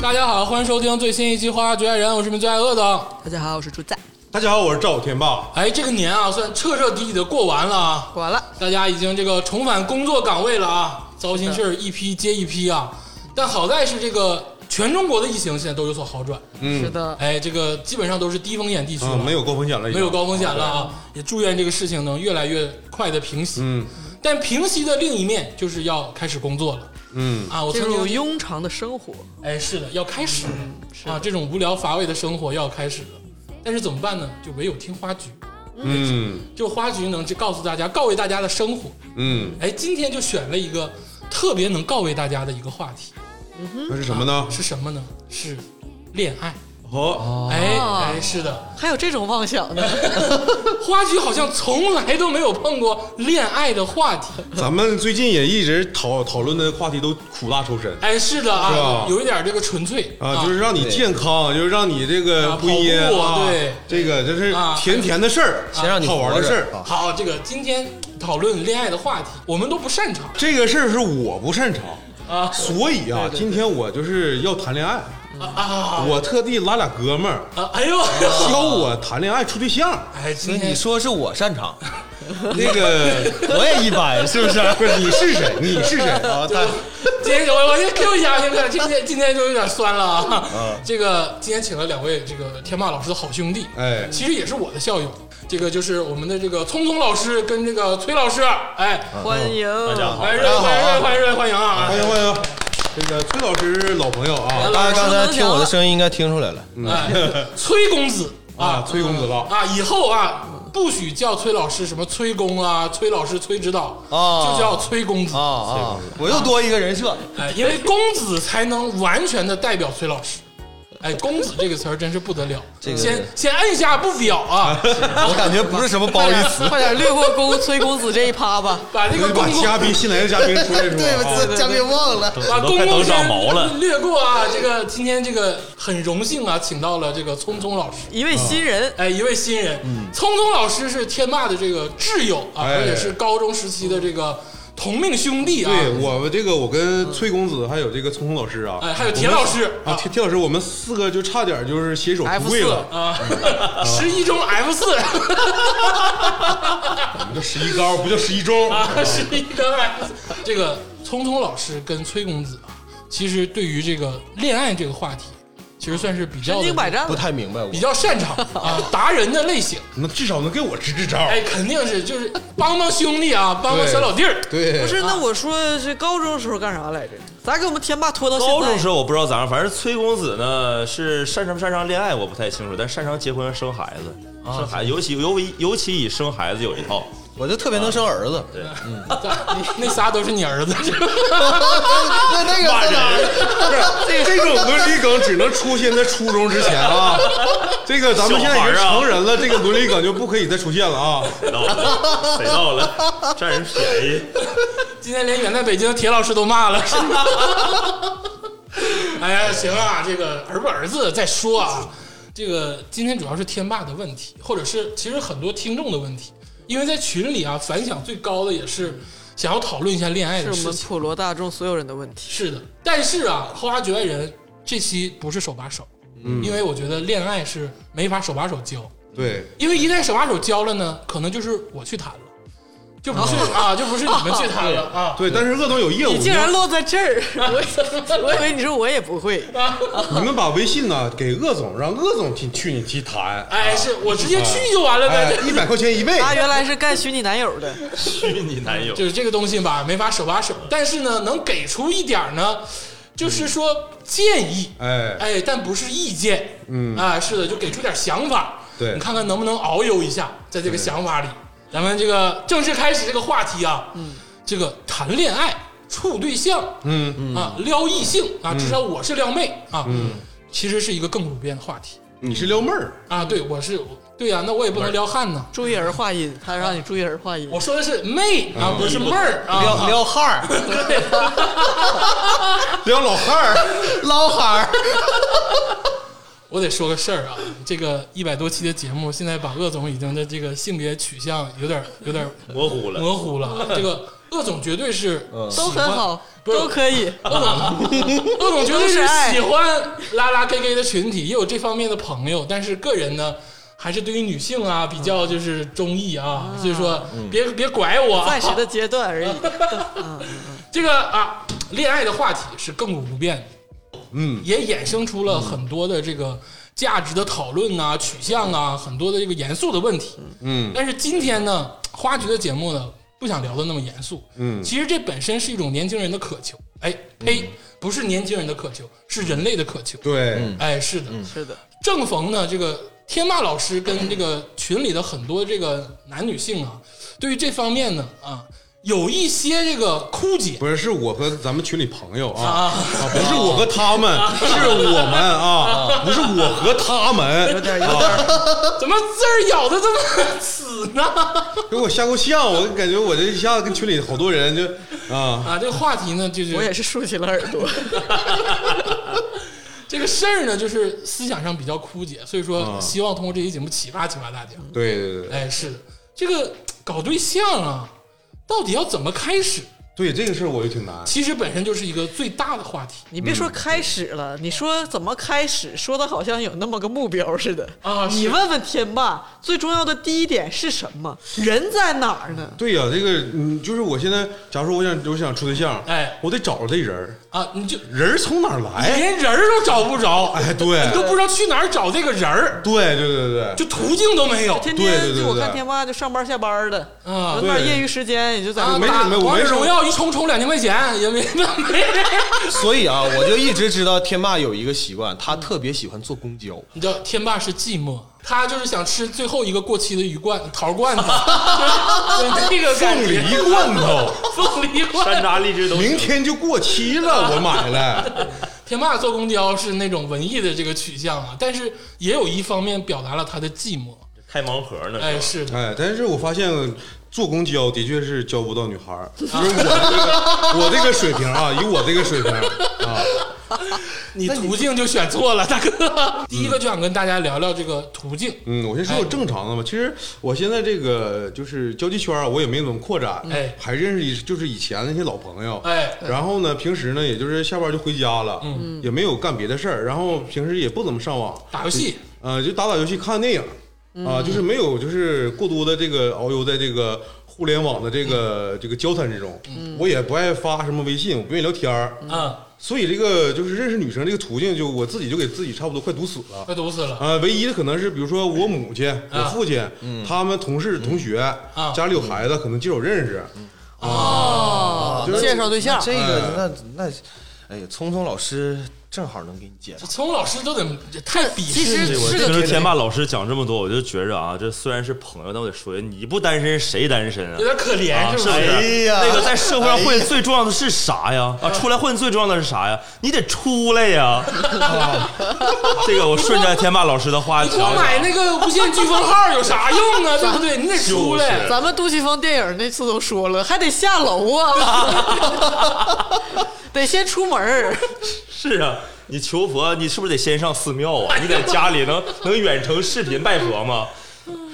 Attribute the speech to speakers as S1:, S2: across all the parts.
S1: 大家好，欢迎收听最新一期《花花局爱人》，我是你们最爱恶的。
S2: 大家好，我是朱赞，
S3: 大家好，我是赵天霸。
S1: 哎，这个年啊，算彻彻底底的过完了啊，
S2: 我了，
S1: 大家已经这个重返工作岗位了啊，糟心事儿一批接一批啊。但好在是这个全中国的疫情现在都有所好转，
S4: 嗯
S2: 是的，
S1: 哎，这个基本上都是低风险地区了，
S3: 嗯，没有高风险了，已
S1: 没
S3: 经
S1: 有高风险了啊。也祝愿这个事情能越来越快的平息。
S3: 嗯
S1: 但平息的另一面就是要开始工作了
S3: 嗯，
S1: 啊！我
S2: 进
S1: 曾
S2: 入
S1: 经
S2: 庸常的生活，
S1: 哎，是的，要开始了、
S2: 是
S1: 啊！这种无聊乏味的生活要开始了，但是怎么办呢？就唯有听花局，
S3: 嗯
S1: 就花局能就告诉大家、告慰大家的生活。
S3: 嗯，
S1: 哎，今天就选了一个特别能告慰大家的一个话题，
S3: 那是什么呢？
S1: 是什么呢？是恋爱。
S3: 哦，
S1: 哎哎，是的，
S2: 还有这种妄 想呢？
S1: 花局好像从来都没有碰过恋爱的话题。
S3: 咱们最近也一直讨讨论的话题都苦大仇深
S1: 哎，是的
S3: 是
S1: 啊
S3: 吧，
S1: 有一点这个纯粹
S3: 啊，就是让你健康，就是让你这
S1: 啊
S3: 个婚姻
S1: 跑步
S3: 啊，
S1: 对
S3: 这个这是
S1: 啊
S3: 甜甜的事儿，
S4: 先让你
S3: 好玩的
S4: 活着
S3: 事儿。
S4: 啊
S1: 好，这个今天讨论恋爱的话题，我们都不擅长
S3: 这个事儿是我不擅长，
S1: 啊
S3: 所以啊，今天我就是要谈恋爱，
S1: 啊啊
S3: 我特地拉俩哥们儿
S1: 啊！哎呦，
S3: 教我谈恋爱处对象。
S1: 哎，今
S4: 那你
S1: 天
S4: 说是我擅长，
S3: 那个
S4: 我也一般，是不是？
S3: 不是你是谁？你是谁啊？他
S1: 今天我我先 Q 一下，先看今天今天就有点酸了啊。
S4: 嗯
S1: 这个今天请了两位这个天霸老师的好兄弟，
S3: 哎
S1: 其实也是我的校友。这个就是我们的这个聪聪老师跟这个崔老师，哎，
S2: 欢迎大
S4: 家嗯好
S1: 来热烈欢迎欢迎热烈欢迎啊！
S3: 欢迎欢迎，这个崔老师是老朋友啊
S1: 老
S4: 大
S1: 师
S4: 家刚才听我的声音应该听出来了，
S1: 哎，崔公子
S3: 啊，
S1: 啊
S3: 崔公子了，
S1: 啊，以后啊不许叫崔老师什么崔公啊、崔老师、崔指导
S4: 啊
S1: 就叫崔公子
S4: 啊啊！我又多一个人设，
S1: 哎，因为公子才能完全的代表崔老师。哎，公子这个词儿真是不得了，
S4: 这个
S1: 先先按下不表啊，
S4: 我感觉不是什么褒义 词，
S2: 快点略过公崔公子这一趴吧，
S1: 把这
S3: 你
S1: 个
S3: 把
S1: 公公
S3: 嘉宾新来的嘉宾说一 说啊，
S4: 嘉宾忘了，
S1: 把公
S4: 哦我都
S1: 公
S4: 快长毛了
S1: 先略过啊。这个今天这个很荣幸啊，请到了这个聪聪老师。
S2: 一位新
S4: 啊
S2: 人，
S1: 哎，一位新人，聪聪老师是天霸的这个挚友啊，
S3: 嗯哎
S1: 而且是高中时期的这个同命兄弟啊。
S3: 对我们这个我跟崔公子还有这个聪聪老师啊，
S1: 哎还有田老师
S3: 我们
S1: 啊
S3: 啊，田田老师，我们四个就差点就是携手不
S2: F4
S3: 跪了，
S1: 啊，十一中 F 四
S3: 我们叫十一高，不叫十一中，
S1: 啊，十一中 F 四。这个聪聪老师跟崔公子啊，其实对于这个恋爱这个话题，其实算是比较
S2: 身经百战
S4: 不
S2: 了，
S4: 太啊明白我
S1: 比。较擅长啊，达人的类型。
S3: 那至少能给我支支招。
S1: 哎，肯定是就是帮帮兄弟啊，帮帮小老弟儿。
S3: 对
S2: 不，是？那我说这高中时候干啥来着？咋给我们天霸拖到现在？
S5: 高中时候我不知道咋样，反正崔公子呢是擅长不擅长恋爱我不太清楚，但擅长结婚生孩子，生孩子尤其尤为尤其以生孩子有一套，
S4: 我就特别能生儿子，
S5: 对，
S1: 那仨都是你儿子，
S4: 那那个
S3: 这种伦理梗只能出现在初中之 前啊，这个咱们现在已经
S5: 小孩儿啊
S3: 成人了，这个伦理梗就不可以再出现了啊。
S5: 谁到了？谁到了？占人便宜。
S1: 今天连远在北京的铁老师都骂了，是吧？ 哎呀，行啊，这个儿不儿子再说啊。这个今天主要是天霸的问题，或者是其实很多听众的问题，因为在群里啊反响最高的也是想要讨论一下恋爱
S2: 是
S1: 的
S2: 我
S1: 事
S2: 们
S1: 情。
S2: 普罗大众所有人的问题。
S1: 是的，但是啊，《后花局外人》这期不是手把手，
S3: 嗯
S1: 因为我觉得恋爱是没法手把手教，
S3: 对，
S1: 因为一旦手把手教了呢，可能就是我去谈了，就不是、啊，就不是你们去谈了啊。
S3: 对，但是恶总有业务，
S2: 你竟然落在这儿，我我以为你说我也不会，
S3: 你们把微信呢给鄂总，让鄂总去去你去谈，
S1: 哎，是我直接去就完了呗。
S3: 一百块钱一位，
S2: 他原来是干虚拟男友的，
S5: 虚拟男友
S1: 就，是这个东西吧，没法手把手，但是呢，能给出一点儿呢，就是说建议，
S3: 哎
S1: 哎，但不是意见，
S3: 嗯
S1: 啊，是的，就给出点想法，
S3: 对
S1: 你看看能不能遨游一下，在这个想法里，咱们这个正式开始这个话题啊，嗯，这个谈恋爱、处对象，
S3: 嗯嗯，
S1: 啊，撩异性啊，至少我是撩妹啊，嗯，其实是一个更普遍的话题
S3: 你是撩妹儿，
S1: 啊，对我是，对呀、那我也不能撩汉呢。
S2: 注意儿化音，他让你注意儿化音
S1: 我。说的是妹啊，不是妹儿啊，
S4: 撩撩汉 儿，
S3: 撩老汉儿，
S4: 捞汉儿，
S1: 我得说个事儿啊，这个一百多期的节目，现在把鄂总已经的这个性别取向有点有点
S5: 模糊了。
S1: 模糊了。这个鄂总绝对是
S2: 都很好，
S1: 不是
S2: 都可以。
S1: 鄂总，鄂总绝对是喜欢拉拉 K K 的群体，也有这方面的朋友，但是个人呢，还是对于女性啊比较就是中意啊，所以说别别拐我啊，
S2: 暂时的阶段而已。
S1: 这个啊，恋爱的话题是亘古不变的，嗯，也衍生出了很多的这个价值的讨论啊、取向啊，很多的这个严肃的问题，嗯。但是今天呢，花局的节目呢，不想聊的那么严肃，嗯。其实这本身是一种年轻人的渴求，哎，呸，不是年轻人的渴求，是人类的渴求，
S3: 对，
S1: 哎，是的，
S2: 是的，
S1: 正逢呢，这个天霸老师跟这个群里的很多这个男女性啊，对于这方面呢啊，有一些这个枯竭。
S3: 不是是我和咱们群里朋友啊，
S1: 啊，
S3: 啊不是我和他们，是我们啊，不是我和他
S4: 有
S3: 们，啊
S4: 点有点
S1: 怎么字儿咬的这么 死呢？
S3: 给我吓够呛，我感觉我这一下子跟群里好多人就啊，
S1: 啊，这个话题呢，就是
S2: 我也是竖起了耳朵。
S1: 这个事儿呢，就是思想上比较枯竭，所以说
S3: 嗯
S1: 希望通过这期节目启发启发大家。
S3: 对对对对
S1: 哎，是的，这个搞对象啊，到底要怎么开始？
S3: 对，这个事儿我就挺难，
S1: 其实本身就是一个最大的话题
S2: 你别说开始了，你说怎么开始，说的好像有那么个目标似的。
S1: 啊是
S2: 你问问天霸，最重要的第一点是什么？人在哪儿呢？
S3: 对呀、这个嗯，就是我现在，假如说我想我想处对象，
S1: 哎
S3: 我得找着这人儿，
S1: 啊！你就
S3: 人儿从哪儿来？
S1: 连人儿都找不着，
S3: 哎，对，
S1: 你都不知道去哪儿找这个人儿，
S3: 对对对对
S1: 就途径都没有
S2: 天
S3: 对对
S2: 天
S3: 对对
S2: 就我看天霸就上班下班的，
S1: 啊
S2: 有点
S3: 对
S2: 业余时间也就在
S1: 啊！
S3: 我没
S1: 打
S3: 准备我
S1: 王
S3: 没
S1: 者
S3: 什么
S1: 荣耀一充充两千块钱，也没那没人，
S4: 所以啊，我就一直知道天霸有一个习惯，他特别喜欢坐公交。
S1: 你知道天霸是寂寞，他就是想吃最后一个过期的鱼罐桃罐 头，就是那个感
S3: 凤
S1: 觉。
S3: 梨罐头，
S1: 凤梨
S5: 山
S1: 罐。
S5: 楂、荔枝都
S3: 明天就过期了，我 买了。
S1: 天霸坐公交是那种文艺的这个取向啊，但是也有一方面表达了他的寂寞。
S5: 开盲盒呢。
S1: 哎，是的，
S3: 哎，但是我发现坐公交的确是交不到女 孩儿，就是我这个我这个水平啊，以我这个 水平啊，
S1: 你途径就选错了，大 哥。第一个就想跟大家聊聊这个途径，
S3: 嗯，我先说我正常
S1: 哎
S3: 的嘛。其实我现在这个就是交际圈儿啊，我也没怎么扩展，
S1: 哎
S3: 还认识一就是以前那些老朋友，
S1: 哎
S3: 然后呢，平时呢也就是下班就回家了，嗯，也没有干别的事儿，然后平时也不怎么上网，
S1: 打游戏
S3: 呃，就打打游戏、看看电影，啊、就是没有就是过多的这个遨游在这个互联网的这个、这个交谈之中。我也不爱发什么微信，我不愿意聊天儿，
S1: 啊，
S3: 所以这个就是认识女生这个途径，就我自己就给自己差不多快堵死了。
S1: 快毒死了。
S3: 啊，唯一的可能是，比如说我母亲、我父亲，他们同事、同学，家里有孩子，可能介绍认识。
S2: 哦
S3: 就是
S2: 介绍对象，
S4: 这个那那，哎呀，聪聪老师正好能给你解答
S1: 这。聪老师都得这太鄙
S2: 其
S1: 视
S2: 实
S1: 你了。
S2: 是
S5: 听
S2: 个
S5: 着天霸老师讲这么多，我就觉着啊，这虽然是朋友，但我得说，你不单身谁单身啊
S1: 有？点可怜、
S5: 啊
S1: 是哎
S5: 是
S1: 不是？
S5: 不是？
S4: 哎呀
S5: 那个在社会上混最重要的是啥呀？啊，出来混最重要的是啥呀？你得出来 呀！这个我顺着天霸老师的话讲
S1: 光买
S5: 讲，
S1: 那个无线飓风号有啥用啊？对不对？你得出来。
S2: 咱们杜琪峰电影那次都说了，还得下楼 啊，得先出门儿。
S5: 是啊。你求佛，你是不是得先上寺庙啊？你在家里能 能远程视频拜佛吗？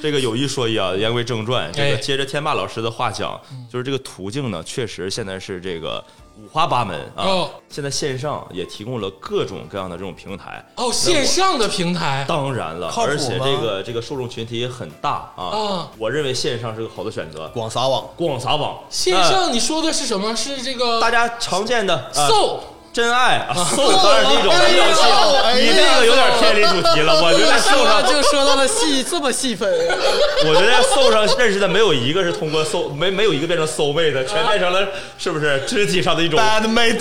S5: 这个有一说一啊，言归正传，这
S1: 哎
S5: 个接着天霸老师的话讲，就是这个途径呢，确实现在是这个五花八门啊
S1: 哦。
S5: 现在线上也提供了各种各样的这种平台，
S1: 哦，线上的平台
S5: 当然了，
S4: 靠谱吗
S5: 而且这个这个受众群体也很大啊。
S1: 啊
S5: 我认为线上是个好的选择，
S4: 广撒网，
S5: 广撒网。
S1: 线
S5: 那
S1: 上你说的是什么？是这个
S5: 大家常见的啊，
S1: 搜
S5: 真爱啊，搜当然是一种
S4: 哎呀哎呀哎
S5: 你这个有点偏离主题了。我觉得搜
S2: 说
S5: 上
S2: 到， 就说到了细这么细分，
S5: 我觉得搜上认识的没有一个是通过搜，没没有一个变成搜妹的，全变成了是不是肢体上的一种
S4: bad mate，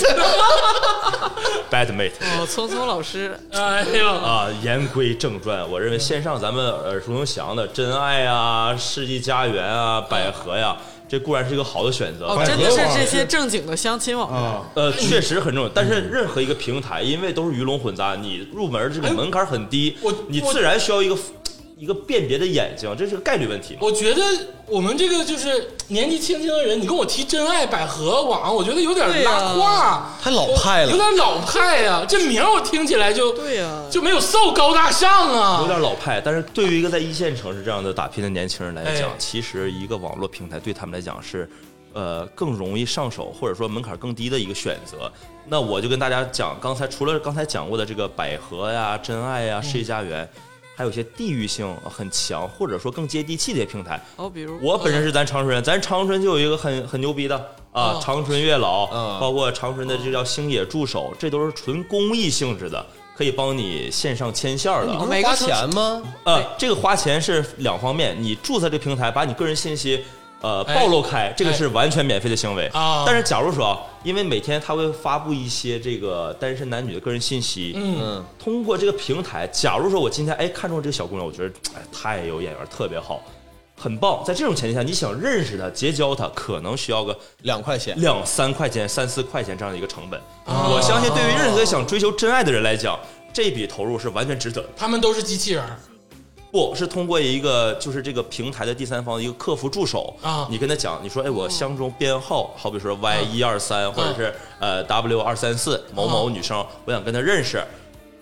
S5: bad mate。
S2: 哦，聪聪老师
S1: 哎呦，
S5: 啊，言归正传，我认为线上咱们耳熟能详的《真爱》啊，《世纪佳缘》啊，《百合》呀，这固然是一个好的选择。
S2: 哦，真的是这些正经的相亲网站，
S5: 呃，确实很重要，但是任何一个平台，因为都是鱼龙混杂，你入门这个门槛很低，
S1: 我
S5: 你
S1: 我
S5: 自然需要一个一个辨别的眼睛，这是个概率问题嘛。
S1: 我觉得我们这个就是年纪轻轻的人，你跟我提真爱百合网，我觉得有点
S2: 对呀
S1: 拉胯，啊
S4: 太老派
S1: 有
S4: 了。
S1: 点老派呀、这名儿我听起来就
S2: 对呀
S1: 就没有瘦高大上
S5: 有
S1: 啊。
S5: 点老派，但是对于一个在一线城市这样的打拼的年轻人来讲，
S1: 哎
S5: 其实一个网络平台对他们来讲是，呃，更容易上手或者说门槛更低的一个选择。那我就跟大家讲，刚才除了刚才讲过的这个百合呀、真爱
S1: 嗯
S5: 呀、世纪佳缘，还有一些地域性很强或者说更接地气的平台。
S2: 哦，比
S1: 嗯
S2: 如
S5: 我本身是咱长春人，咱长春就有一个很很牛逼的啊
S1: 哦，
S5: 长春月老，
S4: 嗯
S5: 包括长春的这叫星野助手，这都是纯公益性质的，可以帮你线上牵线儿的。
S2: 你
S4: 不
S2: 每
S4: 是
S2: 个
S4: 花
S2: 城市
S4: 钱吗？
S5: 呃
S2: 对，
S5: 这个花钱是两方面，你注册这个平台，把你个人信息呃
S1: 哎
S5: 暴露开，这个是完全免费的行为
S1: 啊
S5: 但是假如说啊，因为每天他会发布一些这个单身男女的个人信息，
S1: 嗯，
S4: 嗯，
S5: 通过这个平台，假如说我今天哎看中了这个小姑娘，我觉得哎太有眼缘，特别好，很棒。在这种前提下，你想认识她、结交她，可能需要个
S4: 两块钱。
S5: 两三块钱、三四块钱这样的一个成本。
S1: 啊
S5: 我相信，对于任何想追求真爱的人来讲，这笔投入是完全值得的。
S1: 他们都是机器人儿，
S5: 不是通过一个就是这个平台的第三方一个客服助手
S1: 啊
S5: 你跟他讲，你说哎，我相中编号，好比说 Y 一二三或者
S1: 啊
S5: 是呃 W 二三四某某女生，我想跟她认识。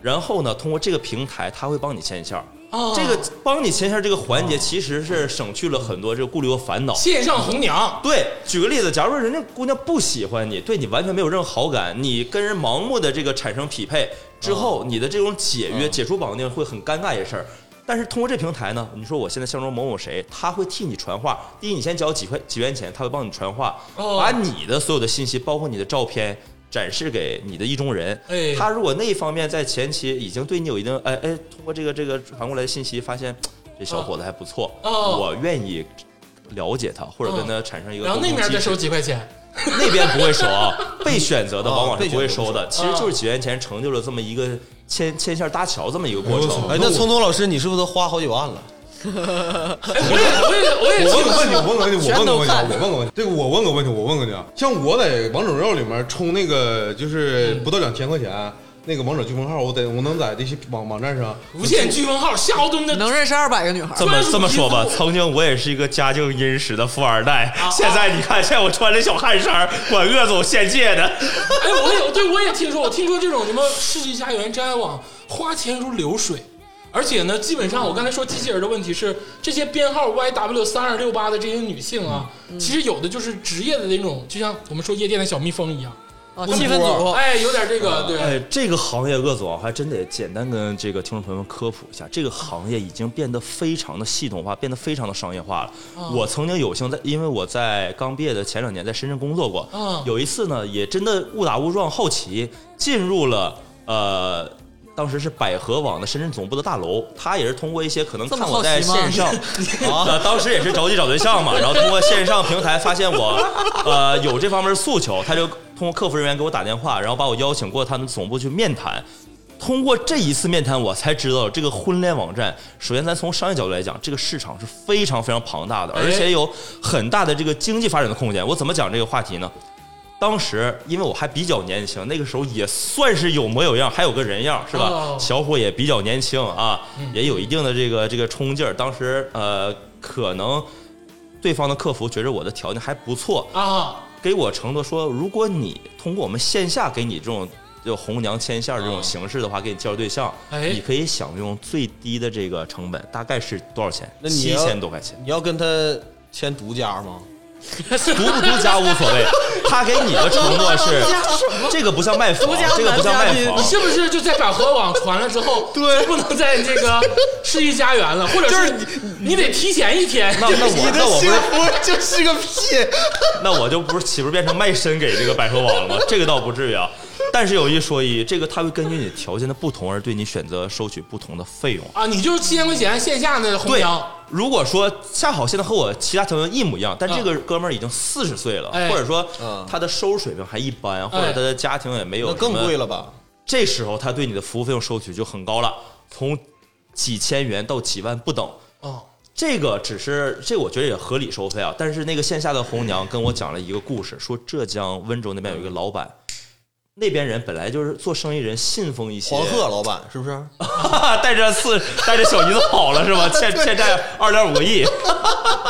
S5: 然后呢，通过这个平台，他会帮你牵线儿。
S1: 啊
S5: 这个帮你牵线儿这个环节，其实是省去了很多这个顾虑和烦恼。
S1: 线上红娘，
S5: 对，举个例子，假如说人家姑娘不喜欢你，对你完全没有任何好感，你跟人盲目的这个产生匹配之后，
S1: 嗯
S5: 你的这种解约、解除绑定会很尴尬一事儿。但是通过这平台呢，你说我现在相中某某谁，他会替你传话。第一，你先交几块几元钱，他会帮你传话，
S1: 哦
S5: 把你的所有的信息，包括你的照片。展示给你的意中人，
S1: 哎
S5: 他如果那一方面在前期已经对你有一定，哎哎，通过这个这个传过来的信息，发现哎这小伙子还不错，
S1: 啊哦
S5: 我愿意了解他，或者跟他产生一个
S1: 嗯然后
S5: 沟
S1: 那
S5: 通
S1: 面
S5: 机
S1: 再
S5: 制
S1: 收几块钱，
S5: 那边不会 收啊，被选择的往往
S1: 哦
S4: 啊被
S5: 是不会
S4: 选择
S5: 收
S1: 嗯
S5: 的。其实就是几元钱成就了这么一个牵牵线搭桥这么一个过程。
S4: 哎，那聪聪老师，你是不是都花好几万了？
S1: 哎，我也我也我也
S3: 我问
S1: 听
S3: 个问题，
S1: 过，
S3: 我问个问题，我
S2: 全
S3: 问个
S2: 都
S3: 问题，
S2: 看
S3: 我问个问题，这个我问个问题，我问个问题啊，像我在王者荣耀里面充那个就是不到两千块钱那个王者飓风号，我得我能在这些网网站上
S1: 无限飓风号夏侯惇的
S2: 能认识二百个女孩儿，
S5: 这么这么说
S1: 专
S5: 吧
S1: 属，机构
S5: 曾经我也是一个家境殷实的富二代，
S1: 啊
S5: 现在你看，现在我穿着小汗衫儿，管鄂总献界的，
S1: 哎，我也对我也听说，我听说这种什么世纪佳缘、真爱网，花钱如流水。而且呢，基本上我刚才说机器人的问题是，这些编号 YW 三二六八的这些女性啊，
S2: 嗯
S1: 其实有的就是职业的那种，就像我们说夜店的小蜜蜂一样，
S2: 啊，气氛组，
S1: 哎，有点这个对，
S5: 哦哎，这个行业，鄂总还真得简单跟这个听众朋友们科普一下，这个行业已经变得非常的系统化，变得非常的商业化了。
S1: 嗯
S5: 我曾经有幸在，因为我在刚毕业的前两年在深圳工作过，
S1: 嗯
S5: 有一次呢，也真的误打误撞，好奇进入了呃。当时是百合网的深圳总部的大楼，他也是通过一些可能
S2: 这么
S5: 看我在
S2: 好奇吗
S5: 线上，啊，当时也是着急找对象嘛，然后通过线上平台发现我，呃，有这方面诉求，他就通过客服人员给我打电话，然后把我邀请过他们总部去面谈。通过这一次面谈，我才知道这个婚恋网站，首先咱从商业角度来讲，这个市场是非常非常庞大的，
S1: 哎
S5: 而且有很大的这个经济发展的空间。我怎么讲这个话题呢？当时因为我还比较年轻，那个时候也算是有模有样，还有个人样，是吧？
S1: 哦
S5: 小伙也比较年轻啊，
S4: 嗯
S5: 也有一定的这个这个冲劲儿。当时呃，可能对方的客服觉着我的条件还不错，
S1: 啊，
S5: 给我承诺说，如果你通过我们线下给你这种就红娘牵线儿这种形式的话，给你介绍对象，
S1: 哎
S5: 你可以享用最低的这个成本，大概是多少钱？
S4: 那你
S5: 七
S4: 要
S5: 千多块钱。
S4: 你要跟他签独家吗？
S5: 独不独家无所谓，他给你的承诺是，这个不像卖房
S2: 独家，
S5: 这个不像卖房
S1: 你，是不是就在百合网传了之 后，对，不能在这个世纪佳缘了，或者是你你得提前一天，
S5: 那那我 那我不是
S4: 福就是个屁！
S5: 那我就不是岂不是变成卖身给这个百合网了吗？这个倒不至于啊。但是有一说一，这个他会根据你条件的不同而对你选择收取不同的费用。
S1: 啊，你就是七千块钱线下的红
S5: 对
S1: 娘，，
S5: 如果说恰好现在和我其他条件一模一样，但这个哥们儿已经四十岁了，
S1: 嗯哎
S5: 或者说
S4: 嗯
S5: 他的收入水平还一般，或
S1: 哎
S5: 者他的家庭也没有
S4: 那更
S5: 什么
S4: 贵了吧？
S5: 这时候他对你的服务费用收取就很高了，从几千元到几万不等。
S1: 啊，
S4: 哦
S5: 这个只是这，我觉得也合理收费啊。但是那个线下的红娘跟我讲了一个故事，说浙江温州那边有一个老板，那边人本来就是做生意人，信奉一些
S4: 黄鹤老板是不是？
S5: 带着四带着小姨子跑了是吧？欠欠债二点五个亿。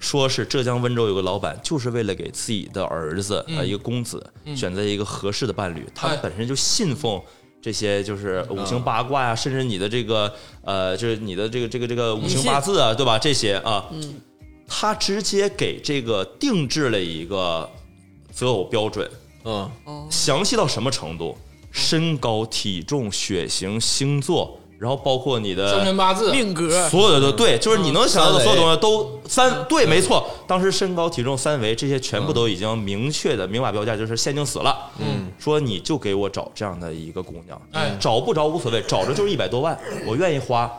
S5: 说是浙江温州有个老板，就是为了给自己的儿子呃一个公子选择一个合适的伴侣，他
S1: 嗯哎嗯
S5: 本身就信奉这些就是五行八卦呀、甚至你的这个呃就是你的这个这个这个五
S1: 迷信嗯
S5: 行八字啊，对吧？这些啊，他直接给这个定制了一个择偶标准，
S4: 嗯，
S5: 详细到什么程度？身高、体重、血型、星座，然后包括你
S1: 生辰
S5: 的
S1: 八字，嗯
S2: 命格
S5: 所有的都对，就是你能想到的
S4: 三
S5: 所
S4: 围
S5: 有东西都嗯三对，没错。当时身高、体重、三围这些全部都已经明确的明码标价，就是限定死了。嗯，说你就给我找这样的一个姑娘，
S1: 哎
S5: 找不着无所谓，找着就是一百多万，我愿意花，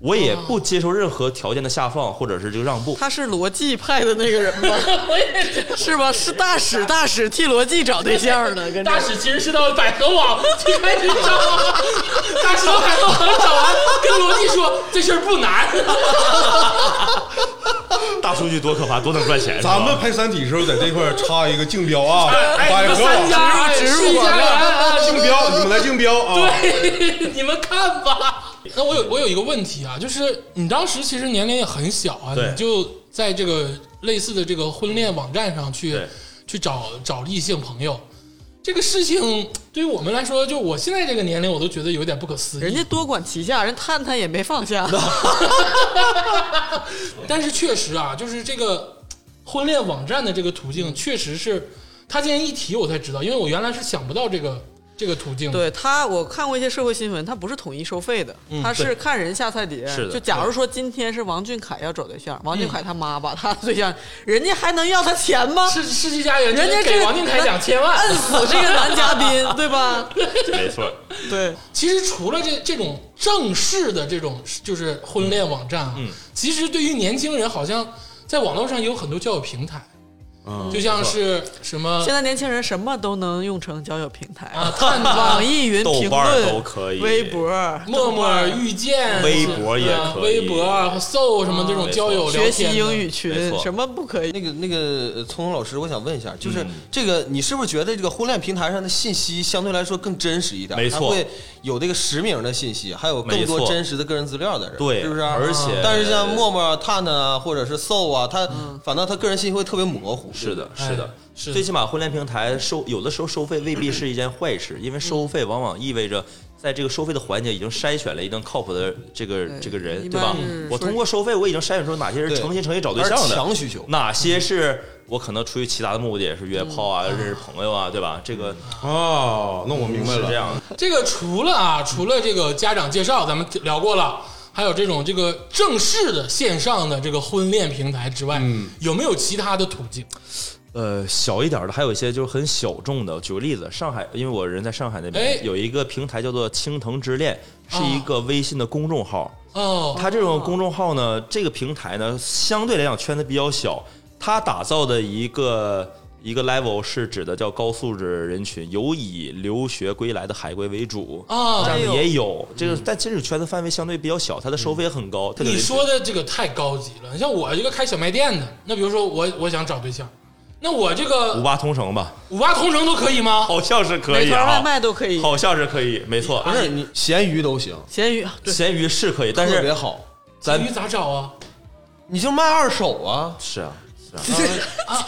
S5: 我也不接受任何条件的下放或者是这个让步。
S2: 他是逻辑派的那个人吧？我也是吧？是大使，大使替逻辑找对象呢，跟着
S1: 大使其实是到百合网去开始找，大使到百合网找完，跟罗辑说这事儿不难，
S5: 大数据多可怕，多能赚钱！
S1: 哎
S5: 是吧
S3: 咱们拍《三体》时候在这块儿插一个竞标啊，
S1: 哎，你
S3: 百
S1: 们
S3: 合
S1: 三
S3: 网
S1: 家哎
S2: 植入
S1: 世纪佳缘啊，
S3: 竞标，你们来竞标啊！
S1: 对，哎你们看吧。那我有我有一个问题啊，就是你当时其实年龄也很小啊，
S5: 对
S1: 你就在这个类似的这个婚恋网站上去
S5: 对
S1: 去找找异性朋友，这个事情对于我们来说，就我现在这个年龄，我都觉得有点不可思议。
S2: 人家多管齐下，人探探也没放下。
S1: 但是确实啊，就是这个婚恋网站的这个途
S2: 嗯
S1: 径，确实是他今天一提我才知道，因为我原来是想不到这个这个途径的。
S2: 对他，我看过一些社会新闻，他不是统一收费的，他是看人下菜碟。
S5: 是的
S2: 就假如说今天是王俊凯要找对象，王俊凯他妈把他的对象，人家还能要他钱吗？
S1: 世世纪佳缘，
S2: 人家这
S1: 给
S2: 个呃
S1: 王俊凯两千万，
S2: 摁死这个男嘉宾，对吧？
S5: 没错，
S2: 对，
S1: 其实除了这这种正式的这种就是婚恋网站
S2: 嗯
S1: 啊，其实对于年轻人，好像在网络上也有很多交友平台，就像是什么
S2: 嗯现在年轻人什么都能用成交友平台，
S1: 啊 探
S2: 网
S1: 探、
S2: 易云
S5: 豆
S2: 评
S5: 瓣儿
S2: 论
S5: 都可以
S2: 微博、
S1: 陌陌、遇见、
S5: 微博也
S1: 啊
S5: 可以
S1: 微博、搜什么这种交友聊
S2: 嗯学
S1: 天
S2: 习
S1: 的
S2: 英语
S5: 没
S2: 群，
S5: 错
S2: 什么不可以？
S4: 那个那个呃聪聪老师，我想问一下，就是
S5: 嗯
S4: 这个，你是不是觉得这个婚恋平台上的信息相对来说更真实一点？
S5: 没错
S4: 它会有这个实名的信息，还有更
S5: 没
S4: 多
S5: 错
S4: 真实的个人资料在这儿，
S5: 对
S4: 是不是？啊
S5: 而且
S4: 但是像陌陌、啊、探探啊，或者是搜啊，它
S2: 嗯
S4: 反倒它个人信息会特别模糊。
S5: 是的，
S1: 哎
S5: 是的，
S1: 是的
S5: 最起码婚恋平台收有的时候收费未必是一件坏事，因为收费往往意味着在这个收费的环节已经筛选了一定靠谱的这个
S2: 对
S5: 这个人，
S2: 一
S5: 对
S2: 般
S5: 吧
S2: 是？
S5: 我通过收费，我已经筛选出哪些人
S4: 对
S5: 诚心诚意找对
S4: 而
S5: 象的，
S4: 强需求
S5: 哪些是我可能出于其他的目的，是约炮啊、认识朋友啊，对吧？这个
S3: 哦，那我明白
S5: 是这
S3: 了。
S5: 样的，
S1: 这个除了啊，除了这个家长介绍，咱们聊过了，还有这种这个正式的线上的这个婚恋平台之外，有没有其他的途径？
S5: 呃，小一点的，还有一些就是很小众的。举个例子，上海，因为我人在上海那边，
S1: 哎
S5: 有一个平台叫做青藤之恋，是一个微信的公众号。
S1: 哦，
S5: 它这种公众号呢，这个平台呢，相对来讲圈子比较小，它打造的一个一个 level 是指的叫高素质人群，有以留学归来的海归为主。
S1: 啊
S5: 这样的也有这个，但其实圈子范围相对比较小，它的收费也很高。它给
S1: 你
S5: 人群
S1: 说的这个太高级了。像我一个开小卖店的，那比如说我我想找对象，那我这个
S5: 五八同城吧，
S1: 五八同城都可以吗？
S5: 好像是可
S2: 美
S5: 以
S2: 团外
S5: 啊，
S2: 卖都可以，
S5: 好像是可以，没错
S4: 不。是你闲鱼都行，
S2: 闲鱼对
S5: 闲鱼是可以，但
S4: 特别
S5: 是
S4: 好，
S5: 咱
S1: 鱼咋找啊？
S4: 你就卖二手啊
S5: 是啊，是 啊，
S1: 啊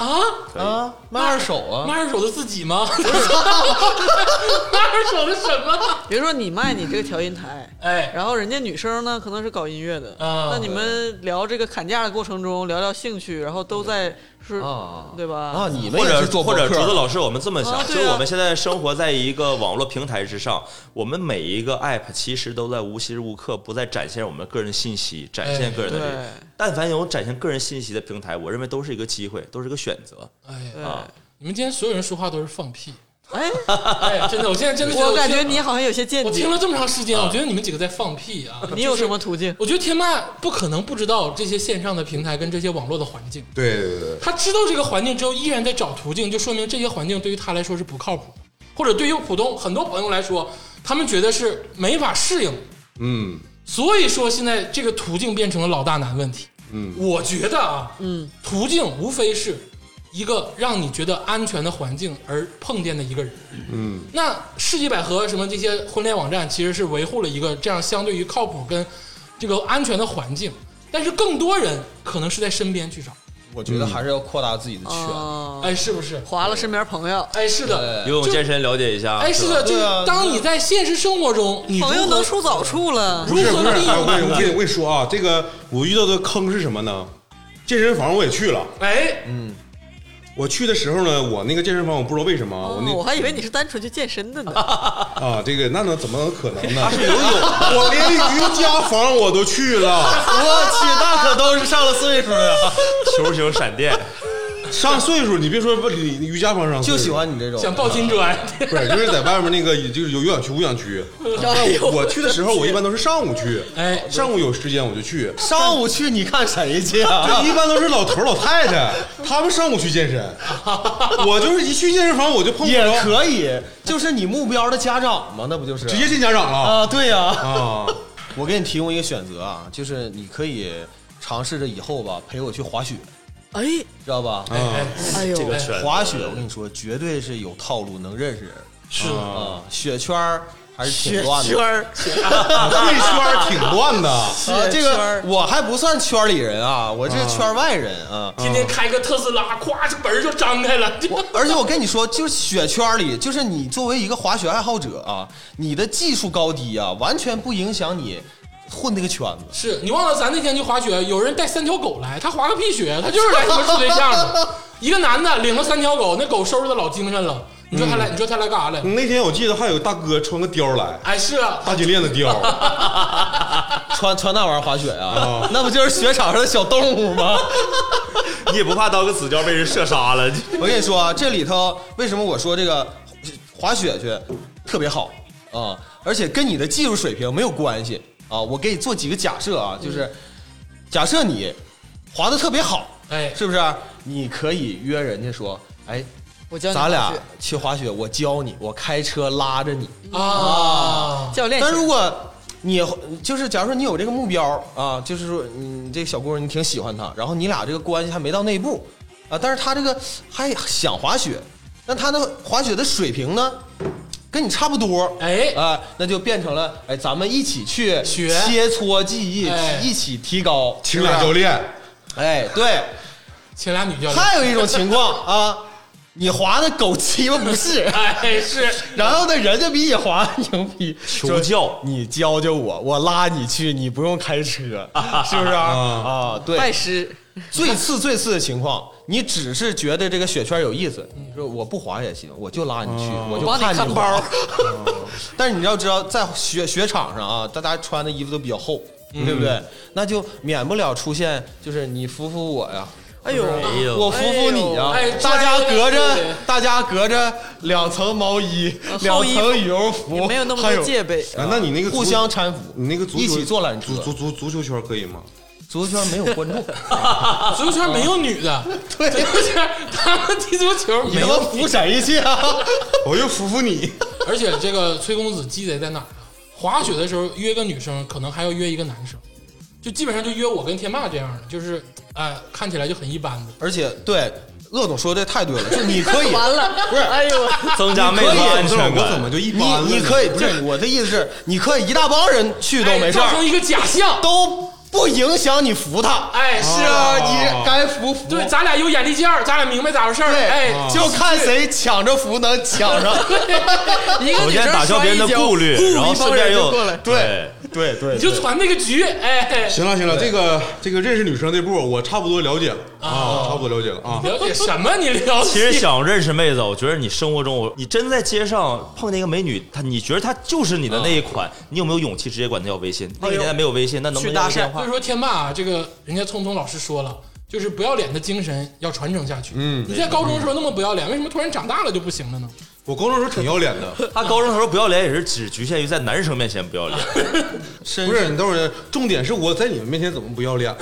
S1: 啊，
S4: 啊，卖二手啊
S1: 卖，二手的自己吗？卖二手的什么？
S2: 比如说你卖你这个调音台，
S1: 哎，
S2: 然后人家女生呢可能是搞音乐的，
S1: 啊
S2: 那你们聊这个砍价的过程中聊聊兴趣，然后都在是，
S4: 啊
S2: 对吧？
S4: 啊，你们
S5: 或
S4: 也
S5: 者
S4: 是做
S5: 或
S4: 播
S5: 者竹
S4: 客
S5: 子老师，我们这么
S2: 啊
S5: 想，就
S2: 对啊
S5: 是我们现在生活在一个网络平台之上，我们每一个 app 其实都在无时无刻不在展现我们个人信息，展现个人的这个
S2: 哎对。
S5: 但凡有展现个人信息的平台，我认为都是一个机会，都是一个选择。
S1: 哎，
S2: 对，
S5: 啊
S1: 你们今天所有人说话都是放屁。
S2: 哎，
S1: 哎，真的，我现在真的觉得
S2: 我感觉
S1: 听
S2: 你好像有些见
S1: 我听
S2: 解，
S1: 了这么长时间，我觉得你们几个在放屁啊！
S2: 你有什么途径？
S1: 我觉得天霸不可能不知道这些线上的平台跟这些网络的环境，
S3: 对对对，
S1: 他知道这个环境之后依然在找途径，就说明这些环境对于他来说是不靠谱的，或者对于普通很多朋友来说，他们觉得是没法适应。
S3: 嗯，
S1: 所以说，现在这个途径变成了老大难问题。
S3: 嗯，
S1: 我觉得啊，嗯，途径无非是一个让你觉得安全的环境而碰见的一个人。嗯，那世纪百合什么这些婚恋网站，其实是维护了一个这样相对于靠谱跟这个安全的环境，但是更多人可能是在身边去找，
S4: 我觉得还是要扩大自己的圈。
S5: 嗯
S2: 哦，
S1: 哎，是不是？
S2: 划了身边朋友，
S1: 哎，是的，
S5: 游泳健身了解一下。
S1: 哎，是的，就是
S4: 对啊
S1: 当你在现实生活中，你如
S2: 朋友能
S1: 何
S2: 出早处了，
S1: 如
S3: 不是不
S1: 何
S3: 是，
S1: 利
S3: 哎我
S1: 用？
S3: 跟你我跟你我跟你说啊，这个我遇到的坑是什么呢？健身房我也去了，
S1: 哎，
S4: 嗯
S3: 我去的时候呢，我那个健身房我不知道为什么啊，
S2: 哦
S3: 我
S2: 我
S3: 那
S2: 还以为你是单纯去健身的呢。
S3: 啊这个那能怎么能可能呢？ 我连瑜伽房我都去 了，
S4: 我去，那可都是上了岁数的，
S5: 球形闪电，
S3: 上岁数你别说不你你瑜伽房上岁
S4: 就
S3: 数
S4: 喜欢你这种。
S1: 想抱金砖，
S3: 不是就是在外面那个就是有有氧区无氧区，
S4: 嗯
S3: 啊
S2: 哎呦
S3: 我去的时候我一般都是上午去，
S1: 哎
S3: 上午有时间我就去。
S4: 上午去你看谁去啊？
S3: 一般都是老头儿老太太，他们上午去健身，我就是一去健身房我就碰不
S4: 也
S3: 着，
S4: 可以，就是你目标的家长嘛，那不就是
S3: 直接见家长 了
S4: 啊？对呀、
S3: 啊！
S4: 我给你提供一个选择啊，就是你可以尝试着以后吧，陪我去滑雪，
S2: 哎
S4: 知道吧？
S1: 哎 哎，
S2: 哎呦，
S5: 这个拳
S4: 滑雪，我跟你说，绝对是有套路，能认识人
S1: 是
S3: 啊
S4: 啊。雪圈儿 还是挺
S2: 雪
S4: 乱
S2: 圈
S4: 的。
S2: 儿，
S3: 贵圈儿挺乱的，
S4: 啊，这
S2: 圈儿
S4: 个我还不算圈里人啊，我这圈外人啊。
S1: 天天开个特斯拉，咵，这门儿就张开了。这
S4: 我而且我跟你说，就是雪圈里，就是你作为一个滑雪爱好者啊，你的技术高低啊，完全不影响你混这个圈子。
S1: 是你忘了咱那天去滑雪，有人带三条狗来，他滑个屁雪，他就是来他妈处对象 的。一个男的领了三条狗，那狗收拾的老精神了。你说他来，你说他来干啥来？
S3: 那天我记得还有大哥穿个貂来，
S1: 哎，是啊，
S3: 大金链子貂，
S4: 穿穿那玩意儿滑雪啊， 那不就是雪场上的小动物吗？
S5: 你也不怕当个死角被人射杀了？
S4: 我跟你说啊，这里头为什么我说这个滑雪去特别好啊、而且跟你的技术水平没有关系啊。我给你做几个假设啊，就是假设你滑的特别好，
S1: 哎，
S4: 是不是？啊你可以约人家说，哎，
S2: 我教你
S4: 咱俩
S2: 滑雪
S4: 去滑雪，我教你，我开车拉着你。
S1: 啊，
S2: 教练
S4: 但
S2: 型，
S4: 如果你就是假如说你有这个目标啊，就是说你这个小姑娘你挺喜欢她，然后你俩这个关系还没到那一步啊，但是她这个还想滑雪，但她的滑雪的水平呢，跟你差不多。
S1: 哎，
S4: 啊，那就变成了哎，咱们一起去
S1: 学
S4: 切磋技艺，
S1: 哎
S4: 一起提高。
S3: 请俩教
S4: 练，
S3: 练，
S4: 哎，对，
S1: 请俩女教练。
S4: 还有一种情况啊，你滑的狗鸡巴不是，
S1: 哎，是
S4: 然后呢，人家比你滑牛逼，
S5: 求教，
S4: 你教教我，我拉你去，你不用开车，是不是啊？啊，
S2: 拜
S4: 对，
S2: 师，
S4: 最次最次的情况，你只是觉得这个雪圈有意思，你说我不滑也行，我就拉你去，我就
S2: 帮你
S4: 看
S2: 看
S4: 你
S2: 包
S4: 滑。嗯但是你要知道，在雪雪场上啊，大家穿的衣服都比较厚，对不对？那就免不了出现，就是你扶扶我呀，
S2: 哎呦，
S5: 哎呦，
S4: 我扶扶你啊！
S1: 哎呦哎
S4: 大家隔
S1: 拽
S4: 着
S1: 着你，
S4: 大家隔着两层毛衣，两
S2: 呃厚衣服
S4: 层羽绒
S2: 也
S4: 服，
S2: 没有那么
S4: 还
S2: 多戒备，
S3: 啊那你那个足
S4: 互相搀扶，
S3: 你那个足球
S4: 一起坐缆车
S3: 足。足足足球圈可以 吗？
S4: 足球圈没有观众，
S1: 足球圈没有女的，
S4: 对
S1: 足球圈他们踢足球
S4: 你
S1: 没
S4: 他妈
S1: 有女
S4: 扶谁去啊？
S3: 我就服服你，
S1: 而且这个崔公子鸡贼在哪儿呢？滑雪的时候约个女生，可能还要约一个男生，就基本上就约我跟天霸这样的，就是哎、看起来就很一般的。
S4: 而且对乐总说的太对了，就你可以，
S2: 完了，
S4: 不是
S2: 哎呦，
S5: 增加妹
S4: 可
S5: 子
S4: 以
S5: 安
S3: 我
S5: 全
S3: 怎
S5: 感。
S3: 么就一般
S4: 你
S3: 了呢
S4: 你可以不是我的意思是，你可以一大帮人去都没事
S1: 哎造成
S4: 儿，
S1: 一个假象。
S4: 都不影响你扶他。
S1: 哎，是
S4: 是啊，你该扶扶。
S1: 对，咱俩有眼力劲儿，咱俩明白咋回事儿。
S4: 对啊
S1: 哎，
S4: 就看谁抢着扶能抢上。
S2: 一个
S5: 首
S2: 女
S5: 先
S2: 生
S5: 打消
S2: 摔
S5: 别人
S2: 一
S5: 的
S2: 跤
S5: 顾虑，然后顺便又
S4: 对对对
S1: 你就传那个局，哎，
S3: 行了行了，这个这个认识女生这步我差不多了解了啊，差不多了解了啊。
S1: 了解什么？你了 解？
S5: 其实想认识妹子，我觉得你生活中，你真在街上碰见一个美女，她你觉得她就是你的那一款，你有没有勇气直接管她要微信？那个年代没有微信，那能不 能
S2: 去搭
S5: 要个电
S2: 讪
S5: 话
S1: 所以？说天霸啊，这个人家聪聪老师说了。就是不要脸的精神要传承下去。嗯，你在高中的时候那么不要脸，为什么突然长大了就不行了呢？
S3: 我高中时候挺要脸的，
S5: 她高中的时候不要脸也是只局限于在男生面前不要脸，
S4: 真
S3: 不是你等会儿，重点是我在你们面前怎么不要脸了？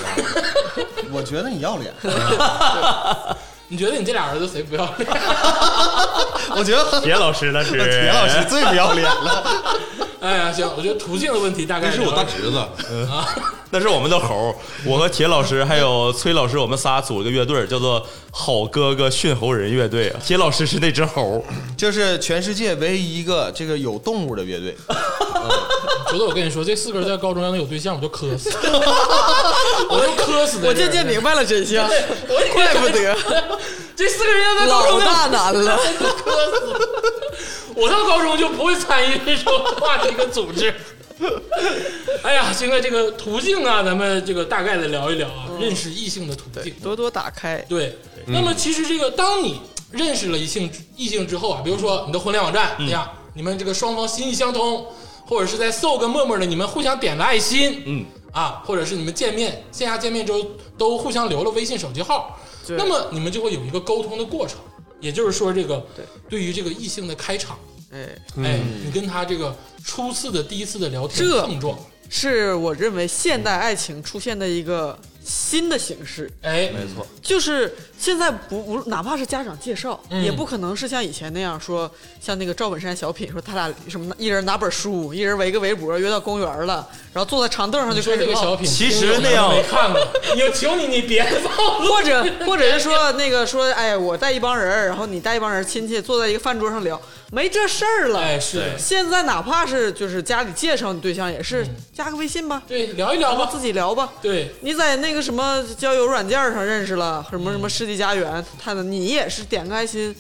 S4: 我觉得你 要脸，
S1: 你觉得你这俩儿子谁不要脸？
S4: 我觉得
S5: 铁老师那是
S4: 铁老师最不要脸了。
S1: 哎呀，行，我觉得途径的问题大概
S3: 那是我大
S1: 聊
S3: 侄子，
S5: 那是我们的猴儿，我和铁老师还有崔老师，我们仨组了个乐队儿，叫做“好哥哥驯猴人乐队”。啊铁老师是那只猴儿，
S4: 就是全世界唯一一个这个有动物的乐队。
S1: 觉得我跟你说，这四个人在高中要能有对象，我就磕 死，我就磕死在这儿。
S2: 我渐渐明白了真相，怪不得
S1: 这四个人要在高
S2: 老
S1: 中
S2: 大难了。
S1: 磕死。我到高中就不会参与这种话题跟组织。哎呀，现在这个途径啊，咱们这个大概的聊一聊啊，
S2: 嗯
S1: 认识异性的途径。
S2: 多多打开，
S1: 对，
S5: 嗯
S1: 那么其实这个，当你认识了异性异性之后啊，比如说你的婚恋网
S5: 嗯
S1: 站，哎呀，你们这个双方心意相通，或者是在搜跟陌陌的，你们互相点了爱心，
S5: 嗯，
S1: 啊，或者是你们见面线下见面之后都互相留了微信手机号，
S2: 对
S1: 那么你们就会有一个沟通的过程。也就是说，这个
S2: 对
S1: 对于这个异性的开场，
S2: 哎，
S5: 嗯
S1: 哎，你跟他这个初次的第一次的聊天
S2: 这
S1: 碰撞，
S2: 是我认为现代爱情出现的一个新的形式。
S1: 哎，
S5: 没错，
S2: 就是现在不无，哪怕是家长介绍，
S1: 嗯
S2: 也不可能是像以前那样说，像那个赵本山小品说他俩什么，一人拿本书，一人围个围脖，约到公园了，然后坐在长凳上就
S1: 你说
S2: 开始
S1: 这个小
S2: 唠，
S1: 品，
S5: 其实那
S1: 听众可
S5: 样
S1: 能没看过，你求你你别放了。
S2: 或者 或者是说那个说，哎，我带一帮人儿，然后你带一帮人亲戚坐在一个饭桌上聊，没这事儿了。
S1: 哎，是的，
S2: 现在哪怕是就是家里介绍你对象，也是加个微信吧，
S1: 对，聊一
S2: 然
S1: 聊
S2: 后
S1: 吧
S2: 自。己聊吧。
S1: 嗯对，
S2: 你在那个什么交友软件上认识了，什么
S1: 嗯
S2: 什么世纪佳缘，他的你也是点个爱心，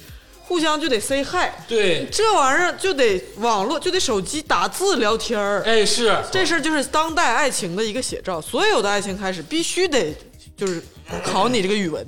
S2: 互相就得 say hi，
S1: 对，
S2: 这玩意儿就得网络就得手机打字聊天儿，
S1: 哎，是，
S2: 这事儿就是当代爱情的一个写照。所有的爱情开始必须得就是考你这个语文，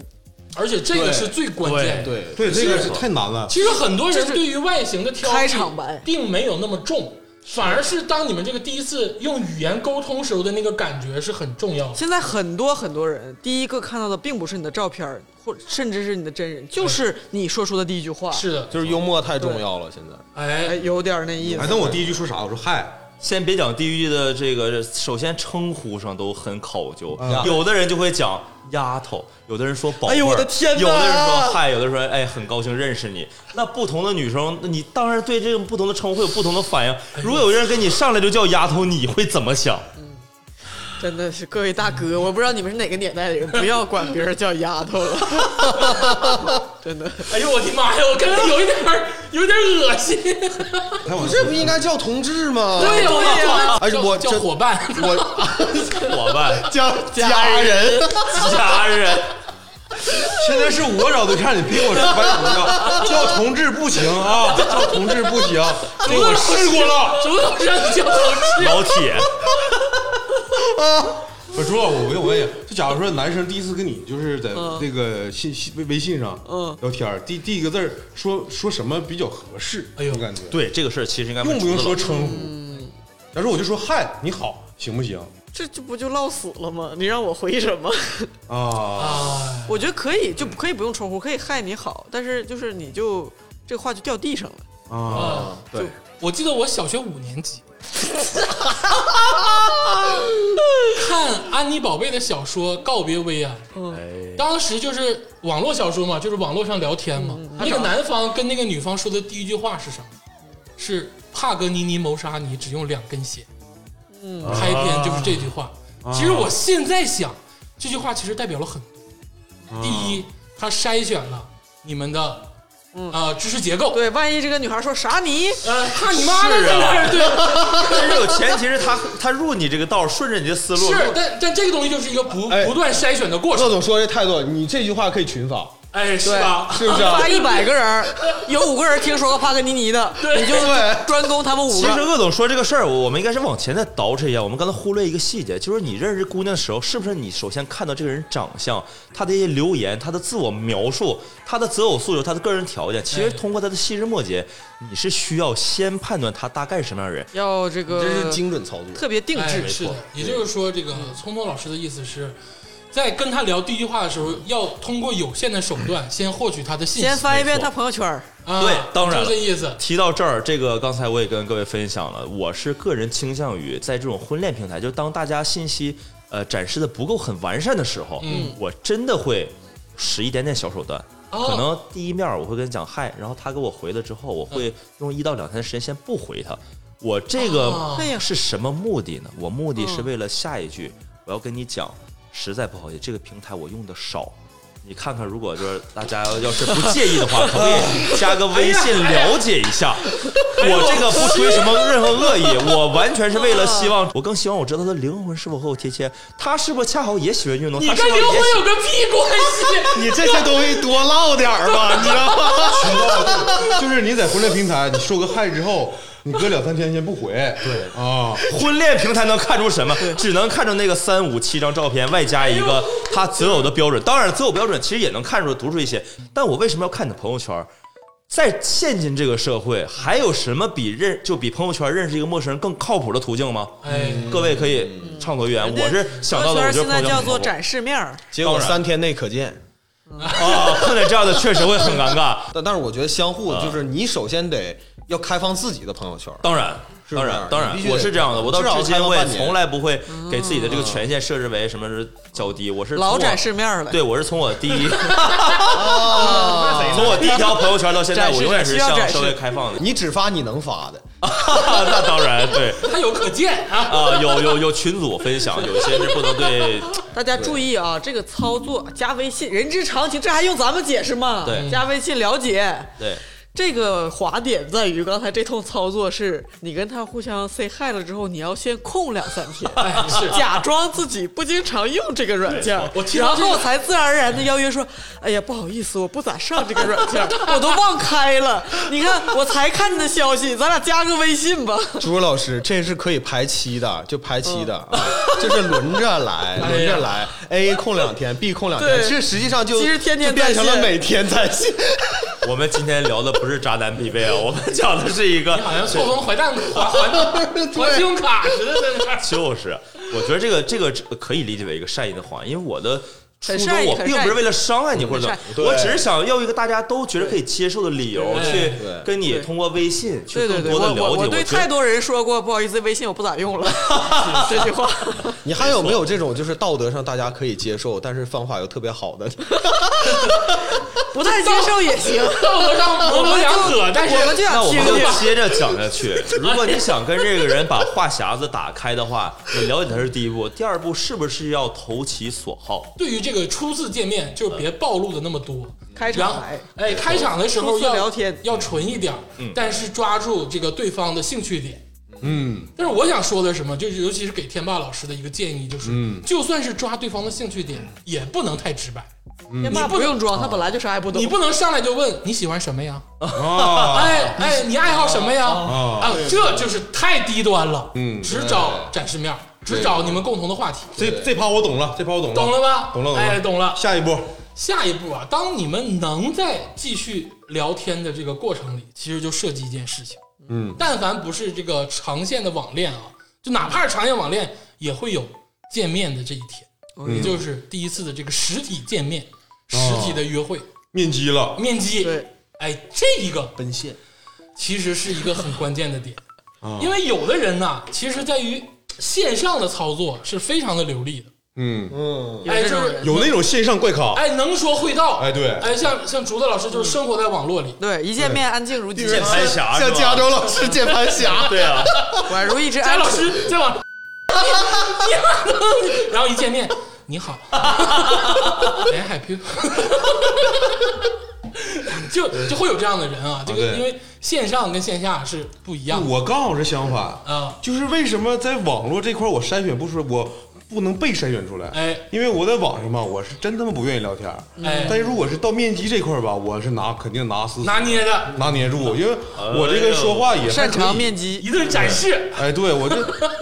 S1: 而且这个是最关键的。
S4: 对，
S3: 对这个是太难了。
S1: 其实很多人
S2: 这是
S1: 对于外形的挑剔
S2: 开场白
S1: 并没有那么重，反而是当你们这个第一次用语言沟通时候的那个感觉是很重要的。
S2: 现在很多很多人第一个看到的并不是你的照片儿，或甚至是你的真人，就是你说出的第一句话，
S1: 是的，
S4: 就是幽默太重要了。现在
S2: 哎，
S1: 哎，
S2: 有点儿那意思
S3: 哎，。但我第一句说啥？我说嗨，
S5: 先别讲地域的这个，首先称呼上都很考究，
S3: 嗯
S5: 有的人就会讲丫头，有的人说宝贝儿，
S4: 哎呦我的天哪
S5: 有的人说嗨，有的人说哎，很高兴认识你。那不同的女生，那你当然对这种不同的称呼会有不同的反应。如果有人跟你上来就叫丫头，你会怎么想？
S2: 真的是各位大哥，我不知道你们是哪个年代的人，不要管别人叫丫头了， 真的。
S1: 哎呦我的妈呀，我刚才有一点儿有点儿恶心。
S3: 开玩笑
S4: 这不应该叫同志吗？
S1: 对我
S4: 呀
S1: 我
S4: 而且我
S1: 叫
S4: 这
S1: 伙伴，
S4: 我
S5: 伙伴，
S4: 家家人，
S5: 家人，
S3: 现在是我找对象，你别给我说白怎么样，叫同志不行啊，叫同志不 行，这我试过了。
S1: 主动让你叫我
S5: 老铁，
S3: 我说，我我问一下，就假如说男生第一次跟你就是在这个信信微微信上
S2: 嗯
S3: 聊天儿，第第一个字儿说说什么比较合适？
S1: 哎呦
S3: 我感觉
S5: 对这个事儿其实应该
S3: 用不用
S5: 问
S3: 说
S5: 出
S3: 称呼？
S2: 嗯
S3: 假如我就说嗨，你好，行不行？
S2: 这这不就落死了吗？你让我回什么？
S3: 啊，
S1: 啊，
S2: 我觉得可以，就可以不用称呼，可以嗨你好，但是就是你就这话就掉地上了。嗯
S3: 啊，对，
S1: 我记得我小学五年级看安妮宝贝的小说《告别薇安》，
S5: 哎
S1: 当时就是网络小说嘛，就是网络上聊天嘛。那个男方跟那个女方说的第一句话是什么？是帕格尼尼谋杀你只用两根弦。嗯，开篇就是这句话。
S5: 啊
S1: 其实我现在想，这句话其实代表了很多。
S5: 啊
S1: 第一，他筛选了你们的啊知识结构。
S2: 对，万一这个女孩说啥你，
S1: 呃，怕你妈的
S5: 是
S1: 在
S5: 啊
S1: 那儿对。
S5: 来但是有前提是他他入你这个道，顺着你的思路，
S1: 是，但但这个东西就是一个不、
S4: 哎
S1: 不断筛选的过
S4: 乐
S1: 程，
S4: 总说这态度，你这句话可以群发，
S1: 哎，是吧？
S4: 是不是啊？
S2: 发一百个人儿，有五个人听说过帕格尼尼的， 你就
S4: 对
S2: 专攻他们五
S5: 其实
S2: 个。
S5: 鄂总说这个事儿，我我们应该是往前再倒饬一下。我们刚才忽略一个细节，就是你认识姑娘的时候，是不是你首先看到这个人长相、她的一些留言、她的自我描述、她的择偶诉求、她的个人条件，其实通过她的细枝末节，你是需要先判断她大概是什么样的人。
S2: 要这个
S4: 这是精准操作。
S2: 特别定
S1: 哎，
S2: 制，
S1: 是
S5: 没
S1: 的
S5: 错。
S1: 也就是说，这个聪聪老师的意思是，在跟他聊第一句话的时候，要通过有限的手段先获取他的信息。
S2: 先翻一遍
S5: 没错
S2: 他朋友圈儿。
S1: 啊，
S5: 对当然
S1: 就
S5: 了
S1: 这意思。
S5: 提到这儿，这个刚才我也跟各位分享了，我是个人倾向于在这种婚恋平台，就当大家信息呃展示的不够很完善的时候，
S1: 嗯
S5: 我真的会使一点点小手段。
S1: 哦
S5: 可能
S1: 嗯
S5: 第一面我会跟他讲嗨，然后他给我回了之后，我会用一到两天的时间先不回他。我这
S1: 哦
S5: 个
S2: 哎呀
S5: 是什么目的呢？我目
S1: 嗯
S5: 的是为了下一句，我要跟你讲，实在不好意思，这个平台我用的少。你看看，如果就是大家要是不介意的 话，可不可以加个微信了解一下？
S1: 哎
S5: 我这个不出于什么任何恶意，我完全是为了希望，我更希望我知道他的灵魂是否和我贴切，他是不是恰好也喜欢运动？
S1: 你
S5: 他是
S1: 跟
S5: 不是
S1: 灵
S5: 也
S1: 魂
S5: 喜
S1: 有个屁关 系？
S4: 你这些东西多唠点儿吧，你知道吗？
S3: 就是你在婚恋平台，你说个嗨之后，你隔两三天先不回，对啊，
S5: 婚恋平台能看出什么？只能看出那个三五七张照片，外加一个他择偶的标准。当然，择偶标准其实也能看出、读出一些。但我为什么要看你的朋友圈？在现今这个社会，还有什么比认就比朋友圈认识一个陌生人更靠谱的途径吗？
S1: 哎，
S5: 各位可以畅所欲言。我是想到的，我
S2: 朋友圈
S5: 觉
S2: 现
S5: 得朋
S2: 在
S5: 友圈
S2: 叫
S5: 很靠
S2: 做
S5: 谱
S2: 展示面儿，
S4: 结果
S5: 当然
S4: 三天内可见。
S5: 啊，碰见这样的确实会很尴尬。
S4: 但但是我觉得相互就是你首先得要开放自己的朋友圈，
S5: 当然，
S4: 是不
S5: 当
S4: 是
S5: 然，当然
S4: 你必须，得
S5: 我是这样的。我到
S4: 至少
S5: 至今
S4: 开放
S5: 我也
S4: 半年
S5: 从来不会给自己的这个权限设置为什么是较低。我是
S2: 嗯
S5: 从
S2: 老
S5: 我
S2: 展示面儿了。
S5: 对，我是从我 第一，
S4: 啊
S5: 从我第一条朋友圈到 现在，我永远是向社会开放的。
S4: 你只发你能发的。
S5: 那当然，对
S1: 它有可见啊。
S5: 啊，有有有群组分享，有些是不能对，
S2: 大家注意啊，这个操作加微信，人之常情，这还用咱们解释吗？
S5: 对
S2: 加微信了解。
S5: 对
S2: 这个滑点在于刚才这通操作是，你跟他互相 say hi 了之后，你要先空两三天，
S1: 哎，是
S2: 假装自己不经常用这个软件儿
S1: 我听，
S2: 然
S1: 到这个
S2: 后才自然而然的邀约说：“哎呀，不好意思，我不咋上这个软件儿，我都忘开了。你看，我才看你的消息，咱俩加个微信吧。
S4: 朱老师，这是可以排期的，就排期的啊，哎就是轮着 来，
S1: 呀
S4: 轮着来，A 空两天，B 空两天，
S2: 对
S4: 这实际上就
S2: 其实天天
S4: 就变成了
S2: 在线
S4: 每天在线。
S5: 我们今天聊的不是渣男必备啊，我们讲的是一个
S1: 你好像错峰还蛋还还 还信用卡 似的，在那儿
S5: 就是，我觉得这个这个可以理解为一个善意的谎言，因为我的初
S2: 很
S5: 衷
S2: 善意
S5: 我
S2: 很
S5: 并不
S2: 善
S5: 是
S2: 意嗯
S5: 为了伤害你或者怎么
S2: 很，
S5: 我只是想要一个大家都觉得可以接受的理由
S1: 对
S5: 去
S4: 对
S5: 跟你
S2: 对
S5: 通过微信”去
S2: 对对
S5: 更
S2: 对，
S5: 多
S2: 我
S5: 的
S2: 我
S5: 了解。
S2: 我对
S5: 觉
S2: 太
S5: 得
S2: 多人说过，不好意思，微信我不咋用了 这句话。
S4: 你还有没有这种就是道德上大家可以接受，但是方法又特别好 的？
S2: 不太接受也 行，
S1: 道德 上模棱两可，但是
S2: 我们就
S5: 那
S2: 想
S5: 我
S2: 听
S5: 们就
S2: 听。
S5: 接着讲下去。如果你想跟这个人把话匣子打开的话，你了解他是第一步，第二步是不是要投其所好？
S1: 对于这个初次见面，就别暴露的那么多。
S2: 开
S1: 然
S2: 场
S1: 后
S2: 白，，
S1: 哎，开场的时候
S2: 初次
S1: 要
S2: 聊天
S1: 要纯一点儿，但是抓住这个对方的兴趣点。
S3: 嗯，
S1: 但是我想说的是什么，就是尤其是给天霸老师的一个建议，就是、
S3: 嗯
S1: 就算是抓对方的兴趣点，也不能太直白，
S2: 天霸嗯不用装，他本来就啥也不懂
S1: 你。不能上来就问你喜欢什么呀？
S3: 啊，
S1: 哎哎，你爱好什么呀？啊，这就是太低端了，
S3: 哦嗯
S1: 只找展示面儿，只找你们共同的话题，
S3: 这这趴我懂了，这趴我懂了，
S1: 懂了吧？
S3: 懂了，懂了，
S1: 哎，懂了。
S3: 下一步，
S1: 下一步啊，当你们能在继续聊天的这个过程里，其实就涉及一件事情。
S3: 嗯，
S1: 但凡不是这个长线的网恋啊，就哪怕是长线网恋，也会有见面的这一天，
S4: 哦
S1: 也就是第一次的这个实体见面、
S3: 哦
S1: 实体的约会、
S3: 面基了
S1: 面基。
S2: 对，
S1: 哎，这一个
S4: 奔现，
S1: 其实是一个很关键的 点，
S3: 啊，
S1: 因为有的人呢、其实在于线上的操作是非常的流利的，
S3: 嗯，
S4: 嗯，
S1: 哎，
S2: 有这
S1: 就
S2: 种
S1: 是
S2: 人
S3: 有那种线上怪咖，
S1: 哎能说会道，
S3: 哎对
S1: 哎像像竹子老师就是生活在网络里，
S2: 对，一见面安静如鸡，
S5: 键盘
S1: 哎
S5: 侠是
S4: 像
S5: 吧
S4: 加？州老师键盘侠，
S5: 对啊，
S2: 宛如一 只
S1: 贾
S2: 安
S1: 老
S2: 静。
S1: 师在网，你你然后一见面，你好，哎 happy，就就会有这样的人啊，这个
S3: 对
S1: 因为线上跟线下是不一样的
S3: 我刚好是相反，
S1: 啊，
S3: 就是为什么在网络这块我筛选不出，我不能被筛选出来，
S1: 哎
S3: 因为我在网上嘛，我是真他妈不愿意聊天儿，
S1: 哎
S3: 但是如果是到面基这块儿吧，我是拿肯定拿死死
S1: 拿捏的
S3: 拿捏住，因为我这个说话也
S2: 哎擅长
S3: 面，
S2: 面基，
S1: 一顿展示，
S3: 哎，对我就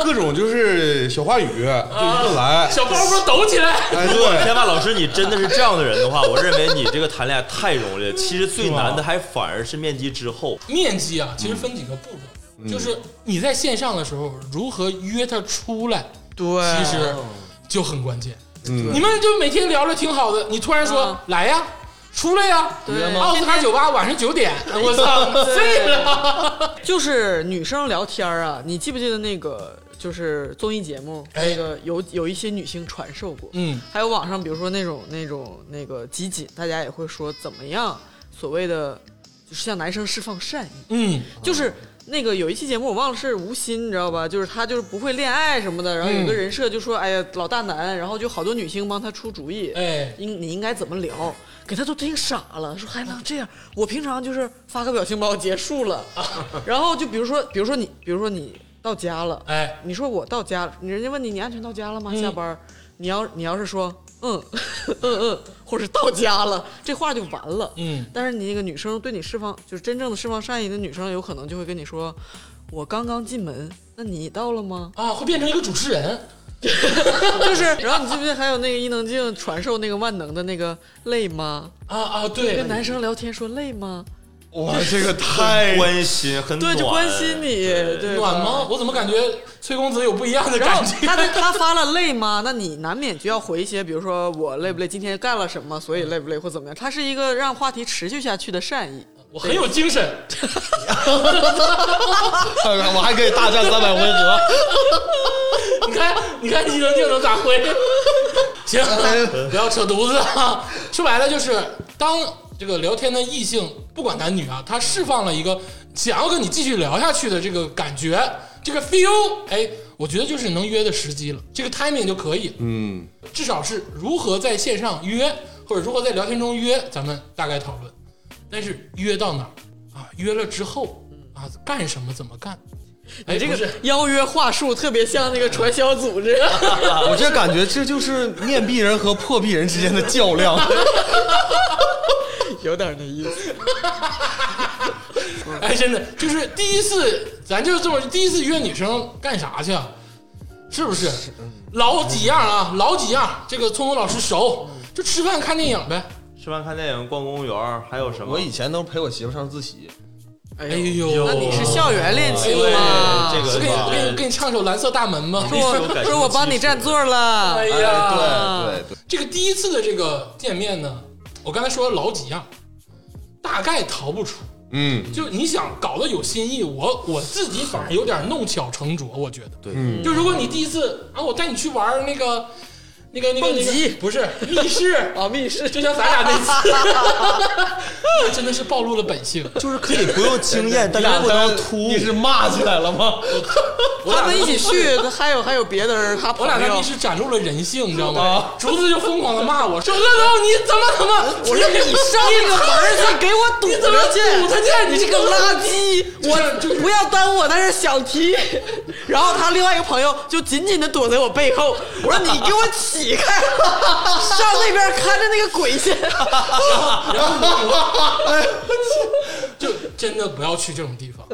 S3: 各种就是小话语就一顿来，
S1: 啊小包包抖起来，
S3: 哎，
S5: 如果天
S3: 对，
S5: 霸老师你真的是这样的人的话，我认为你这个谈恋爱太容易了。其实最难的还反而是面基之后。
S1: 面基啊，其实分几个步骤，就是你在线上的时候如何约他出来，
S2: 对，
S1: 其实就很关键。
S3: 嗯
S1: 你们就每天聊着挺好的，你突然说、
S2: 嗯
S1: 来呀，出来呀，
S2: 约吗
S1: 奥斯卡酒吧晚上九 点，我操，废了！
S2: 就是女生聊天儿啊，你记不记得那个就是综艺节目，
S1: 哎
S2: 那个有有一些女星传授过，
S1: 嗯，
S2: 还有网上比如说那种那种那个集锦，大家也会说怎么样所谓的就是向男生释放善意，
S1: 嗯，
S2: 就是那个有一期节目我忘了是吴昕，你知道吧？就是他就是不会恋爱什么的，然后有个人设就说，哎呀老大难，然后就好多女星帮他出主意，
S1: 哎
S2: 应你应该怎么聊，给他都听傻了，说还能这样？我平常就是发个表情包结束了，然后就比如说，比如说你，比如说你到家了，
S1: 哎，
S2: 你说我到家了，人家问你你安全到家了吗？下班儿，你要你要是说嗯嗯嗯，或者到家了，这话就完了。
S1: 嗯，
S2: 但是你那个女生对你释放，就是真正的释放善意的女生，有可能就会跟你说，我刚刚进门，那你到了 吗？
S1: 啊，会变成一个主持人，
S2: 就是，然后你记不记得还有那个伊能静传授那个万能的那个累吗？
S1: 啊啊，对
S2: 跟，男生聊天说累吗？
S3: 哇，这个太
S5: 关心很
S2: 对，
S5: 暖，
S2: 就关 心你，对吧
S1: 暖吗？？我怎么感觉崔公子有不一样的
S2: 然后
S1: 感觉？
S2: 哦他的他发了累吗？那你难免就要回一些，比如说我累不累，今天干了什么，所以累不累或怎么样。它是一个让话题持续下去的善意。
S1: 我很有精神，
S4: 我还可以大战三百回合。
S1: 你看，你看伊能静能咋回？ 行，不要扯犊子啊！说白了就是，当这个聊天的异性，不管男女啊，他释放了一个想要跟你继续聊下去的这个感觉，这个 feel，哎，我觉得就是能约的时机了，这个 timing 就可以了。
S3: 嗯，
S1: 至少是如何在线上约，或者如何在聊天中约，咱们大概讨论。但是约到哪儿啊？约了之后啊，干什么？怎么干？哎，
S2: 你这
S1: 不
S2: 个
S1: 是
S2: 邀约话术特别像那个传销组织，
S4: 我这感觉这就是面壁人和破壁人之间的较 量。
S2: 有点那意思。
S1: 哎，真的就是第一次，咱就这么第一次约女生干啥去啊？是不是？
S2: 嗯
S1: 老几样啊，老几样。这个聪聪老师熟，
S2: 嗯
S1: 就吃饭看电影呗。
S5: 吃饭看电影、逛公园，还有什么？
S4: 我以前都是陪我媳妇上自习，
S2: 哎
S1: 哎
S2: 呦，
S1: 呦，
S2: 那你是校园恋情
S1: 对
S2: 吗？
S5: 这个
S1: 是给你给你给你唱首《蓝色大门》吗？
S2: 说
S5: 这个
S2: 我说我帮你占座了，
S1: 哎
S4: 对
S1: 呀，
S4: 对对，
S1: 这个第一次的这个见面呢，我刚才说了老几样，大概逃不出。
S3: 嗯，
S1: 就你想搞得有新意，我我自己反而有点弄巧成拙，我觉得。
S5: 对
S1: 就如果你第一次啊，我带你去玩儿那个那个那个
S2: 蹦
S1: 那
S2: 极
S1: 个，不 是密室，
S2: 啊，密室
S1: 就像咱俩那 次，那真的是暴露了本性。
S4: 就是可以不用经验，但
S1: 俩
S4: 是不能
S3: 突
S4: 突。
S3: 你是骂起来了 吗？
S1: 我俩
S2: 他们一起去，还有还有别的人，他
S1: 我
S2: 朋
S1: 俩在密
S2: 友。
S1: 室展露了人性，你知道
S2: 啊
S1: 吗？竹子就疯狂的骂我说：“乐乐，你怎么怎么？”我说：“你
S2: 上那个门儿去，给我堵
S1: 你怎么
S2: 着去！哎
S1: 堵他去？你这
S2: 这个
S1: 个
S2: 垃圾，我
S1: 就是
S2: 不要耽误我在这想题。然后他另外一个朋友就紧紧的躲在我背后，我说你给我起开，上那边看着那个鬼去。
S1: 就真的不要去这种地方，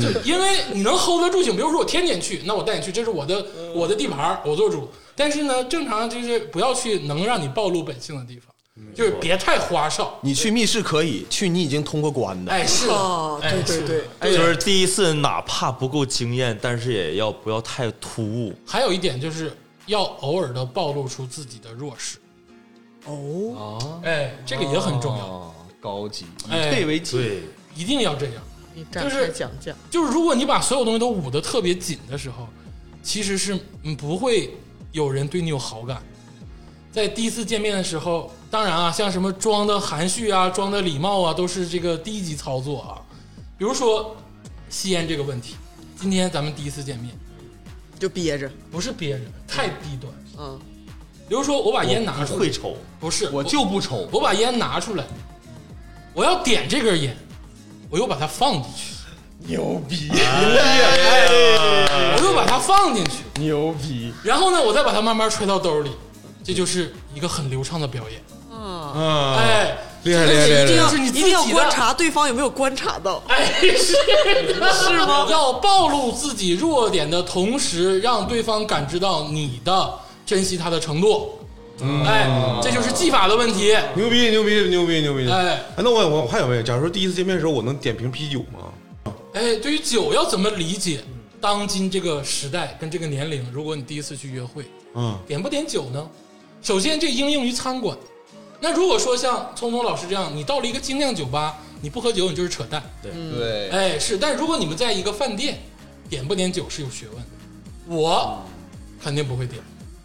S1: 就因为你能 hold 得住性。比如说我天天去，那我带你去，这是我的
S4: 嗯
S1: 我的地盘儿，我做主。但是呢，正常就是不要去能让你暴露本性的地方，
S4: 嗯
S1: 就是别太花哨。
S4: 你去密室可以，去你已经通过关的。
S1: 哎，是的
S2: 哦，
S1: 哎
S2: 对对
S1: 是的
S2: 对
S1: 哎
S5: 就
S1: 呀
S5: 是第一次，哪怕不够惊艳，但是也要不要太突兀。
S1: 还有一点就是要偶尔的暴露出自己的弱势，
S2: 哦，
S1: 哎，这个也很重要，
S4: 哦，高级，以
S1: 哎
S4: 退为进。
S5: 对，
S1: 一定要这样。
S2: 你
S1: 展
S2: 展
S1: 开
S2: 开
S1: 讲
S2: 讲讲，
S1: 就是如果你把所有东西都捂得特别紧的时候，其实是嗯不会有人对你有好感。在第一次见面的时候，当然啊，像什么装的含蓄啊、装的礼貌啊，都是这个低级操作啊。比如说吸烟这个问题，今天咱们第一次见面，
S2: 就憋着，
S1: 不是憋着，太低端。
S2: 嗯，
S1: 比如说我把烟拿
S5: 你
S1: 出来，
S5: 会 抽，
S1: 不是
S4: 我就不抽，
S1: 我把烟拿出来，我要点这根烟，我又把它放进去，
S4: 牛 逼，
S1: 我又把它放进去，
S4: 哎牛逼！
S1: 然后呢，我再把它慢慢揣到兜里，这就是一个很流畅的表演。
S2: 啊，
S3: 啊，
S1: 哎，
S3: 厉害厉害
S1: 而
S3: 厉
S1: 且
S3: 害
S1: 一
S3: 厉
S1: 定要
S3: 害！
S1: 是嗯你
S2: 一
S1: 自己
S2: 定
S1: 的
S2: 要观，察对方有没有观察到，
S1: 哎，是是吗？要暴露自己弱点的同时，让对方感知到你的珍惜他的程度。
S3: 嗯
S1: 哎，这就是技法的问题。
S3: 牛逼牛逼牛逼牛逼！
S1: 哎
S3: 那我我我还想问，假如说第一次见面的时候，我能点瓶啤酒吗？
S1: 哎，对于酒要怎么理解？当今这个时代跟这个年龄，如果你第一次去约会，
S3: 嗯，
S1: 点不点酒呢？首先，这应用于餐馆。那如果说像聪聪老师这样，你到了一个精酿酒吧，你不喝酒，你就是扯淡。
S4: 对，
S1: 哎，是。但如果你们在一个饭店，点不点酒是有学问的。我肯定不会点，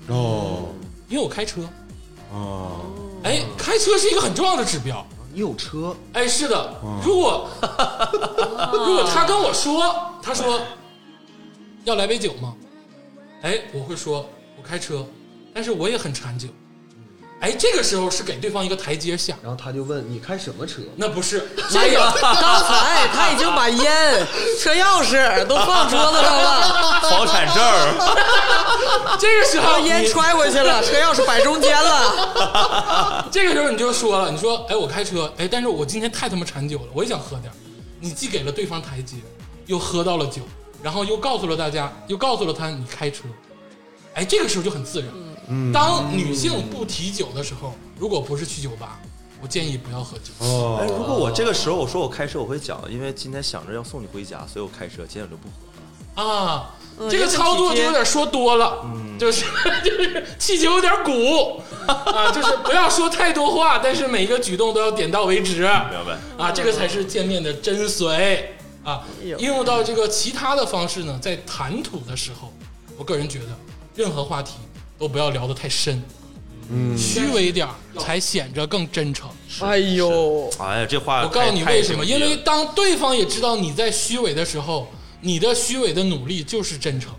S3: 哦
S1: 因为我开车。
S3: 啊，
S1: 哎，开车是一个很重要的指标。
S4: 也有车，
S1: 哎，是的，如果如果他跟我说，他说要来杯酒吗？哎，我会说我开车，但是我也很馋酒。哎，这个时候是给对方一个台阶下，
S4: 然后他就问你开什么车？
S1: 那不是
S2: 这个刚才他已经把烟、车钥匙都放桌子 上了，
S5: 房产证儿，
S1: 这个时
S2: 把
S1: 候
S2: 烟
S1: 你
S2: 揣回去了，车钥匙摆中间了。
S1: 这个时候你就说了，你说哎我开车，哎，但是我今天太他妈馋酒了，我也想喝点儿。你既给了对方台阶，又喝到了酒，然后又告诉了大家，又告诉了他你开车，哎，这个时候就很自然。当女性不提酒的时候，如果不是去酒吧，我建议不要喝酒。
S5: 哎，
S3: 哦，
S5: 如果我这个时候我说我开车，我会讲，因为今天想着要送你回家，所以我开车，今天我就不喝。
S1: 啊，
S2: 嗯
S1: 这个
S2: 也很
S1: 操作
S2: 体
S1: 就
S2: 贴
S1: 有点说多了，
S5: 嗯
S1: 就是 就是气球有点 鼓啊，就是不要说太多话，但是每一个举动都要点到为止啊，
S5: 明白？
S1: 这个才是见面的真髓啊。
S2: 哎呦
S1: 应用到这个其他的方式呢，在谈吐的时候，我个人觉得任何话题都不要聊得太深，嗯，虚伪点儿才显着更真诚。
S2: 哎呦，
S5: 哎呀，这话
S1: 我告诉你
S5: 太
S1: 为什么，
S5: 太牛
S1: 因
S5: 逼了
S1: 为当对方也知道你在虚伪的时候，你的虚伪的努力就是真诚。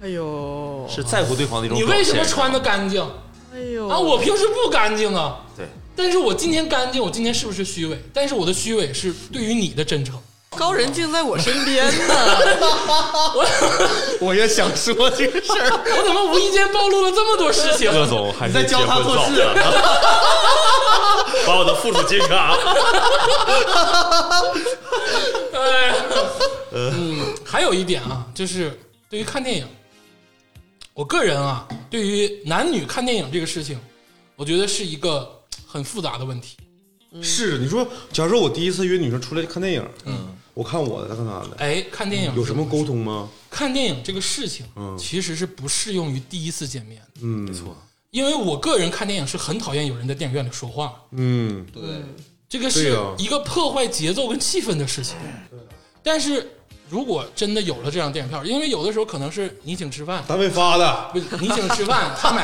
S2: 哎呦，
S5: 是在乎对方的一种
S1: 你
S5: 表现。
S1: 为什么穿的干净啊？
S2: 哎呦
S1: 我平时不干净啊，
S5: 对，
S1: 但是我今天干净，我今天是不是虚伪？但是我的虚伪是对于你的真诚。
S2: 高人竟在我身边 呢。
S4: 我也想说这个事儿，
S1: 我怎么无意间暴露了这么多事 情？
S5: 乐总还是
S4: 你在教他
S5: 结婚
S4: 做事
S5: 早了，把我的附属金卡。
S1: 哎，嗯，还有一点啊，就是对于看电影，我个人啊，对于男女看电影这个事情，我觉得是一个很复杂的问题。
S3: 是你说，假如说我第一次约女生出来看电影，嗯，我看我的，她看她的，
S1: 哎，看电影
S3: 嗯有什么沟？通吗？
S1: 看电影这个事情，
S3: 嗯
S1: 其实是不适用于第一次见面的。
S3: 嗯，没错，
S1: 因为我个人看电影是很讨厌有人在电影院里说话，
S3: 嗯，
S4: 对，
S1: 这个是
S3: 对啊
S1: 一个破坏节奏跟气氛的事情。但是如果真的有了这张电影票，因为有的时候可能是你请吃饭，
S3: 单位发的，
S1: 不，你请吃饭，他买，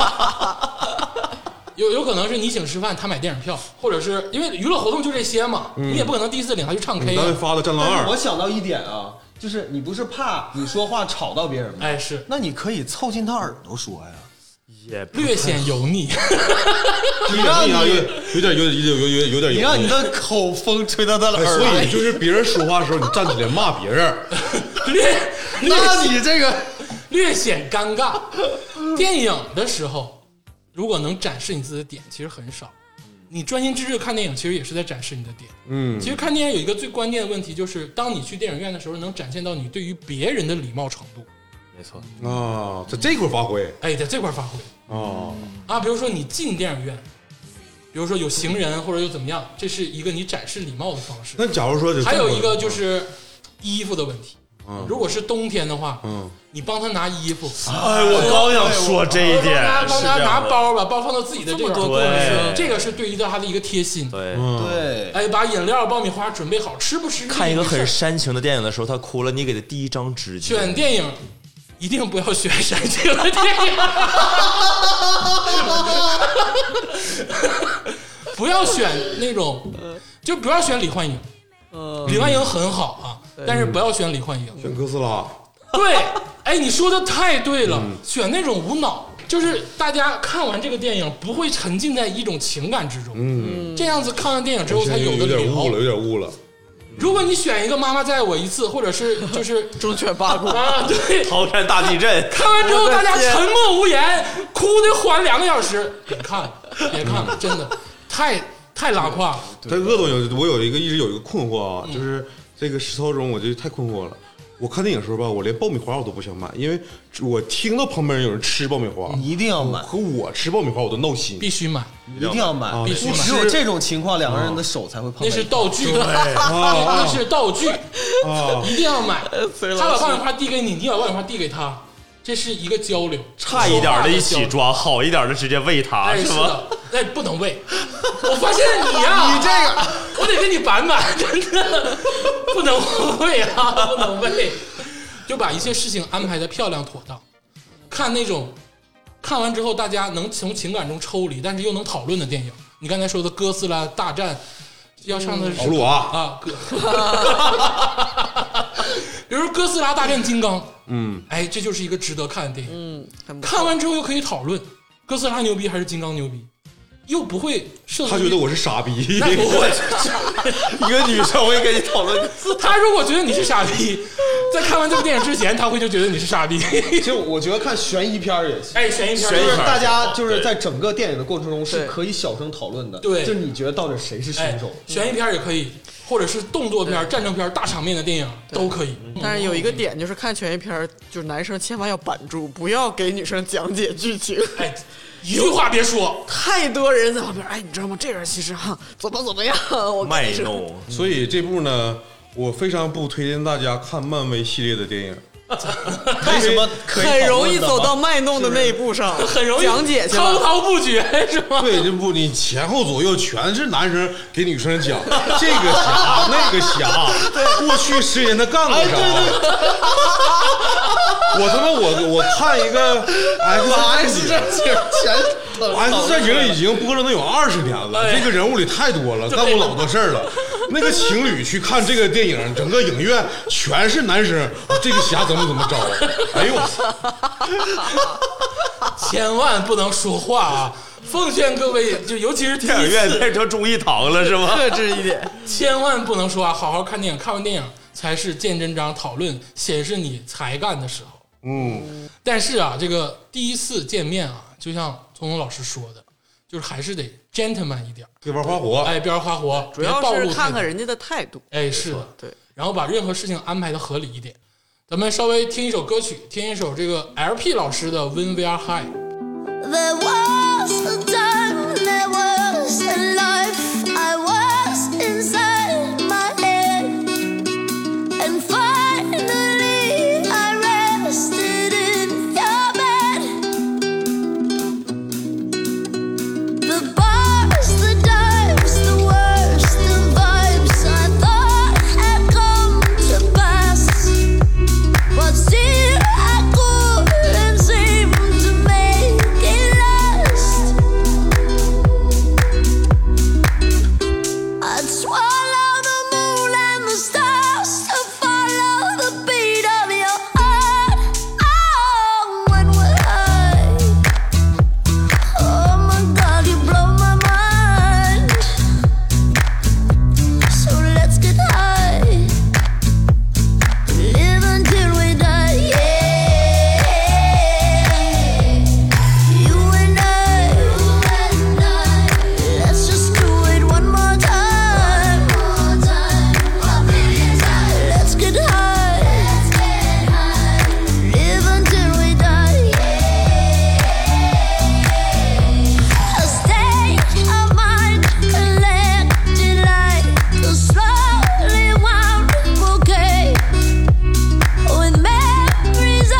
S1: 有有可能是你请吃饭，他买电影票，或者是因为娱乐活动就这些嘛，你也不可能第一次领他去唱 K
S3: 单位
S1: 啊。
S3: 发的《战狼
S4: 但
S3: 二
S4: 是我》，想到一点啊，就是你不是怕你说话吵到别人吗？
S1: 哎，是
S4: 那你可以凑近他耳朵说呀。
S5: 也不
S1: 略显油腻，
S4: 你让
S3: 有点
S4: 你，
S3: 有点有点有点有点有点
S4: 你
S3: 有
S4: 让你
S3: 点。
S4: 的口风吹到他的
S3: 哎所
S4: 耳朵
S3: 以
S4: 里，
S3: 就是别人说话的时候，你站起来骂别人，
S1: 略略
S4: 那你这个
S1: 略显尴尬。电影的时候，如果能展示你自己的点，其实很少。你专心致志看电影，其实也是在展示你的点。
S3: 嗯
S1: 其实看电影有一个最关键的问题，就是当你去电影院的时候，能展现到你对于别人的礼貌程度。
S5: 没错，
S3: 啊，在这块儿发挥
S1: 哎，在这块儿发挥
S3: 啊，
S1: 啊，比如说你进电影院，比如说有行人或者又怎么样，这是一个你展示礼貌的方式。
S3: 那假如说
S1: 还有一个就，是衣服的问题，
S3: 嗯
S1: 如果是冬天的话，
S3: 嗯，啊
S1: 你帮他拿衣服，
S5: 哎，我刚想说这一点，
S1: 帮
S5: 是
S1: 他
S5: 这
S1: 拿
S5: 样的，
S1: 包，把包放到自己的这个
S2: 这么多
S5: 过程
S1: 这个是对于他的一个贴心。
S5: 对。
S4: 嗯
S3: 对，
S4: 对，
S1: 哎，把饮料、爆米花准备好，吃不吃？
S5: 看一个很
S1: 事
S5: 煽情的电影的时候，他哭了，你给他第一张纸巾。
S1: 选电影。一定不要选煽情的电影，不要选那种，就不要选李焕英。
S2: 嗯，
S1: 李焕英很好啊，但是不要选李焕英。
S3: 选哥斯拉，
S1: 对，哎，你说的太对了，
S3: 嗯
S1: 选那种无脑，就是大家看完这个电影不会沉浸在一种情感之中，
S3: 嗯，
S1: 这样子看完电影之后
S3: 现
S1: 才
S3: 在
S1: 有
S3: 有
S1: 的
S3: 点
S1: 聊
S3: 悟。了，有点悟了，
S1: 如果你选一个《妈妈再爱我一次》，或者 是就是。
S2: 忠犬八公
S1: 啊，对，
S5: 唐山大地震，
S1: 看完之后大家沉默无言，哭的缓两个小时，别看了，别看
S3: 嗯
S1: 了，真的太太拉胯了。
S3: 但鄂总有我有一个一直有一个困惑啊，就是这个实操中我就太困惑了。我看电影的时候吧，我连爆米花我都不想买，因为我听到旁边有人吃爆米花，
S4: 你一定要买，
S3: 和我吃爆米花我都闹心。
S1: 必须买，
S4: 一定要买
S3: 啊，
S1: 哦必须买
S4: 只有这种情况，两个人的手才会碰。
S1: 那是道具， 那是道具，
S3: 啊，
S1: 一定要 买。
S2: 随
S1: 他
S2: 老
S1: 把
S2: 师
S1: 爆米花递给你，你把爆米花递给他，这是一个交流。
S5: 差一点的一起
S1: 说
S5: 抓，好一点的直接喂他，
S1: 话的
S5: 是
S1: 交流，哎，
S5: 吗？
S1: 是的，哎，不能喂。我发现你呀，
S4: 你这个，
S1: 我得跟你板板，真的不能喂啊，不能喂，就把一切事情安排的漂亮妥当。看那种看完之后大家能从情感中抽离，但是又能讨论的电影。你刚才说的《哥斯拉大战》要唱的是
S3: 老鲁啊，
S1: 啊，哥， 比如《哥斯拉大战金刚》，嗯，哎，这就是一个值得看的电影。
S2: 嗯，很不错
S1: 看完之后又可以讨论哥斯拉牛逼还是金刚牛逼，又不会涉及
S3: 他觉得我是傻逼，
S1: 那 不会，
S5: 一个女生会跟你讨论，
S1: 他如果觉得你是傻逼， 在看完这部电影之前，他会就觉得你是傻逼。
S4: 其实我觉得看悬疑片儿也行。
S1: 哎，悬疑片，
S5: 悬疑
S4: 就是
S5: 片
S4: 大家就是在整个电影的过程中是
S2: 对
S4: 可以小声讨论的，
S1: 对
S4: 就是你觉得到底谁是
S1: 哎
S4: 凶手？，
S1: 悬疑片也可以，或者是动作片、战争片、大场面的电影都可以。
S2: 但是有一个点就是看悬疑片儿，就是男生千万要板住，不要给女生讲解剧情。
S1: 哎，一句话别说，
S2: 太多人在旁边，哎，你知道吗？这人其实哈怎么怎么样，我跟
S5: 卖
S2: 你说，
S5: 弄。
S3: 所以这部呢，我非常不推荐大家看漫威系列的电影。
S4: 为什么可以讨论的吗
S2: 很容易走到卖弄的那一步上，
S1: 很容易
S2: 讲解去
S1: 滔
S2: 了。
S1: 滔不绝，是 吗？
S3: 对，这部你前后左右全是男生给女生讲 这个侠那个侠，过去十年他干过啥？我他妈我我看一个
S1: 哎
S3: X 战警，X 战警已经播了能有二十年了，
S1: 哎
S3: 这个人物里太多了，干过老多事儿了。那个情侣去看这个电影，整个影院全是男生，啊这个侠怎么怎么着？哎呦我操！
S1: 千万不能说话啊！奉劝各位，就尤其是第
S5: 电影
S1: 一
S5: 院
S1: 次，
S5: 变成中医堂了是 吗？
S2: 克制一点，
S1: 千万不能说啊！好好看电影，看完电影才是见真章、讨论、显示你才干的时候。
S3: 嗯，
S1: 但是啊，这个第一次见面啊，就像聪聪老师说的，就是还是得 gentleman 一点儿，
S3: 这玩花火，
S1: 哎，边儿花活，
S2: 主要
S1: 别暴露
S2: 是
S1: 太
S2: 看
S1: 多
S2: 看人家的态度。
S1: 哎，是的，
S2: 对，
S1: 然后把任何事情安排的合理一点。咱们稍微听一首歌曲，听一首这个 LP 老师的《When We Are High》。
S6: There was a time, there was a life. I was inside my head, and finally I rested in your bed. The bars, the dimes, the worst, the vibes I thought had come to pass. But still, I couldn't seem to make it last. I'd swallow the moon and the stars to follow the beat of your heart. Oh, when we're high. Oh my God, you blow my mind. So let's get high. Live until we die, yeah. You and I, let's just do it one more time. Let's get high, live until we die, yeah. A state of mind collected like a slowly wound bouquet. With memories of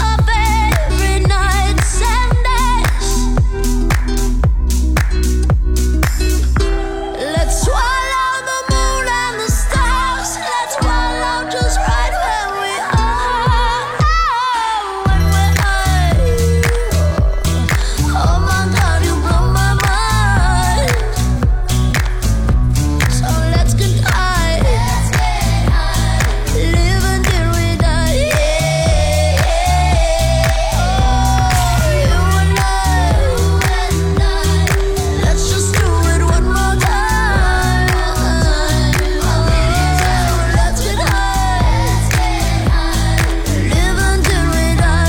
S6: our favorite nights and days. Let's swallow the moon and the stars. Let's swallow just right where we are. When we're high, oh my God, you blow my mind. So let's get high. Live until we die. You and I. Let's just do it one more time. Let's get high. Live until we die.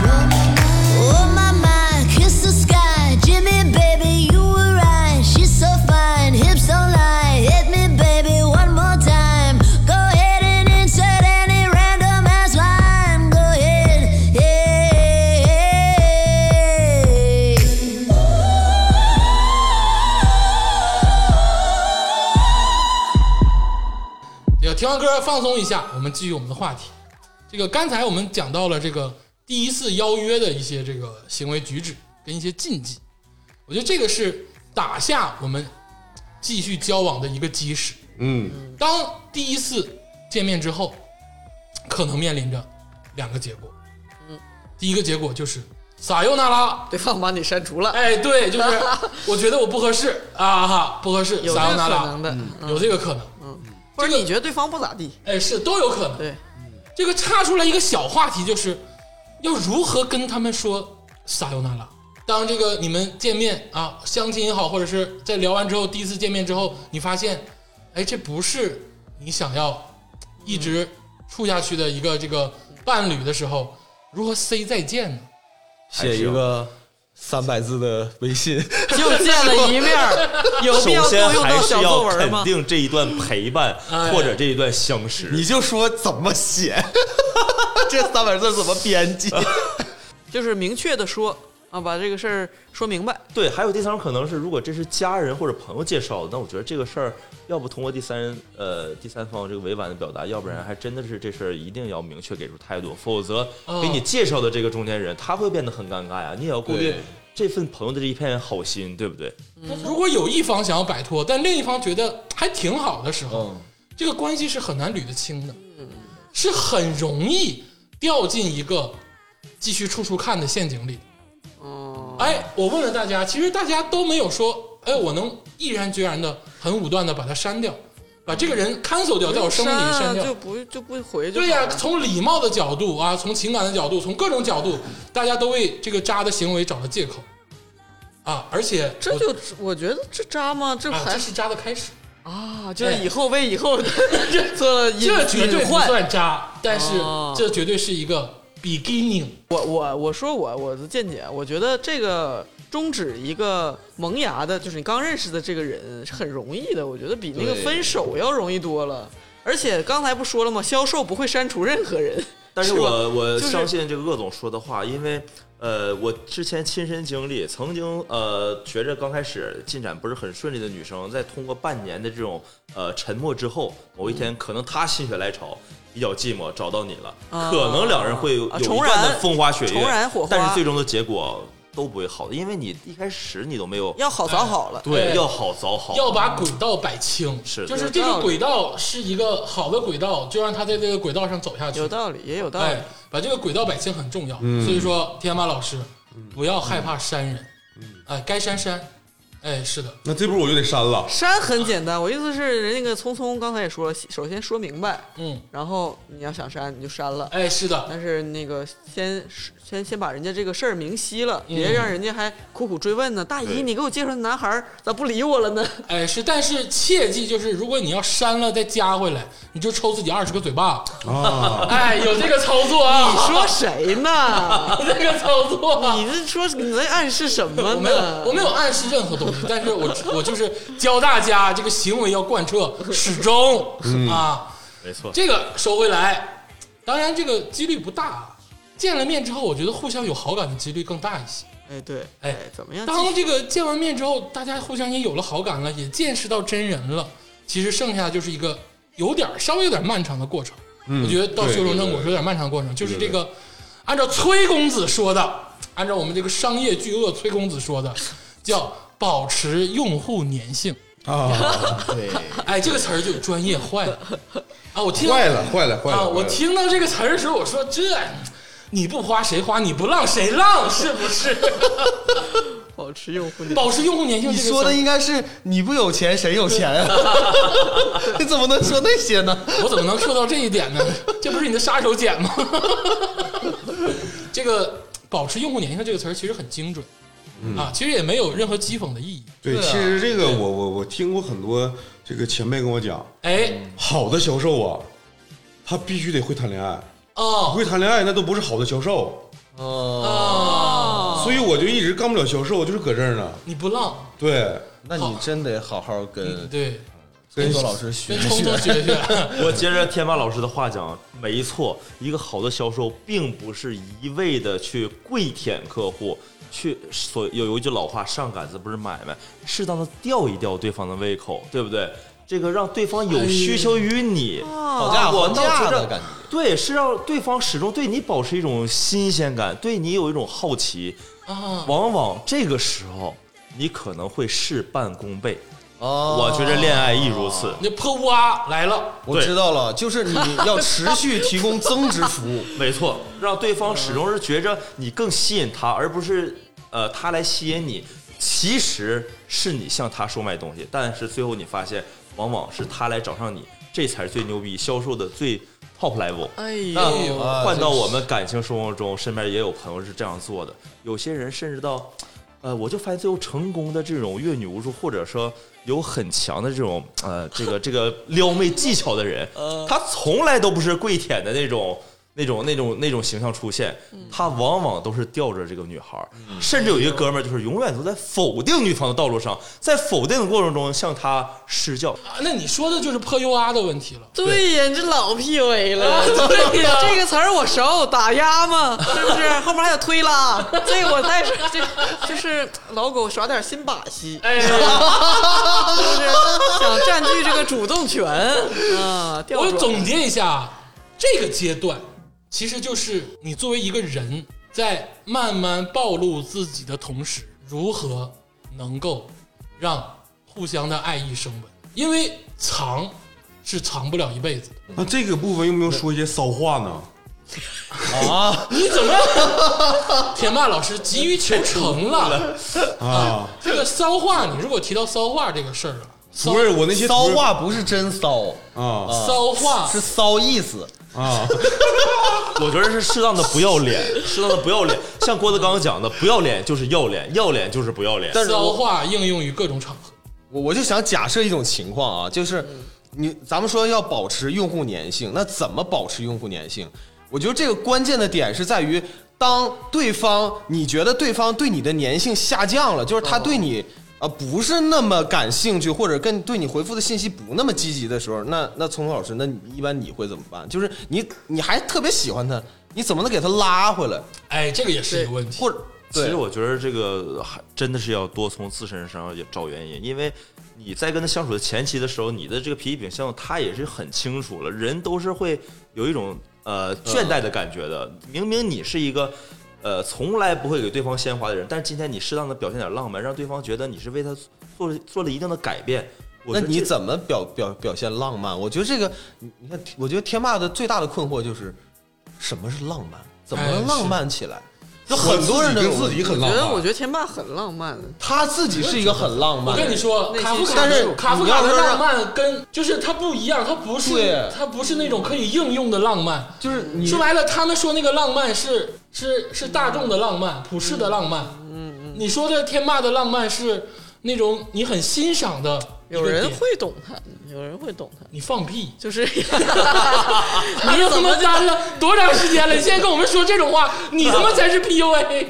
S6: Oh my mind, kiss the sky, Jimmy baby, you were right. She's so fine, hips don't lie. Hit me, baby, one more time. Go ahead and insert any random ass line. Go ahead, yeah.
S1: 这个听完歌放松一下，我们继续我们的话题。这个刚才我们讲到了这个第一次邀约的一些这个行为举止跟一些禁忌。我觉得这个是打下我们继续交往的一个基石。
S3: 嗯，
S1: 当第一次见面之后，可能面临着两个结果。嗯，第一个结果就是撒尤那拉，
S2: 对方把你删除了，
S1: 哎，对，就是我觉得我不合适啊哈，不合适，
S2: 有这
S1: 撒
S2: 个
S1: 尤那
S2: 可
S1: 拉，
S2: 能的，嗯
S1: 有这个可能，
S2: 或者你觉得对方不咋地，
S1: 哎，是都有可能。
S2: 对，
S1: 这个岔出来一个小话题，就是要如何跟他们说撒尤那拉。当这个你们见面啊，相亲也好，或者是在聊完之后，第一次见面之后，你发现，哎，这不是你想要一直处下去的一个这个伴侣的时候，如何 say 再见呢？
S4: 写一个三百字的微信，
S2: 就见了一面儿，有必要
S5: 首先
S2: 动用
S5: 还
S2: 到
S5: 是
S2: 小作
S5: 要
S2: 文
S5: 肯
S2: 吗？
S5: 定这一段陪伴
S1: 哎
S5: 或者这一段相识。
S4: 你就说怎么写， 这三百字怎么编辑？
S2: 就是明确的说啊，把这个事儿说明白。
S5: 对，还有第三种可能是，如果这是家人或者朋友介绍的，那我觉得这个事儿，要不通过第三人呃第三方这个委婉的表达，要不然还真的是这事儿一定要明确给出态度，否则
S1: 哦
S5: 给你介绍的这个中间人他会变得很尴尬呀，你也要顾虑
S3: 对
S5: 这份朋友的这一片好心，对不对？
S1: 如果有一方想要摆脱，但另一方觉得还挺好的时候，
S5: 嗯，
S1: 这个关系是很难捋得清的，是很容易掉进一个继续处处看的陷阱里。
S2: 哦，
S1: 哎，我问了大家，其实大家都没有说，哎，我能毅然决然的、很武断的把他删掉，把这个人 cancel 掉，在我生命里删
S2: 删啊
S1: 掉。
S2: 就不就不回就
S1: 对呀、
S2: 好了
S1: 从礼貌的角度啊，从情感的角度，从各种角度，大家都为这个渣的行为找了借口啊！而且
S2: 这
S1: 我
S2: 就我觉得这渣吗？这
S1: 啊，
S2: 还
S1: 这是渣的开始，
S2: 啊，就是以后为以后 这做了隐
S1: 这绝对
S2: 隐
S1: 不
S2: 患。
S1: 算渣，但是
S2: 哦
S1: 这绝对是一个 beginning。
S2: 我我我说我我的见解，我觉得这个终止一个萌芽的，就是你刚认识的这个人是很容易的，我觉得比那个
S3: 对
S2: 分手要容易多了。而且刚才不说了吗？销售不会删除任何人，
S5: 但是
S2: 是吧
S5: 我我
S2: 就是
S5: 相信这个鄂总说的话，因为呃，我之前亲身经历，曾经呃，觉着刚开始进展不是很顺利的女生，在通过半年的这种呃沉默之后，某一天可能她心血来潮。比较寂寞，找到你了，
S2: 啊
S5: 可能两人会有
S2: 啊
S5: 有一
S2: 重
S5: 段的
S2: 燃
S5: 风花雪
S2: 重
S5: 月
S2: 燃火花，
S5: 但是最终的结果都不会好的，因为你一开始你都没有
S2: 要好早好了。
S5: 对
S1: 哎
S5: 要好早好，
S1: 要把轨道摆清，
S5: 哦是
S1: 就是这个轨道是一个好的轨道，就让他在这个轨道上走下去。
S2: 有道理，也有道理。
S1: 哎，把这个轨道摆清很重要。所以说，天马老师不要害怕删人，哎，该删删，哎，是的，
S3: 那这波我就得删了。
S2: 删很简单，我意思是，人家那个聪聪刚才也说了，首先说明白，
S1: 嗯，
S2: 然后你要想删你就删了，
S1: 哎，是的，
S2: 但是那个先先先把人家这个事儿明晰了，
S1: 嗯
S2: 别让人家还苦苦追问呢。大姨，
S5: 对
S2: 你给我介绍的男孩儿咋不理我了 呢？
S1: 哎是，但是切记就是，如果你要删了再加回来，你就抽自己二十个嘴巴。
S3: 啊，
S1: 哎，有这个操作
S2: 你
S1: 啊，
S2: 说谁呢？
S1: 有 这个操作啊。
S2: 你这说你在暗示什么
S1: 我没有，
S2: 呢
S1: 我？没有暗示任何东西，但是我我就是教大家这个行为要贯彻始终、啊。
S5: 嗯没错，
S1: 这个收回来，当然这个几率不大。啊见了面之后，我觉得互相有好感的几率更大一些。
S2: 哎，对，
S1: 哎
S2: 怎么样？
S1: 当这个见完面之后，大家互相也有了好感了，也见识到真人了，其实剩下就是一个有点稍微有点漫长的过程。
S3: 嗯
S1: 我觉得到修成正果
S3: 对对对
S1: 是有点漫长的过程，就是这个按照崔公子说的，按照我们这个商业巨鳄崔公子说的，叫保持用户粘性。
S3: 啊，
S4: 对，
S1: 哎，这个词儿就专业坏 了啊！我听到
S3: 坏了，坏了，坏了！
S1: 啊！
S3: 坏
S1: 我
S3: 了
S1: 听到这个词儿的时候，我说这你不花谁花？你不浪谁浪？是不是？
S2: 保持用户粘
S1: 保持用户粘性
S4: 你
S1: 这个
S4: 说
S1: 词儿
S4: 的应该是你不有钱谁有钱啊？ 你怎么能说那些呢？
S1: 我怎么能 Q 到这一点 呢？这不是你的杀手锏吗？ 这个保持用户粘性这个词儿其实很精准、啊，其实也没有任何讥讽的意义。
S3: 对，其实这个我我我听过很多这个前辈跟我讲，
S1: 哎，
S3: 好的销售啊，他必须得会谈恋爱，不
S1: 哦
S3: 会谈恋爱那都不是好的销售。
S1: 哦，
S3: 所以我就一直干不了销售，就是搁这儿呢。
S1: 你不浪，
S3: 对，
S4: 那你真得好好跟
S1: 对，
S4: 跟周老师学
S1: 跟
S4: 一
S1: 冲
S4: 学
S1: 冲。学学。
S5: 我接着天霸老师的话讲，没错，一个好的销售并不是一味的去跪舔客户，去所有有一句老话，上杆子不是买卖，适当的吊一吊对方的胃口，对不对？这个让对方有需求于你，啊
S4: 讨价
S5: 我
S4: 还价
S5: 觉
S4: 的
S5: 着
S4: 感觉。
S5: 对，是让对方始终对你保持一种新鲜感，对你有一种好奇。
S1: 啊，
S5: 往往这个时候，你可能会事半功倍。
S4: 哦
S5: 我觉着恋爱亦如此。
S1: 你破蛙啊来了，
S4: 我知道了，就是你要持续提供增值服务。
S5: 没错，让对方始终是觉着你更吸引他，而不是呃他来吸引你。其实是你向他售卖东西，但是最后你发现，往往是他来找上你，这才是最牛逼，销售的最 top level。
S2: 哎呦
S5: 那
S4: 啊
S5: 换到我们感情生活中，身边也有朋友是这样做的。有些人甚至到，呃，我就发现最后成功的这种阅女无数，或者说有很强的这种呃这个这个撩妹技巧的人，他从来都不是跪舔的那种。那种那种那种形象出现，他往往都是吊着这个女孩儿，甚至有一个哥们儿就是永远都在否定女方的道路上，在否定的过程中向她施教，
S1: 啊那你说的就是破 U R 的问题了。
S2: 对呀，你这老 PUA 了，
S1: 对呀
S2: 这个词儿我熟，打压嘛， 是不是？后面还有推 拉，这个我太是这就是老狗耍点新把戏，
S1: 哎，
S2: 是不是？想占据这个主动权啊，调
S1: 我
S2: 转
S1: 总结一下，这个阶段其实就是你作为一个人，在慢慢暴露自己的同时，如何能够让互相的爱意升温，因为藏是藏不了一辈子的。
S3: 那这个部分用不用说一些骚话呢？
S1: 你怎么，铁曼老师急于求成了？
S3: 啊，
S1: 这个骚话，你如果提到骚话这个事儿啊，骚
S3: 不是我那些
S4: 骚
S3: 图
S4: 话不是真骚，
S3: 啊
S1: 骚话
S4: 是骚意思。
S3: 啊，
S5: 我觉得是适当的不要脸，适当的不要脸。像郭德纲讲的，不要脸就是要脸，要脸就是不要脸。
S4: 但是
S1: 骚
S4: 我
S1: 话应用于各种场合。
S4: 我我就想假设一种情况啊，就是
S5: 嗯
S4: 你咱们说要保持用户粘性，那怎么保持用户粘性？我觉得这个关键的点是在于，当对方你觉得对方对你的粘性下降了，就是
S5: 嗯
S4: 他对你啊不是那么感兴趣，或者跟对你回复的信息不那么积极的时候，那那聪聪老师，那你一般你会怎么办？就是你你还特别喜欢他，你怎么能给他拉回来？
S1: 哎，这个也是一个问题。
S4: 或者
S5: 其
S4: 对
S5: 实我觉得这个还真的是要多从自身上也找原因，因为你在跟他相处的前期的时候，你的这个脾气秉性他也是很清楚了。人都是会有一种呃倦怠的感觉的。明明你是一个呃从来不会给对方鲜花的人，但是今天你适当的表现点浪漫，让对方觉得你是为他做了做了一定的改变。我
S4: 那
S5: 觉得
S4: 你
S5: 这
S4: 怎么表表表现浪漫？我觉得这个，你你看，我觉得天霸的最大的困惑就是，什么是浪漫？怎么能浪漫起来？就很多人都有
S3: 跟自己
S2: 我
S3: 很
S2: 觉
S3: 浪
S2: 得，我
S3: 漫。
S2: 觉得天霸很浪漫的，
S4: 他自己是一个很浪
S1: 我
S4: 漫的
S1: 跟
S4: 人。
S1: 你说，
S2: 内心
S1: 卡夫卡
S4: 但是
S1: 的卡夫
S4: 你
S1: 卡
S4: 要
S1: 的
S4: 说
S1: 浪
S4: 让
S1: 漫跟就是它不一样，它不是
S4: 对
S1: 它不是那种可以应用的浪漫。
S4: 就是你
S1: 说白了，他们说那个浪漫是是是大众的浪漫，普世的浪漫。嗯嗯，你说的天霸的浪漫是那种你很欣赏的一个
S2: 有人
S1: 点
S2: 会懂他，有人会懂他，
S1: 你放 屁。
S2: 就是
S1: 你又他妈单了多长时间了？你现在跟我们说这种话，你他妈才是 PUA！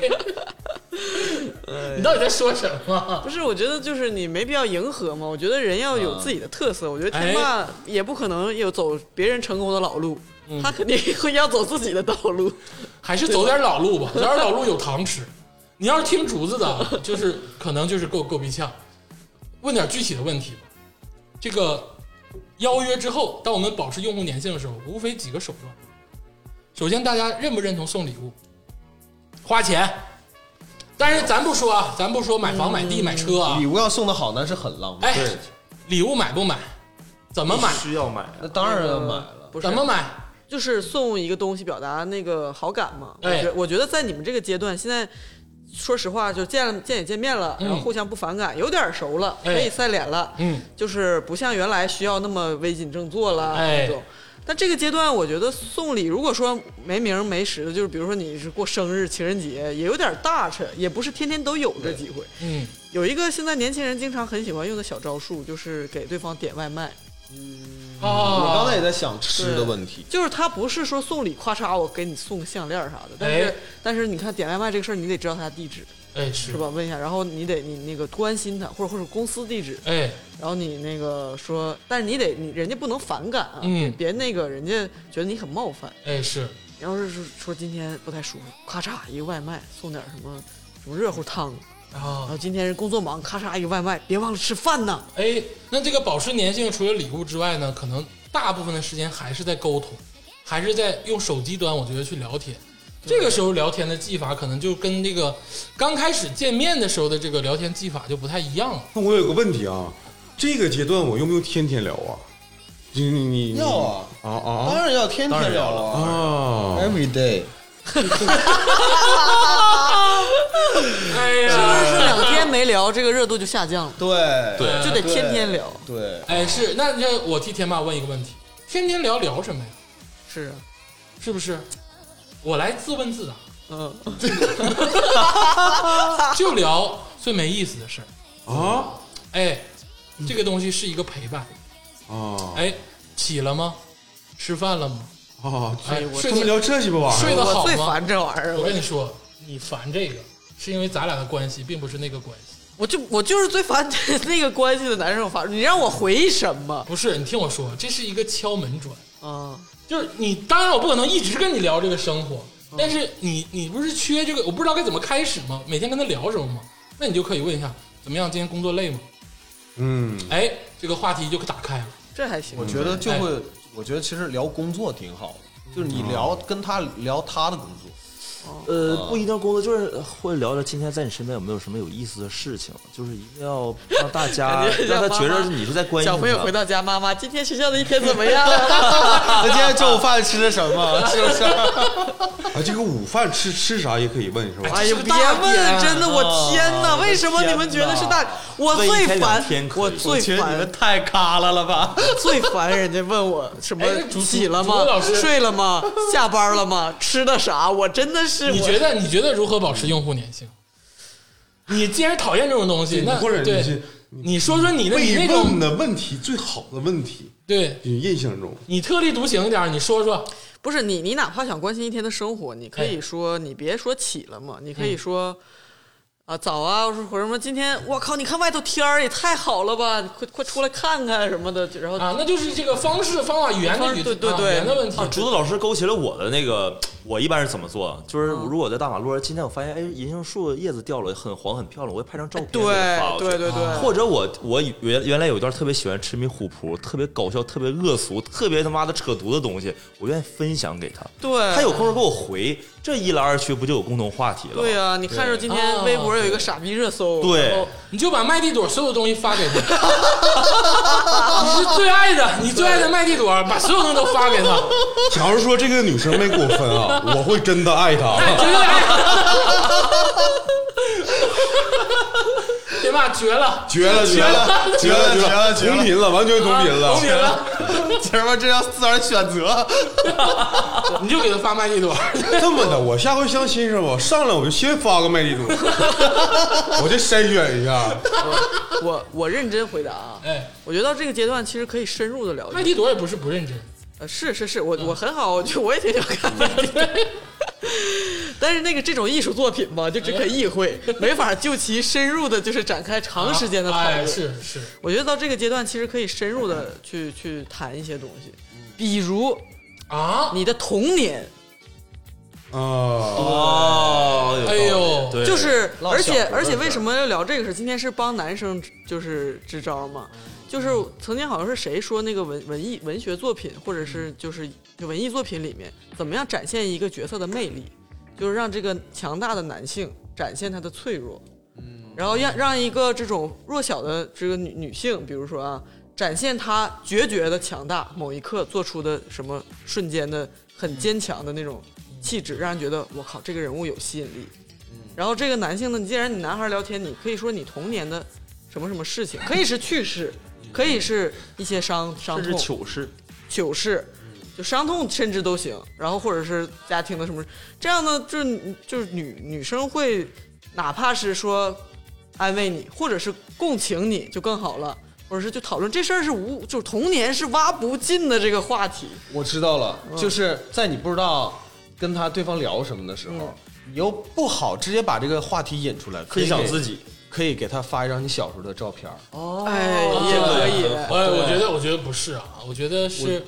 S1: 你到底在说什么？
S2: 不是，我觉得就是你没必要迎合嘛。我觉得人要有自己的特色。我觉得天霸也不可能有走别人成功的老路，他肯定会要走自己的道路。
S1: 还是走点老路吧，走点老路有糖吃。你要是听竹子的，就是可能就是够够逼呛。问点具体的问题吧。这个邀约之后，当我们保持用户粘性的时候，无非几个手段。首先，大家认不认同送礼物？花钱。但是咱不说啊，咱不说买房、买地、买车啊
S4: 礼，物要送的好，那是很浪漫。
S1: 哎，礼物买不买？怎么买？
S5: 需要买啊？
S4: 那当然要买了。
S2: 不是
S1: 怎，么买？
S2: 就是送一个东西表达那个好感嘛。我
S1: 哎
S2: 觉我觉得在你们这个阶段，现在说实话，就见了见也见面了，然后
S1: 嗯
S2: 互相不反感，有点熟了，
S1: 哎
S2: 可以赛脸了。
S1: 嗯，
S2: 就是不像原来需要那么微紧正坐了
S1: 哎
S2: 那种。但这个阶段，我觉得送礼如果说没名儿没实的，就是比如说你是过生日、情人节，也有点大扯，也不是天天都有这机会。
S1: 嗯，
S2: 有一个现在年轻人经常很喜欢用的小招数，就是给对方点外卖。
S1: 哦，
S4: 我刚才也在想吃的问题，
S2: 呃就是他不是说送礼，咔嚓我给你送个项链儿啥的，但是、
S1: 哎
S2: 但是你看点外卖这个事儿，你得知道他地址
S1: 哎是
S2: 是？吧？问一下，然后你得你那个关心他，或者或者公司地址，
S1: 哎，
S2: 然后你那个说，但是你得你人家不能反感啊，
S1: 嗯
S2: 别别那个人家觉得你很冒犯。
S1: 哎是，
S2: 然后是说说今天不太舒服，咔嚓一个外卖送点什么什么热乎
S1: 哦
S2: 汤，
S1: 然
S2: 然
S1: 后
S2: 后今天人工作忙，咔嚓一个外卖，别忘了吃饭呐。
S1: 哎，那这个保持粘性，除了礼物之外呢，可能大部分的时间还是在沟通，还是在用手机端，我觉得去聊天。这个时候聊天的技法可能就跟这个刚开始见面的时候的这个聊天技法就不太一样了。
S3: 那我有个问题啊，这个阶段我用不用天天聊啊？你你你你
S4: 要啊
S3: 啊啊
S4: 当然要天天聊
S3: 啊
S4: 了
S3: 啊！
S4: ，every day。
S1: 哎
S2: 但
S1: 呀，
S2: 是两天没聊，这个热度就下降了，
S4: 对
S5: 对
S2: 就得天天聊。
S4: 对，
S1: 哎是，那你看我替天霸问一个问题：天天聊聊什么呀？
S2: 是，啊
S1: 是不是？我来自问自答，
S2: 嗯，
S1: 就聊最没意思的事儿。
S3: 啊
S1: 哎，这个东西是一个陪伴。
S3: 啊
S1: 哎，起了吗？吃饭了吗？
S3: 啊！
S1: 哎，睡
S3: 专门
S1: 得
S3: 聊这鸡巴玩意
S1: 睡
S3: 儿
S1: 得
S2: 我
S1: 好
S2: 最
S1: 吗？
S2: 烦这玩意儿
S1: 我跟
S2: 了，
S1: 你说，你烦这个是因为咱俩的关系并不是那个关系。
S2: 我就我就是最烦那个关系的男生我发，你让我回忆什么？
S1: 不是，你听我说，这是一个敲门砖，
S2: 嗯，
S1: 就是你。当然，我不可能一直跟你聊这个生活，
S3: 嗯
S1: 但是你你不是缺这个，我不知道该怎么开始吗？每天跟他聊什么吗？那你就可以问一下，怎么样？今天工作累吗？
S3: 嗯，
S1: 哎，这个话题就打开了。
S2: 这还行
S4: 我。觉得就会，我觉得其实聊工作挺好的，就是你聊跟他聊他的工作。
S5: 呃，
S2: 啊
S5: 不一定工作，就是呃会聊聊今天在你身边有没有什么有意思的事情，就是一定要让大家
S2: 感觉像
S5: 让他
S2: 妈
S5: 觉
S2: 妈
S5: 得你是在关心
S2: 小朋友
S5: 他
S2: 回到家，妈妈，今天学校的一天怎么 样？
S4: 那今天中午饭吃的什么？是不是？
S3: 啊，这个午饭吃吃啥也可以问是吧？
S2: 哎呀，别问，真的，我天哪！为什么你们觉得是大？我最
S5: 问一天
S2: 烦
S5: 两天，可以
S2: 我
S4: 我
S2: 最
S4: 觉得你 们
S2: 烦，
S4: 太咖了了吧？
S2: 最烦人家问我什么
S1: 哎那主
S2: 起了
S1: 主播
S2: 吗
S1: 老？师
S2: 睡 了吗？下班了吗？吃的啥？我真的是，
S1: 你
S2: 我
S1: 觉得你觉得如何保持用户粘性？你既然讨厌这种东西，那
S3: 或者你
S1: 对
S3: 是，
S1: 你说说你的你那
S3: 被问
S1: 种
S3: 的问题最好的问题，
S1: 对
S3: 你印象中
S1: 你特立独行一点，你说说
S2: 不是你，你哪怕想关心一天的生活，你可以
S1: 哎嗯
S2: 说，你别说起了嘛，你可以说。啊，早啊！我说或者什么，今天我靠，你看外头天儿也太好了吧，快快出来看看什么的，然后
S1: 啊，那就是这个方式、方法、语言的语
S2: 对对
S1: 啊
S2: 对哦
S1: 语言的问题
S5: 啊，。竹子老师勾起了我的那个，我一般是怎么做？就是
S2: 嗯
S5: 如果我在大马路上，今天我发现哎，银杏树叶子掉了，很黄很漂亮，我会拍张照片给
S2: 哎对
S5: 发过去
S2: 对对对
S1: 啊
S5: 或者我我原原来有一段特别喜欢痴迷虎扑，特别搞笑、特别恶俗、特别他妈的扯犊子的东西，我愿意分享给他。
S2: 对
S5: 他有空给我回，这一来二去不就有共同话题了吗？
S2: 对呀、你看着今天
S1: 啊
S2: 微博有一个傻逼热搜，
S5: 对
S2: 然后
S1: 你就把麦地朵所有东西发给他，你是最爱的，你最爱的麦地朵，把所有东西都发给他，
S3: 假如说这个女生没给我分 啊，我会真的爱她。
S1: 绝对爱。别骂绝了，
S3: 绝了，绝了，绝了，绝了，啊同频了，完全同频了
S1: 同。频了，
S4: 前面这叫自然选择。
S1: 你就给他发麦地朵。
S3: 这么的，我下回相亲是吧？上来我就先发个麦 地图，我就筛选一下。
S2: 我我认真回答啊，
S1: 哎，
S2: 我觉得到这个阶段其实可以深入的了
S1: 麦
S2: 解，
S1: 地朵也不是不认真，
S2: 呃，是是是，我我很好，我就我也挺想看的。 但是那个这种艺术作品嘛，就只可意会，没法就其深入的，就是展开长时间的讨
S1: 哎，
S2: 论。
S1: 是是，
S2: 我觉得到这个阶段，其实可以深入的去去谈一些东西，
S1: 嗯
S2: 比如
S1: 啊，
S2: 你的童年，
S3: 啊，
S5: 哦，
S1: 哎呦，
S5: 对，
S2: 就是，
S4: 唠
S2: 而且
S4: 小时候
S2: 而且
S4: 的事儿
S2: 为什么要聊这个事？今天是帮男生支就是支招嘛，就是曾经好像是谁说那个文文艺文学作品，或者是就是就文艺作品里面，怎么样展现一个角色的魅力，就是让这个强大的男性展现他的脆弱，然后让让一个这种弱小的这个女女性，比如说啊，展现她决绝的强大，某一刻做出的什么瞬间的很坚强的那种气质，让人觉得我靠，这个人物有吸引力。然后这个男性呢，你既然你男孩聊天，你可以说你童年的什么什么事情，可以是趣事，可以是一些伤伤
S5: 这是
S2: 痛、
S5: 糗事。
S2: 糗事，就伤痛甚至都行。然后或者是家庭的什么，这样呢，就是你就是女女生会，哪怕是说安慰你，或者是共情你就更好了，或者是就讨论这事儿是无，就是童年是挖不尽的这个话题。
S4: 我知道了，就是在你不知道跟他对方聊什么的时候，你又不好直接把这个话题引出来，可以
S5: 分享
S4: 给
S5: 自己，
S4: 可以给他发一张你小时候的照片。啊
S1: 哦
S2: 哎，也可以。
S1: 哎，我觉得，我觉得不是啊，我觉得是，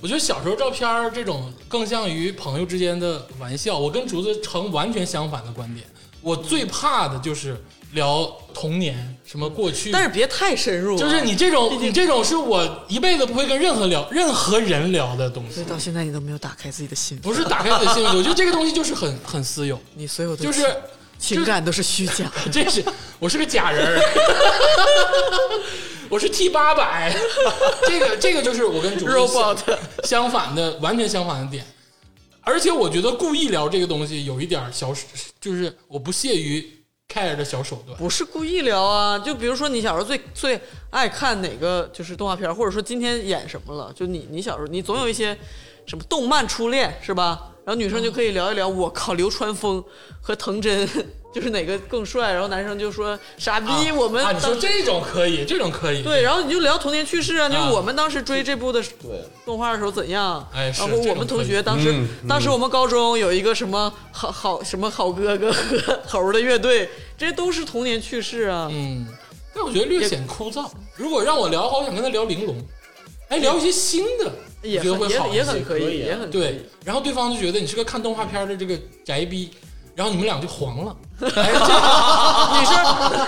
S1: 我觉得小时候照片儿这种更像于朋友之
S2: 嗯
S1: 间的玩笑。我跟竹子呈完全相反的观点，我最怕的就是聊童年，什么过去，
S2: 嗯但是别太深入啊，
S1: 就是你这种你这种是我一辈子不会跟任何聊任何人聊的东
S2: 所
S1: 西
S2: 以，到现在你都没有打开自己的心，
S1: 不是打开我的心扉，我觉得这个东西就是很很私有，
S2: 你所有的
S1: 就是
S2: 情情感都是虚假的。
S1: 这是我是个假人儿，我是 T 八百，这个这个就是我跟主播相
S2: Robot
S1: 相反的，完全相反的点。而且我觉得故意聊这个东西有一点儿小，就是我不屑于 care 的小手段。
S2: 不是故意聊啊，就比如说你小时候最最爱看哪个就是动画片儿，或者说今天演什么了，就你你小时候你总有一些什么动漫初恋是吧？然后女生就可以聊一
S1: 嗯
S2: 聊，我靠，流川枫和藤真 就是哪个更帅，然后男生就说傻逼，
S1: 啊
S2: 我们
S1: 啊，你说
S2: 当
S1: 这种可以，这种可以，
S2: 对，然后你就聊童年趣事啊，就是
S1: 啊
S2: 我们当时追这部的动画的时候怎样，
S1: 哎
S2: 然
S1: 是
S2: 后
S1: 这
S2: 我
S1: 种
S2: 们
S1: 可
S2: 同
S1: 以
S2: 学当时
S3: 嗯，
S2: 当时我们高中有一个什么好好什么好哥哥 和猴儿的乐队，这些都是童年趣事啊。
S1: 嗯，但我觉得略显枯燥。如果让我聊，好想跟他聊玲珑，哎，聊一些新的，
S2: 也
S1: 我觉得会
S2: 很也
S1: 好一些。
S2: 也很可
S7: 可
S2: 以，
S7: 以啊
S2: 也很可以
S1: 对，，然后对方就觉得你是个看动画片的这个宅逼，然后你们俩就黄 了。哎，这
S2: 女生，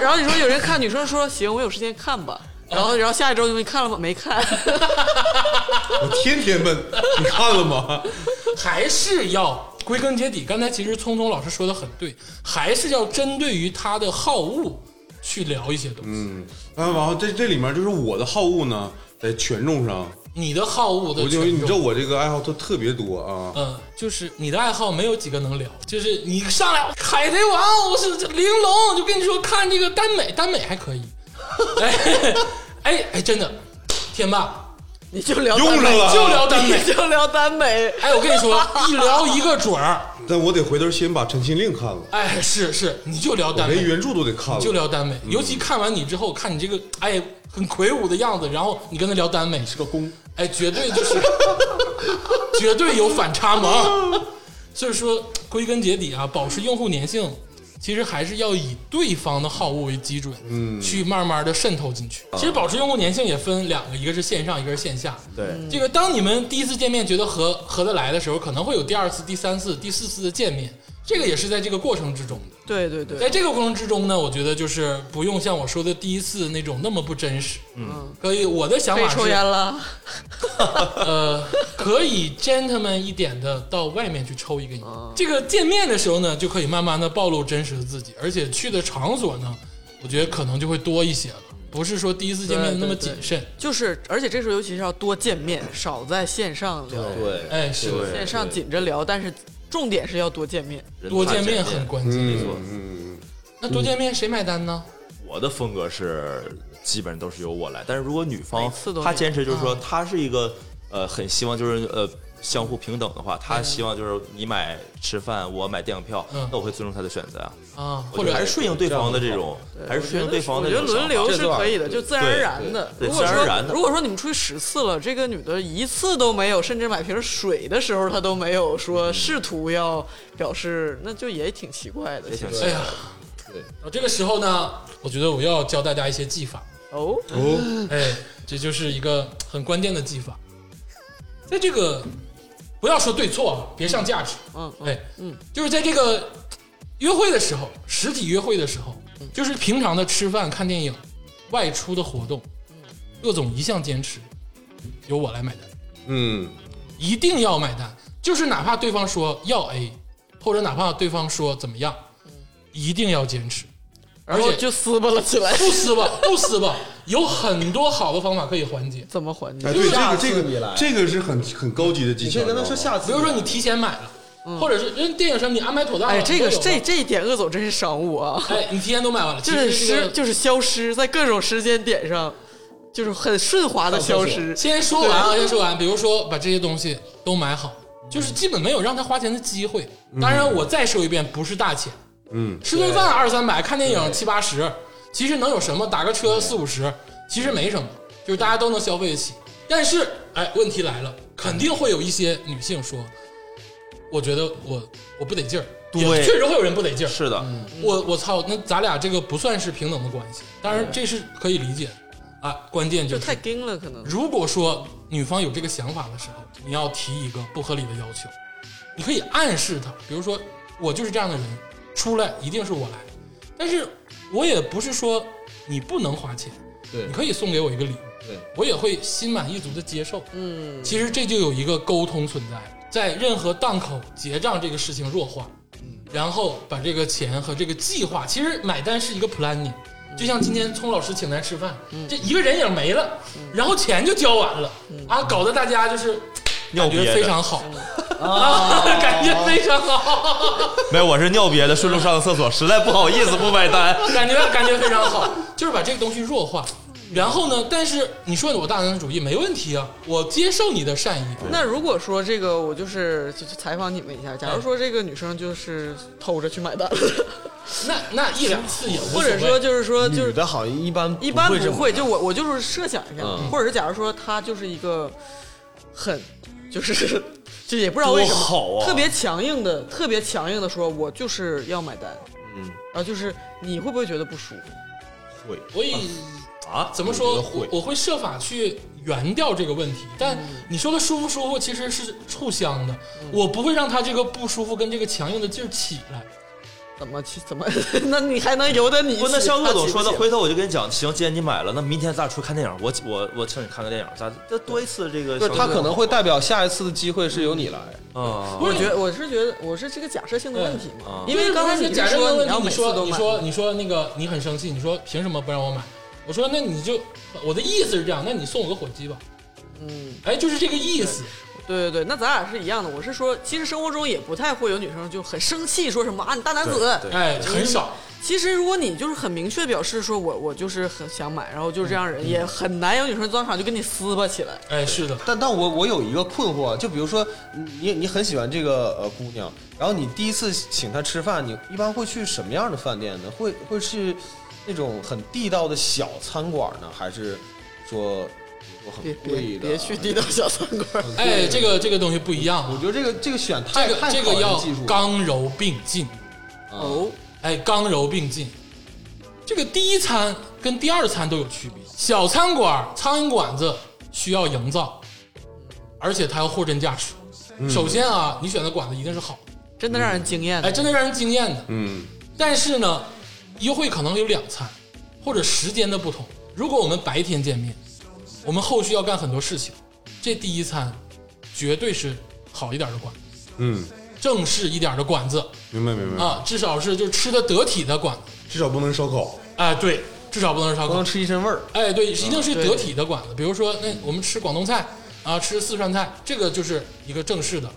S2: 然后你说有人看，女生说行，我有时间看吧。然后，然后下一周就问你看了吗？没看，
S3: 我天天问，你看了吗？
S1: 还是要归根结底，刚才其实聪聪老师说的很对，还是要针对于他的好恶去聊一些东西。
S2: 嗯
S3: 啊，然后这这里面就是我的好恶呢，在权重上，
S1: 你的好恶的
S3: 我就
S1: 权
S3: 你知道
S1: 重，
S3: 我这个爱好特特别多啊。
S1: 嗯，就是你的爱好没有几个能聊，就是你上来《海贼王》，我是这玲珑，就跟你说看这个耽美，耽美还 可以。哎 哎哎，真的，天霸
S2: 你就聊
S3: 用
S2: 耽
S3: 上
S2: 美
S3: 了，
S1: 就聊耽美
S2: 你。就聊耽美。
S1: 哎，我跟你说，一聊一个准儿。
S3: 但我得回头先把《陈情令》看了，
S1: 哎，是是，你就聊
S3: 我
S1: 耽
S3: 连
S1: 美，
S3: 原著都得看了。
S1: 就聊耽美，尤其看完你之后，看你这个哎很魁梧的样子，然后你跟他聊耽美，
S7: 这个弓
S1: 哎，绝对就是 绝对有反差萌。所以说，归根结底啊，保持用户粘性，其实还是要以对方的好恶为基准，嗯，去慢慢的渗透进去。其实保持用户粘性也分两个，一个是线上，一个是线下。
S7: 对，
S1: 这个当你们第一次见面觉得合合得来的时候，可能会有第二次、第三次、第四次的见面，这个也是在这个过程之中的。
S2: 对对对，
S1: 在这个过程之中呢，我觉得就是不用像我说的第一次那种那么不真实。嗯，可以，我的想
S2: 可以
S1: 法
S2: 抽
S1: 是，
S2: 烟了。
S1: 呃，可以 gentleman 一点的到外面去抽一根烟。
S2: 哦
S1: 这个见面的时候呢，就可以慢慢的暴露真实的自己，而且去的场所呢，我觉得可能就会多一些了，不是说第一次见面那么
S2: 对对
S1: 谨
S2: 对
S1: 慎。
S2: 就是，而且这时候尤其是要多见面，少在线上聊，
S5: 对，
S1: 哎，是
S5: 对
S2: 线上紧着聊，但是重点是要多见面。
S5: 人
S1: 多
S5: 怕
S1: 见面
S5: 面
S1: 很关键。
S3: 嗯
S5: 没错
S3: 嗯，
S1: 那多见面谁买单呢？
S5: 我的风格是基本上都是由我来，但是如果女
S2: 每
S5: 方
S2: 次都嗯
S5: 她
S2: 那
S5: 坚持就是说
S1: 啊
S5: 她是一个呃很希望就是呃相互平等的话，她希望就是你买吃饭，我买电影票，
S1: 嗯
S5: 那我会尊重她的选择啊，
S1: 啊，或
S5: 我觉得
S1: 者
S5: 还是顺应对方的这种，还是顺应对方
S2: 我
S5: 的
S2: 觉
S5: 这
S2: 得
S5: 种
S2: 轮
S5: 想法。
S2: 流
S4: 这
S2: 是
S4: 段
S2: 可以的，就自然而然的。
S5: 对对
S2: 如果
S5: 自然而然
S2: 说
S5: 的
S2: 如果说你们出去十次了，这个女的一次都没有，甚至买瓶水的时候她都没有说
S5: 嗯
S2: 试图要表示，那就也挺奇怪的。
S5: 也
S2: 其实
S5: 挺
S1: 哎呀，到这个时候呢，我觉得我要教大家一些技法，
S2: 哦，
S3: 哦，
S1: 哎，这就是一个很关键的技法，在这个不要说对错啊，别上价值，
S2: 嗯嗯
S1: 哎，嗯，就是在这个约会的时候，实体约会的时候，就是平常的吃饭、看电影、外出的活动，鄂总一向坚持由我来买单。
S3: 嗯，
S1: 一定要买单，就是哪怕对方说要 A，或者哪怕对方说怎么样，一定要坚持，
S2: 然后就撕巴了起 来。
S1: 不撕吧，不撕吧，有很多好的方法可以缓解，
S2: 怎么缓解
S3: 哎，？对，这
S4: 下
S3: 个
S4: 次
S3: 这
S4: 你
S3: 个
S4: 来
S3: 这个是很很高级的技
S4: 你
S3: 巧。
S4: 可以跟他说
S3: 知道吗
S4: 下次，
S1: 比如说你提前买了，或者是人电影什么你安排妥当了，
S2: 嗯哎，这个
S1: 都有
S2: 这
S1: 了，
S2: 这一点鄂总真是商务啊，
S1: 哎，你提前都买完了，
S2: 就是
S1: 其实这
S2: 失
S1: 个
S2: 就是消失在各种时间点上，就是很顺滑的消失。
S1: 先说完啊，先说完。比如说把这些东西都买好，就是基本没有让他花钱的机会。
S2: 嗯
S1: 当然，我再说一遍，不是大钱，
S3: 嗯，
S1: 吃顿饭二三百，看电影七八十，其实能有什么？打个车四五十，其实没什么，就是大家都能消费得起。但是，哎，问题来了，肯定会有一些女性说，我觉得我我不得劲儿，也
S5: 对
S1: 确实会有人不得劲儿。
S5: 是的，
S1: 我我操，那咱俩这个不算是平等的关系，当然这是可以理解的啊。关键
S2: 就
S1: 就是
S2: 太硬了，可能
S1: 如果说女方有这个想法的时候，你要提一个不合理的要求，你可以暗示她，比如说我就是这样的人，出来一定是我来，但是我也不是说你不能花钱，
S4: 对
S1: 你可以送给我一个礼物，
S4: 对，
S1: 我也会心满意足的接受。嗯，其实这就有一个沟通存在，在任何档口结账这个事情弱化，然后把这个钱和这个计划，其实买单是一个 planning。就像今天聪老师请咱吃饭，这一个人影没了，然后钱就交完了啊，搞得大家就是
S5: 尿
S1: 感
S5: 憋
S1: 觉
S5: 的
S1: 非常好 啊，感觉非常好。
S5: 没有，我是尿憋的，顺路上个厕所，实在不好意思不买单。
S1: 感觉感觉非常好，就是把这个东西弱化。然后呢，但是你说我大男子主义没问题啊，我接受你的善意。
S2: 那如果说这个，我就是就就采访你们一下，假如说这个女生就是偷着去买单了，
S1: 那那一两次也无所
S2: 或
S1: 谓
S2: 者说就是说就
S4: 女
S2: 是
S4: 的好像一般
S2: 一般
S4: 这
S2: 不
S4: 么
S2: 会，
S4: 干
S2: 就我我就是设想一下，
S4: 嗯
S2: 或者是假如说她就是一个很就是 就也不知道为
S5: 多
S2: 什么
S5: 好啊！
S2: 特别强硬的特别强硬的说，我就是要买单，
S4: 嗯，
S2: 然后就是你会不会觉得不舒服？
S4: 会
S1: 我以
S5: 啊，
S1: 怎么说，
S4: 我觉得
S1: 我
S4: 会
S1: 我会设法去圆掉这个问
S2: 嗯
S1: 题。但你说的舒不舒服，其实是互相的。
S2: 嗯
S1: 我不会让他这个不舒服跟这个强硬的劲儿起来。
S2: 怎么去怎么？那你还能由得你起？
S5: 不，那像鄂总
S2: 他起
S5: 说
S2: 不
S5: 的，
S2: 起
S5: 回头我就跟你讲，行，既然你买了，那明天咱俩出去看电影，我我我请你看个电影，咱再多一次这个
S4: 不
S5: 小。
S4: 是他可能会代表下一次的机会是由你来，
S5: 啊，
S2: 我觉得我是觉得我是这个假设性的问题
S5: 嗯
S2: 嘛
S5: 啊，
S2: 因为刚才你
S1: 就是是假设
S2: 说
S1: 问
S2: 要
S1: 题，
S2: 每
S1: 你
S2: 次
S1: 说
S2: 都
S1: 你
S2: 买，
S1: 说你说那个你很生气，你说凭什么不让我买？我说那你就我的意思是这样，那你送我个火鸡吧。
S2: 嗯，
S1: 哎，就是这个意思。
S2: 对对对，那咱俩是一样的。我是说，其实生活中也不太会有女生就很生气，说什么啊你大男子。
S1: 哎，很少。
S2: 其实如果你就是很明确表示说我我就是很想买，然后就是这样
S1: 嗯
S2: 人，也很难有女生当场就跟你撕巴起来。
S1: 哎，是的，
S4: 但但我我有一个困惑，啊就比如说你你很喜欢这个呃姑娘，然后你第一次请她吃饭，你一般会去什么样的饭店呢？会会是那种很地道的小餐馆呢，还是说比如说
S2: 别
S4: 很贵
S2: 别
S4: 的？啊
S2: 别去地道小餐馆，
S1: 哎，这个这个东西不一样
S4: 我
S1: 啊，
S4: 觉得这个这个选太
S1: 这个
S4: 太
S1: 这
S4: 考
S1: 个
S4: 验
S1: 要
S4: 技术了
S1: 刚柔并进，
S4: 哦，
S1: 哎，刚柔并进。这个第一餐跟第二餐都有区别，小餐馆、苍蝇馆子需要营造，而且它要货真价实。首先啊，你选的馆子一定是好的，
S2: 真的让人惊艳。
S1: 哎，真的让人惊艳的。
S3: 嗯，
S1: 但是呢，优惠可能有两餐，或者时间的不同。如果我们白天见面，我们后续要干很多事情，这第一餐绝对是好一点的馆子，
S3: 嗯，
S1: 正式一点的馆子
S3: 明白明白，
S1: 啊，至少是就吃的得体的馆子。
S3: 至少不能是烧烤。
S1: 哎，对，至少不能是烧
S4: 不
S1: 烤
S4: 能。吃一身味儿。
S1: 哎，对，一定是得体的馆子。比如说，那我们吃广东菜啊，吃四川菜，这个就是一个正式的。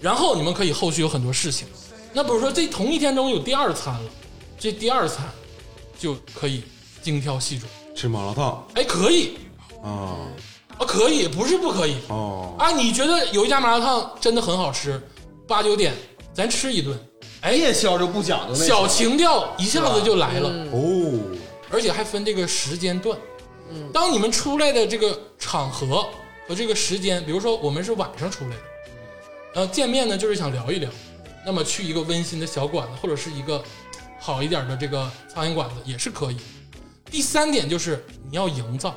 S1: 然后你们可以后续有很多事情。那比如说，这同一天中有第二餐了，这第二餐就可以精挑细选。
S3: 吃麻辣烫
S1: 哎，可以
S4: 哦
S3: 啊
S1: 啊，可以，不是不可以
S3: 哦，
S1: 啊。你觉得有一家麻辣烫真的很好吃，八九点咱吃一顿，哎，
S4: 夜宵就不讲究那
S1: 小
S4: 种嗯
S1: 情调一下子就来了。
S3: 哦，
S1: 而且还分这个时间段。
S4: 嗯
S1: 当你们出来的这个场合和这个时间，比如说我们是晚上出来的，呃，见面呢就是想聊一聊，那么去一个温馨的小馆子，或者是一个好一点的这个苍蝇馆子也是可以。第三点就是你要营造，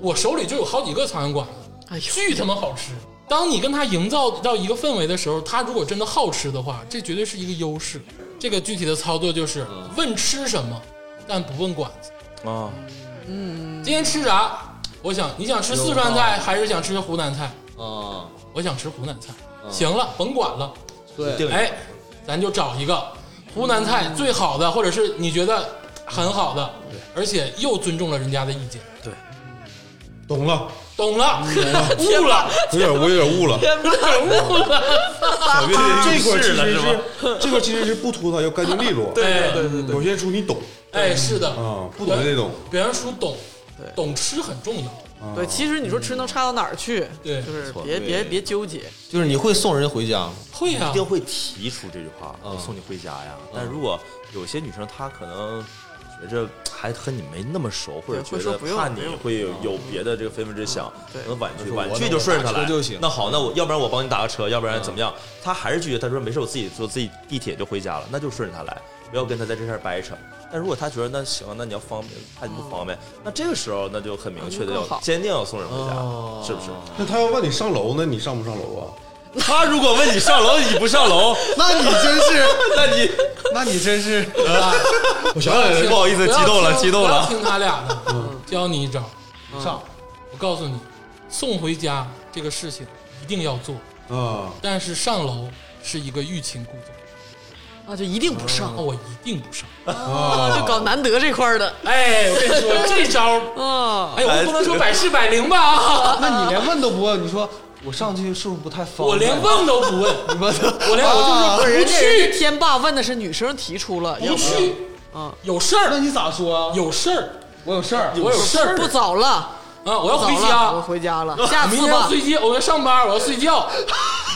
S1: 我手里就有好几个苍蝇馆子，
S2: 哎呦，
S1: 巨他妈好吃。当你跟他营造到一个氛围的时候，他如果真的好吃的话，这绝对是一个优势。这个具体的操作就是问吃什么，但不问馆子。
S5: 啊，
S1: 今天吃啥？我想你想吃四川菜还是想吃湖南菜？
S4: 啊，
S1: 我想吃湖南菜。行了，甭管了，
S4: 对
S5: 定
S1: 哎，咱就找一个湖南菜最好的，或者是你觉得很好的，而且又尊重了人家的意见。
S3: 懂了，
S1: 懂了， 悟了，
S3: 有点我有点悟了。
S1: 悟 了。
S5: 小岳岳
S3: 这块
S5: 入
S3: 儿其
S5: 世
S3: 实
S5: 了
S3: 是
S5: 是吗？
S3: 这块儿其实是不突他，要干净利落，嗯
S1: 对
S2: 对对对，
S3: 表现出你懂
S1: 哎，是的，
S3: 啊，不懂也得懂。
S1: 表现出懂
S2: 对，
S1: 懂吃很重要。
S3: 啊
S2: 对，其实你说吃能差到哪儿去？
S1: 对
S2: 就是
S4: 错
S2: 别
S4: 对
S2: 别别纠结。
S4: 就是你会送人回家吗？
S1: 会啊
S5: 一，定会提出这句话，
S4: 嗯
S5: 我送你回家呀。但如果有些女生她可能觉着还和你没那么熟，或者
S2: 对会
S5: 觉
S2: 说
S5: 得
S2: 不用
S5: 怕
S2: 不
S5: 你
S2: 用
S5: 会有有别的这个非分之想，
S2: 对
S5: 可能婉
S4: 嗯
S5: 拒
S4: 我
S5: 婉
S4: 我
S5: 拒就顺着她
S4: 打
S5: 来
S4: 车就行
S5: 那好，那我要不然我帮你打个车，要不然
S4: 嗯
S5: 怎么样？她还是拒绝，她说没事，我自己坐自己地铁就回家了，那就顺着她来，不要跟她在这事儿掰扯。但如果她觉得那行，那你要方便，怕你不方便，那这个时候那就很明确的
S2: 嗯那更
S5: 要
S2: 好
S4: 哦
S5: 坚定要送人回家，是不是？
S3: 那他要问你上楼呢，你上不上楼啊？
S5: 他如果问你上楼，你不上楼，
S4: 那你真是，
S5: 那你
S4: 那你真是，
S2: 啊
S3: 我想起来了
S5: 不好意
S1: 哎啊
S5: 思，
S1: 不要
S5: 激动了，
S1: 听
S5: 激动了嗯
S1: 不要。听他俩的，教你一招，
S2: 嗯
S1: 上。我告诉你，送回家这个事情一定要做，
S2: 嗯
S3: 啊，
S1: 但是上楼是一个欲擒故纵，
S2: 啊，就一定不上
S1: 那我一定不上。
S2: 啊，就搞难得这块儿的
S1: 哎，我跟你说这 招，
S2: 啊，
S1: 哎，我不能说百试百灵吧啊，
S4: 那你连问都不问，你说我上去是不是不太方便？
S1: 我连问都不 问，
S4: 你问他，
S1: 我连我
S4: 啊
S1: 就
S2: 不
S1: 是
S2: 是人家
S1: 不去
S2: 人家天霸问的是女生提出了，要
S1: 不去，
S2: 啊，
S1: 有事
S4: 那
S1: 儿，
S4: 你咋说啊？
S1: 有事儿，
S4: 我有事儿，
S1: 我有事儿
S2: 不早了，
S1: 啊，我要回
S2: 不早了，我
S1: 家，啊
S2: 回家了，下
S1: 明
S2: 次
S1: 天要
S2: 吧。
S1: 睡觉，我要上班，我要睡觉，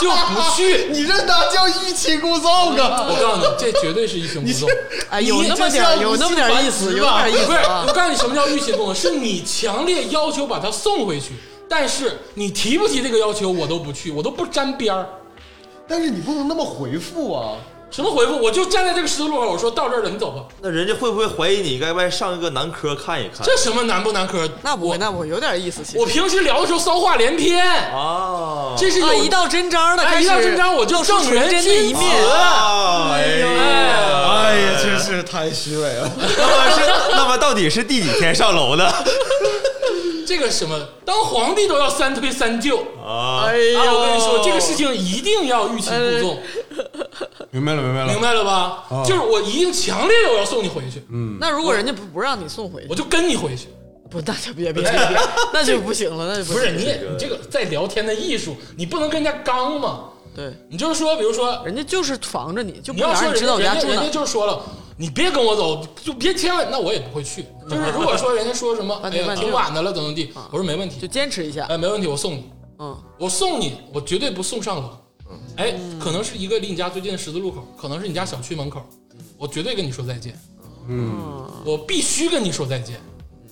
S1: 就不去。
S4: 你这哪叫欲擒故纵啊？
S1: 我告诉你，这绝对是欲擒故纵。
S2: 哎，有那么点儿，有那么点儿意思，有点意
S1: 不
S2: 思
S1: 是，
S2: 啊
S1: 我告诉你什么叫欲擒故纵，是你强烈要求把他送回去，但是你提不提这个要求，我都不去，我都不沾边儿。
S4: 但是你不能那么回复啊！
S1: 什么回复？我就站在这个十字路口，我说到这儿了，你走吧。
S5: 那人家会不会怀疑你该不该上一个男科看一看？
S1: 这什么难不难科？
S2: 那不
S1: 我
S2: 会，那不会，有点意思。其实
S1: 我平时聊的时候骚话连篇，
S5: 啊，
S1: 这是有、
S2: 啊，一到真章了，
S1: 哎
S2: 开始
S1: 一到真章我就
S2: 露出
S1: 正人
S2: 纯真
S1: 君
S2: 的一面。
S5: 啊哎呀，
S4: 哎呀，真是太虚伪了。
S5: 那么是 那么到底是第几天上楼的
S1: 这个什么，当皇帝都要三推三就啊！
S5: 啊？
S2: 哎呦，
S1: 我跟你说，这个事情一定要欲擒故纵，
S3: 明白了，明白了啊
S1: 明。白了吧？就是我一定强烈的我要送你回去，
S3: 嗯
S2: 那如果人家不不让你送回
S1: 我
S2: 去，
S1: 就跟你回去。
S2: 不，那就别别别， 那就不行了，那就
S1: 不
S2: 行
S1: 是你也你这个在聊天的艺术，你不能跟人家刚嘛。
S2: 对，
S1: 你就是说，比如说，
S2: 人家就是防着你，就
S1: 你
S2: 不
S1: 要
S2: 想
S1: 说
S2: 让你知道我
S1: 人
S2: 家
S1: 家
S2: 住
S1: 人
S2: 哪
S1: 家
S2: 儿。
S1: 就是说了，你别跟我走，就别千万，那我也不会去。
S2: 啊
S1: 就是如果说人家说什 么，哎
S2: 半天
S1: 呀，
S2: 半地
S1: 挺晚的了，怎么地，我说没问
S2: 啊就
S1: 题，
S2: 坚持一下，
S1: 哎，没问题，我送你，
S2: 嗯，
S1: 我送你，我绝对不送上楼。哎，可能是一个离你家最近的十字路口，可能是你家小区门口，我绝对跟你说再见。嗯，我必须跟你说再见。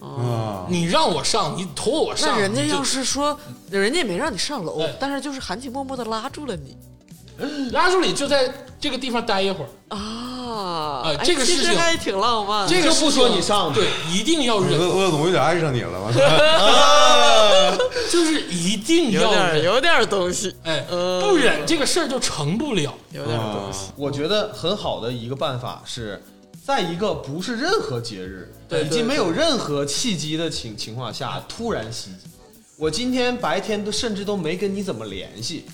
S4: 嗯
S3: 啊，
S1: 你让我上，你驮我上，
S2: 那人家
S1: 你就哎
S2: 要是说，人家也没让你上楼
S1: 对，
S2: 但是就是含情脉脉的拉住了你
S1: 拉住你就在这个地方待一会儿，
S2: 啊
S1: 哎
S2: 哎
S1: 这个事
S2: 其实
S1: 情
S2: 还挺浪漫。
S1: 这个
S4: 就
S1: 事
S4: 不
S1: 情
S4: 说你上嗯
S1: 对，一定要
S3: 我
S1: 忍，
S3: 我总有点爱上你了，完了
S1: 就是一定
S2: 有
S1: 要
S2: 点儿
S1: 忍，
S2: 有点儿东西，
S1: 哎，
S2: 嗯
S1: 不忍这个事儿就成不了。
S4: 嗯
S2: 有点儿东西。
S4: 我觉得很好的一个办法是，在一个不是任何节日
S1: 对
S4: 以
S1: 对
S4: 及没有任何契机的情情况下突然袭击。我今天白天都甚至都没跟你怎么联系，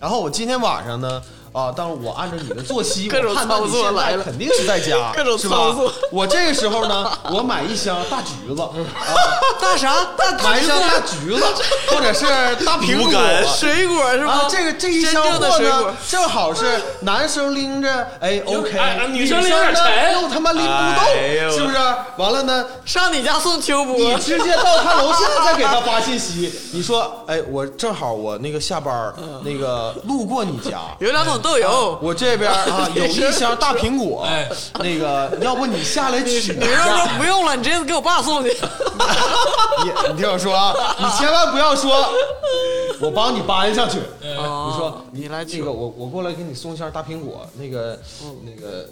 S4: 然后我今天晚上呢，啊，当然我按照你的作息，
S2: 各种
S4: 我判断你
S2: 操作
S4: 现
S2: 来
S4: 在
S2: 了
S4: 肯定是在 家，
S2: 各种
S4: 是吧
S2: 操作。
S4: 我这个时候呢，我买一箱大橘子，啊
S2: 大啥大橘
S4: 买一
S2: 子
S4: 箱、大 橘子，或者是大苹
S5: 无
S4: 果，
S5: 感
S2: 水果是
S4: 啊
S2: 吧，？
S4: 这个这一
S2: 真
S4: 箱
S2: 正的
S4: 货
S2: 水果
S4: 呢，正好是男生拎着，哎，OK，
S1: 哎女生
S4: 呢
S1: 拎有点沉
S4: 又他妈拎
S5: 哎
S4: 不
S5: 呦
S4: 动，是不是？完了呢，
S2: 上你家送秋
S4: 你
S2: 波，
S4: 直接到他楼下再给他发信息，你说，哎，我正好我那个下班儿那个路过你家，
S2: 有两桶豆油，
S4: 我这边啊有一箱大苹果
S1: 哎，
S4: 那个要不你下来取
S2: 女
S4: 一
S2: 生说。
S4: 下
S2: 不用了，你直接给我爸送去。
S4: 你你听我说啊，你千万不要说，我帮你搬上去。
S2: 哦
S4: 你说
S2: 你来取
S4: 这个，我我过来给你送一箱大苹果，那个
S5: 嗯
S4: 那个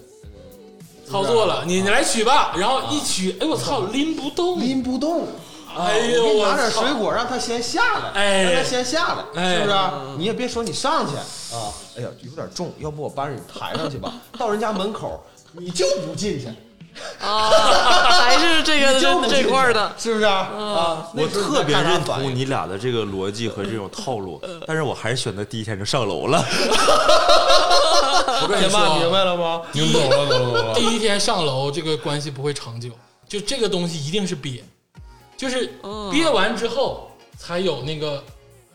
S1: 操作了，你你来取吧，然后一取，哎我操，拎不动，
S4: 拎不动。啊
S1: 哎呦
S4: 我给你
S1: 我
S4: 拿点
S1: 操
S4: 水果，让他先下来，
S1: 哎
S4: 让他先下来，
S1: 哎
S4: 是不是？
S5: 嗯
S4: 你也别说你上去啊，哎呀，有点重，要不我搬人抬上去吧？到人家门口，你就不进去，
S2: 啊，还是这
S4: 你
S2: 个
S4: 就不
S2: 这
S4: 进去
S2: 这块儿的，嗯
S4: 是不是啊？
S5: 我
S4: 那时候
S5: 特别
S4: 你再看他
S5: 认
S4: 反应
S5: 同你俩的这个逻辑和这种套路，但是我还是选择第一天就上楼了。
S1: 我跟你
S4: 爸明
S1: 说，
S4: 白了吗？
S1: 第一
S3: 啊懂了，懂了，懂了。
S1: 第一天上楼，这个关系不会长久，就这个东西一定是憋，就是
S2: 嗯
S1: 憋完之后才有那个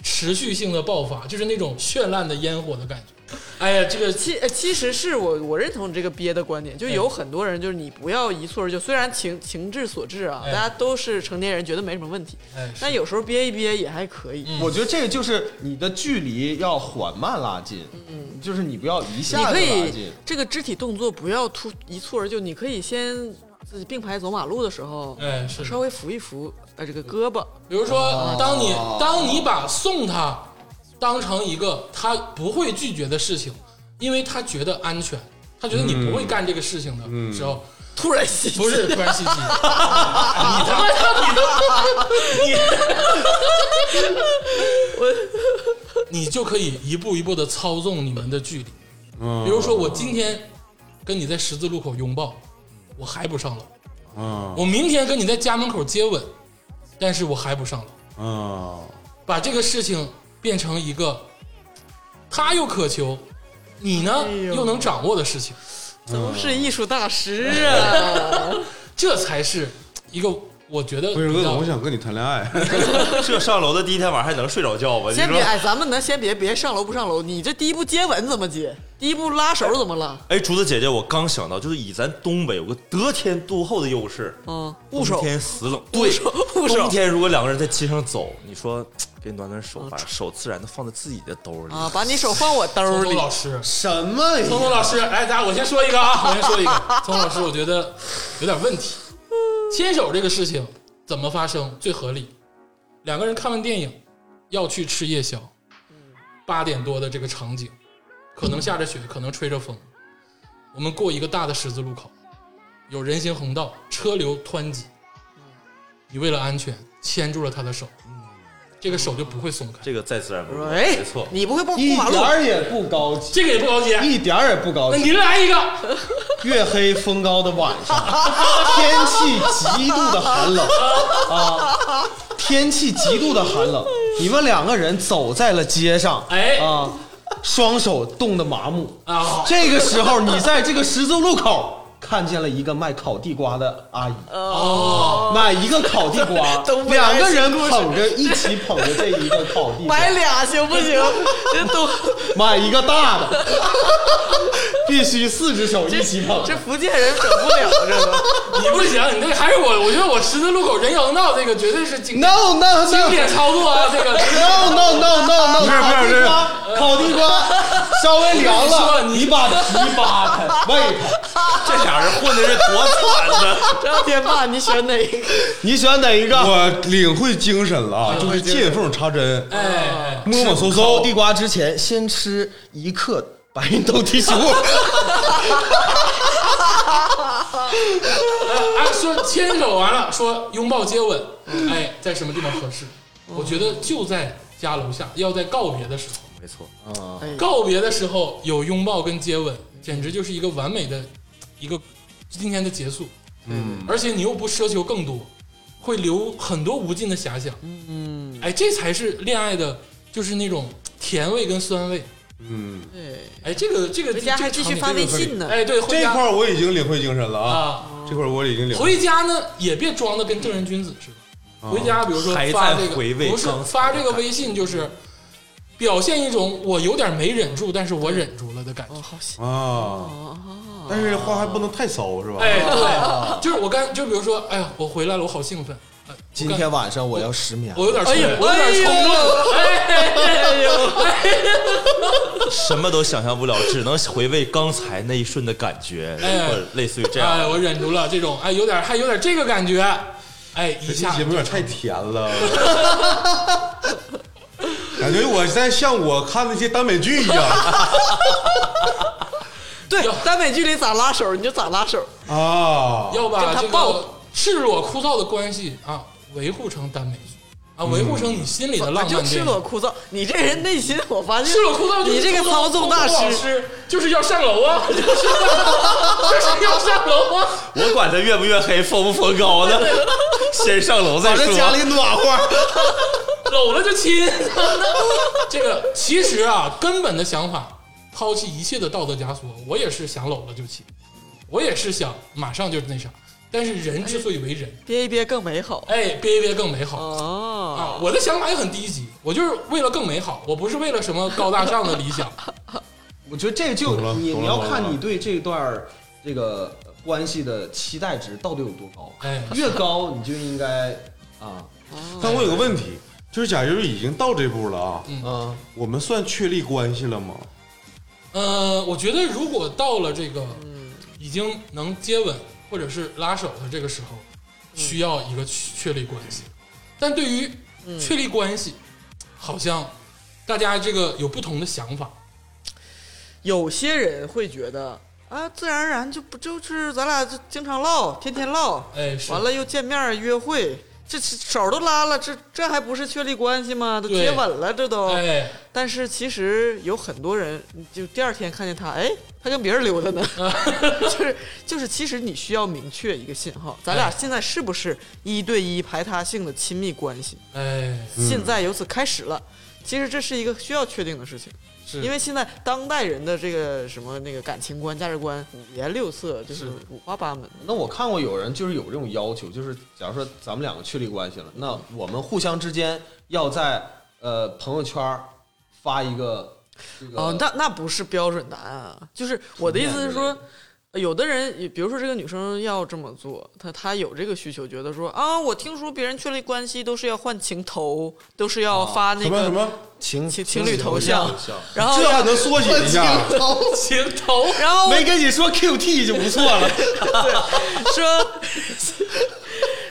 S1: 持续性的爆发，就是那种绚烂的烟火的感觉。哎呀，这个
S2: 其呃其实是我我认同你这个憋的观点，就有很多人就是你不要一蹴而就，虽然情情志所致啊，
S1: 哎
S2: 大家都是成年人，觉得没什么问题，
S1: 哎是
S2: 但有时候憋一憋也还可以。
S4: 我觉得这个就是你的距离要缓慢拉近，嗯，就是你不要一
S2: 你
S4: 下
S2: 可
S4: 子拉
S2: 以
S4: 近。
S2: 这个肢体动作不要突一蹴而就，你可以先自己并排走马路的时候，
S1: 哎是的
S2: 稍微扶一扶呃这个胳膊，
S1: 比如
S3: 哦
S1: 说，当你当你把送他当成一个他不会拒绝的事情，因为他觉得安全，他觉得你
S3: 嗯
S1: 不会干这个事情的时候，
S2: 突然袭击
S1: 不是突然袭击，你他妈你都你，你就可以一步一步的操纵你们的距离。
S3: 嗯，
S1: 比如说，我今天跟你在十字路口拥抱，我还不上楼；
S3: 啊
S1: 我明天跟你在家门口接吻，但是我还不上楼。
S3: 啊，
S1: 把这个事情变成一个他又渴求，你呢
S2: 呦
S1: 又能掌握的事情，
S2: 怎么是艺术大师 啊？
S1: 这才是一个我觉得
S3: 不是
S1: 比
S3: 恶
S1: 较
S3: 总，我想跟你谈恋爱。
S5: 这上楼的第一天晚上还能睡着觉吗？你
S2: 先别，
S5: 说，
S2: 哎，咱们能先别别上楼不上楼，你这第一步接吻怎么接？第一步拉手怎么拉？
S5: 哎，竹子姐姐，我刚想到，就是以咱东北有个得天独厚的优势，
S2: 嗯，
S5: 冬
S2: 捂手，
S5: 天死冷，对，
S2: 捂手
S5: 冬天如果两个人在街上走，你说给你暖暖
S4: 哦
S5: 手，把手自然的放在自己的兜里。
S2: 啊，把你手放我兜
S1: 聪聪
S2: 里。
S1: 老师，
S4: 什么
S1: 聪聪老师，哎，大家我先说一个啊，我先说一个，聪聪老师，我觉得有点问题。牵手这个事情怎么发生最合理？两个人看完电影要去吃夜宵，八点多的这个场景，可能下着雪，可能吹着风，我们过一个大的十字路口，有人行横道，车流湍急，你为了安全牵住了他的手，这个手就不会松开，
S5: 这个再自然不过，
S2: 哎，
S5: 没 错。
S2: 你不会过
S4: 一
S2: 过马路
S4: 点？儿也不高级，
S1: 这个也不高级。
S4: 一点儿也不高
S1: 那
S4: 级。
S1: 您来一个，
S4: 月黑风高的晚上，天气极度的寒冷啊，天气极度的寒冷，你们两个人走在了街上，
S1: 哎
S4: 啊，双手冻得麻木
S1: 啊好
S4: 这个时候，你在这个十字路口看见了一个卖烤地瓜的阿姨，
S1: 哦，
S4: 买一个烤地 瓜
S2: 东，北爱
S4: 两
S2: 情
S4: 个人捧着一起捧着这一个烤地瓜，
S2: 买俩行不行？这都
S4: 买一个 大的，必须四只手一起捧。
S2: 这福建人整不了这个。
S1: 你不行，你这个还是我，我觉得我十字路口人行横道这个绝对是经
S4: No no no
S1: 经典操作啊，这个
S4: no no no no no，
S3: 是不
S4: 烤
S3: 是
S4: 地瓜，烤地瓜 稍微凉了，
S1: 你说你
S4: 你把皮扒开，喂它。
S5: 这俩人混的是多惨呢！
S2: 张天霸，你选哪一个？
S4: 你选哪一个？
S3: 我领会精神了啊，就是见缝插针，
S1: 哎，
S3: 摸摸搜
S4: 烤
S3: 搜
S4: 地。瓜之前先吃一克白云豆提取物。
S1: 哎，说牵手完了，说拥抱接吻，
S2: 嗯
S1: 哎，在什么地方合适？我觉得就在家楼下，要在告别的时候，
S5: 没错，
S2: 嗯哎
S1: 告别的时候有拥抱跟接吻，简直就是一个完美的一个今天的结束。嗯，而且你又不奢求更多，会留很多无尽的遐想。嗯，哎，这才是恋爱的，就是那种甜味跟酸味。
S3: 嗯，
S1: 哎，这个这个
S2: 人家还继续发微信呢。
S1: 哎，对，回
S3: 这
S1: 家
S3: 块儿我已经领会精神了啊，
S1: 啊，
S3: 这块儿我已经领会。
S1: 回家呢也别装的跟正人君子似的。
S2: 啊
S1: 回家比如说
S5: 还
S1: 发
S5: 在
S1: 这个，
S5: 回味
S1: 不是
S5: 刚才
S1: 发这个微信，就是表现一种我有点没忍住，但是我忍住了的感觉。
S2: 哦，好险！
S3: 啊，但是话还不能太骚，是吧？
S1: 哎，
S2: 哦
S1: 对，就是我刚就比如说，哎呀，我回来了，我好兴奋，哎
S4: 今天晚上我要失眠
S1: 我。有点冲
S2: 啊哎
S1: 动
S2: 呦，
S1: 我有点冲动，哎
S5: 什么都想象不了，只能回味刚才那一瞬的感觉，
S1: 哎
S5: 或者类似于这样。
S1: 哎，我忍住了，这种哎有点还有点这个感觉，哎一
S3: 这期
S1: 下
S3: 节目有点太甜了， 感觉我在像我看那些耽美剧一样
S2: 对，耽美剧里咋拉手你就咋拉手，
S3: 啊。
S1: 要把
S2: 跟他
S1: 这
S2: 抱
S1: 个赤裸枯燥的关系啊维护成耽美剧啊，维护成你心里的浪漫
S2: 啊就
S1: 电影。
S2: 赤裸枯燥。你这人内心，我发现
S1: 赤裸裤裆就是
S2: 你这个操纵大
S1: 老
S2: 师，
S1: 师就是要上楼 啊，就是就是要上楼啊，
S5: 我管他越不越黑，风不风高 呢，先上楼再
S4: 反正家
S5: 说。
S4: 里暖和。
S1: 搂了就亲。 这个其实啊，根本的想法，抛弃一切的道德枷锁，我也是想搂了就亲，我也是想马上就那啥。但是人之所以为 人，
S2: 憋一憋更美好
S1: 哎，憋一憋更美好啊！
S2: 哦。
S1: 我的想法也很低级，我就是为了更美好，我不是为了什么高大上的理 想。
S4: 我觉得这就
S3: 懂了
S4: 你
S3: 懂
S4: 你
S3: 了
S4: 要
S3: 懂了
S4: 看你对这段儿这个呃关系的期待值到底有多高，
S1: 哎
S4: 越高你就应该啊
S3: 但我有个问题，就是假如已经到这步了啊，
S2: 嗯
S4: 啊
S3: 我们算确立关系了吗？
S1: 呃，我觉得如果到了这个已经能接吻或者是拉手的这个时候，需要一个确确立关系。但对于确立关系，好像大家这个有不同的想法。
S2: 有些人会觉得啊，自然而然就不就是咱俩就经常唠，天天唠，
S1: 哎，是
S2: 完了又见面儿约会，这手都拉了，这这还不是确立关系吗？都
S1: 对
S2: 接吻了，这都。
S1: 哎，
S2: 但是其实有很多人，就第二天看见他，哎，他跟别人溜达 呢，就是就是，其实你需要明确一个信号，咱俩
S1: 哎
S2: 现在是不是一对一排他性的亲密关系？
S1: 哎，
S2: 现在由此开始了。其实这是一个需要确定的事情，
S4: 是
S2: 因为现在当代人的这个什么那个感情观、价值观五颜六色，就是五花八门。
S4: 那我看过有人就是有这种要求，就是假如说咱们两个确立关系了，那我们互相之间要在呃朋友圈儿发一个这
S3: 呃
S4: 个
S2: 哦，那那不是标准答案啊，就是我的意思是说，呃有的人，比如说这个女生要这么做，她她有这个需求，觉得说啊，我听说别人确立关系都是要换情头，都是要发那
S3: 啊什么什
S2: 个
S3: 么，嗯
S4: 情
S2: 情情侣头
S4: 像
S2: 像，然后
S3: 这还
S2: 要
S3: 能缩写一下？啊
S1: 情头，
S2: 然后
S4: 没跟你说 QT 就不错了，
S2: 说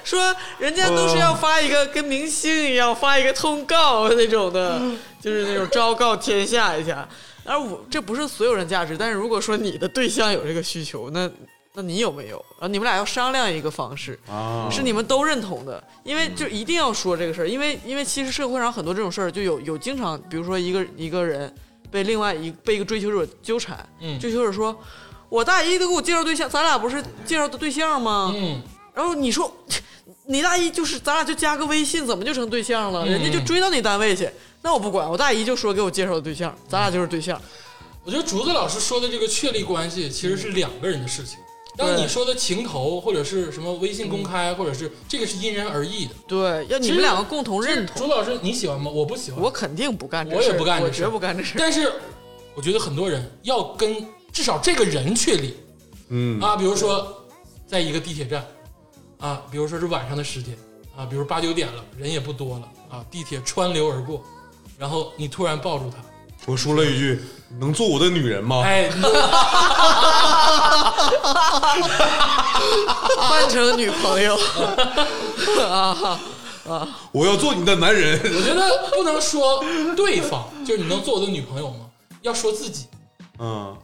S2: 说人家都是要发一个跟明星一样发一个通告那种的，就是那种昭告天下一下。而我这不是所有人价值，但是如果说你的对象有这个需求，那那你有没有？然后你们俩要商量一个方式，
S1: 嗯
S3: 啊
S2: 是你们都认同的，因为就一定要说这个事儿，因为因为其实社会上很多这种事儿，就有有经常，比如说一个一个人被另外一被一个追求者纠缠，
S1: 嗯
S2: 追求者说，我大一都给我介绍对象，咱俩不是介绍的对象吗？
S1: 嗯，
S2: 然后你说，你大一就是咱俩就加个微信，怎么就成对
S1: 嗯
S2: 象了？人家就追到你单位去，那我不管，我大一就说给我介绍的对象，咱俩就是对象。
S1: 我觉得竹子老师说的这个确立关系其实是两个人的事情。当你说的情头或者是什么微信公开，或者是这个是因人而异的。
S2: 对，要你们两个共同认
S1: 竹
S2: 同，
S1: 子老师，你喜欢吗？我不喜欢。
S2: 我肯定不干这
S1: 我也
S2: 事儿
S1: 不干
S2: 我
S1: 这事
S2: 绝不干这事 儿。
S1: 但是我觉得很多人要跟至少这个人确立
S3: 嗯，
S1: 啊，比如说在一个地铁站啊，比如说是晚上的十点啊，比如八九点了，人也不多了啊，地铁穿流而过，然后你突然抱住他，
S3: 我说了一句，能做我的女人吗？
S1: 哎， 你
S2: 扮成女朋友啊，
S3: 我要做你的男人。
S1: 我觉得不能说对方，就是你能做我的女朋友吗？要说自己，
S3: 嗯，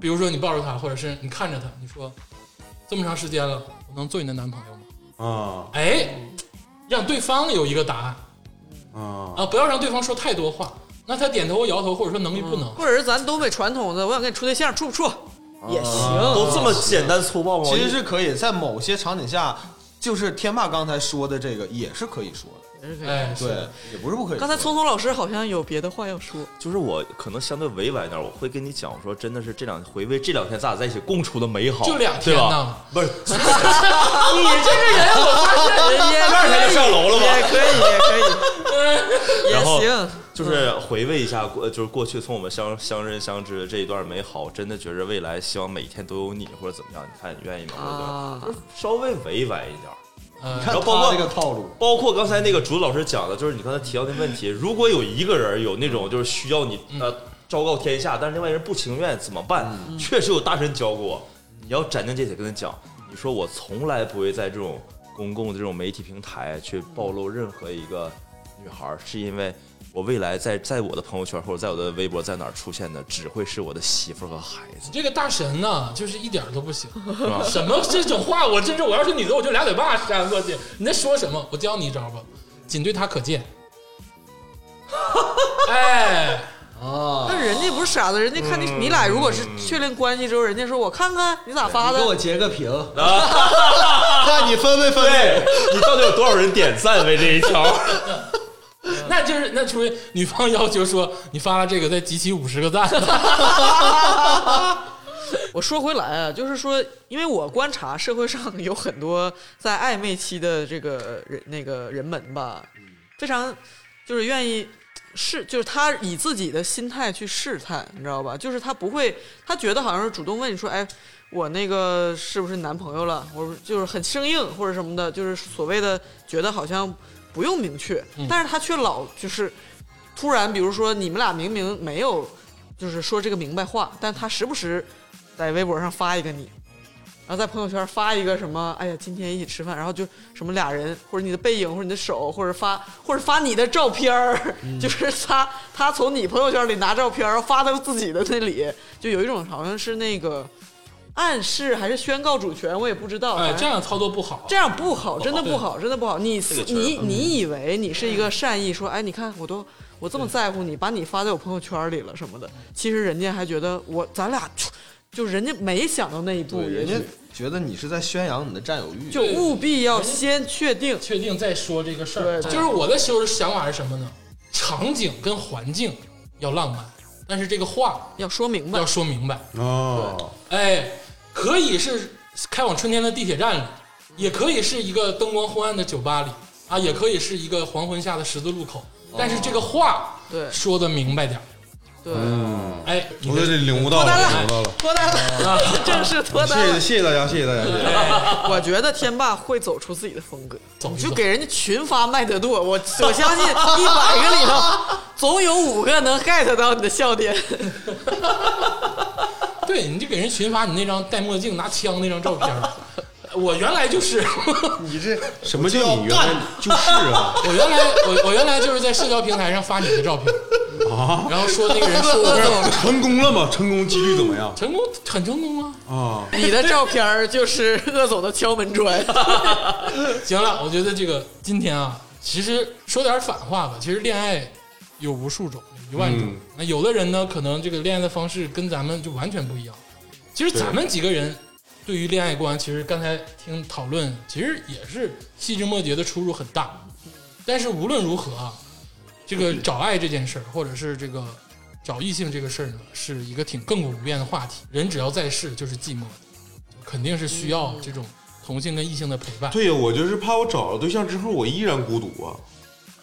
S1: 比如说你抱住她，或者是你看着她，你说这么长时间了，我能做你的男朋友吗？
S3: 啊
S1: 哎，让对方有一个答案
S3: 啊，
S1: 啊，不要让对方说太多话。那他点头摇头，或者说能力不能，
S2: 或者是咱东北传统的，我想跟你处对象，处不处也行。
S5: 都这么简单粗暴吗？
S4: 其实是可以在某些场景下，就是天霸刚才说的这个也是可以说的，
S2: 也是可以
S1: 哎，是
S4: 对，也不是不可以说
S2: 刚
S4: 的。
S2: 才聪聪老师好像有别的话要 说，
S5: 就是我可能相对委婉一点，我会跟你讲，我说真的是这两回味这两天咱俩在一起共处的美好，
S1: 就两天
S5: 对
S1: 呢
S5: 吧？不是，
S2: 你这个人，哎我 发
S5: 二
S2: 现也
S5: 天就上楼了吧？
S2: 也可以，也可以， 也
S5: 然后
S2: 行。
S5: 就是回味一下过，就是过去从我们相相认相知的这一段美好，真的觉着未来希望每天都有你或者怎么样，你看你愿意吗？或者怎么样
S2: 啊，
S5: 稍微委婉一点。
S1: 呃
S4: 你看
S5: 然后包括
S4: 他这个套路，
S5: 包括刚才那个竹子老师讲的，就是你刚才提到的问题，如果有一个人有那种就是需要你呃昭告天下，但是另外一个人不情愿怎么办？确实有大神教过，你要斩钉截铁跟他讲，你说我从来不会在这种公共的这种媒体平台去暴露任何一个女孩，是因为我未来在在我的朋友圈或者在我的微博在哪儿出现的，只会是我的媳妇儿和孩子
S1: 你。这个大神呢，就是一点儿都不 行
S5: 吧，
S1: 什么这种话，我真是我要是女的，我就俩嘴巴扇过去。你在说什么？我教你一招吧，仅对他可 见。哎，
S2: 但人家不是傻子，人家看你你俩如果是确定关系之后，人家说我看看你咋发
S4: 你
S2: 的
S4: 给，我截个屏，看你分没分配。
S5: 你到底有多少人点赞为这一 条？
S1: 那就是那除非女方要求说你发了这个再集齐五十个 赞，
S2: 我说回来啊，就是说，因为我观察社会上有很多在暧昧期的这个人那个人们吧，非常就是愿意试，就是他以自己的心态去试探，你知道吧？就是他不会，他觉得好像是主动问你说，哎，我那个是不是男朋友了？我就是很生硬或者什么的，就是所谓的觉得好像不用明确，但是他却老就是突然，比如说你们俩明明没有就是说这个明白话，但他时不时在微博上发一个你，然后在朋友圈发一个什么，哎呀，今天一起吃饭，然后就什么俩人或者你的背影或者你的手，或者发或者发你的照片儿， 就是他他从你朋友圈里拿照片儿，然后发到自己的那里，就有一种好像是那个。暗示还是宣告主权，我也不知道。
S1: 哎，
S2: 反正
S1: 这样操作不好。
S2: 这样不好，真的不好，真的不好。你
S5: 这个确实
S2: 你你以为你是一个善意，说哎，你看我都我这么在乎你，把你发在我朋友圈里了什么的。其实人家还觉得我咱俩就人家没想到那一步，人
S4: 人
S2: 家
S4: 家觉得你是在宣扬你的占有欲，
S2: 就务必要先确定。
S1: 确定再说这个事
S2: 对
S1: 儿。
S2: 对
S1: 就是我的时候想法是什么呢？场景跟环境要浪漫，但是这个话
S2: 要说明白
S1: 要，说明白。
S3: 哦，
S1: 哎，可以是开往春天的地铁站里，也可以是一个灯光昏暗的酒吧里啊，也可以是一个黄昏下的十字路口。但是这个话
S2: 对
S1: 说的明白点儿，
S2: 对，
S1: 哎，你
S3: 我在
S1: 的
S3: 这里领悟到了，领悟到了。
S2: 脱单了， 正式脱单了。
S3: 谢谢谢谢大家，谢谢大家，谢谢 大家。
S2: 我觉得天霸会走出自己的风格，
S1: 走
S2: 你
S1: 一
S2: 就
S1: 走
S2: 给人家群发麦德度，我我相信一百个里头总有五个能 get 到你的笑点。
S1: 对，你就给人群发你那张戴墨镜拿枪那张照片儿。我原来就是， 我
S4: 你这
S3: 什么叫你原来就是啊？
S1: 原来我我原来就是在社交平台上发你的照片啊，然后说那个人说
S3: 不
S1: 我
S3: 是成功了吗？哦成功几率怎么样
S1: 成功很成功啊。
S3: 啊？
S2: 你的照片儿就是鄂总的敲 门砖，
S1: 行了，我觉得这个今天啊，其实说点反话吧，其实恋爱有无数种，一万种
S3: 嗯。
S1: 那、有的人呢，可能这个恋爱的方式跟咱们就完全不一样。其实咱们几个人对于恋爱观，其实刚才听讨论，其实也是细枝末节的出入很大。但是无论如何啊，这个
S3: 嗯
S1: 找爱这件事儿，或者是这个找异性这个事儿呢，是一个挺亘古不变的话题。人只要在世，就是寂寞的，肯定是需要这种同性跟异性的陪伴。
S3: 对呀，我就是怕我找了对象之后，我依然孤独啊。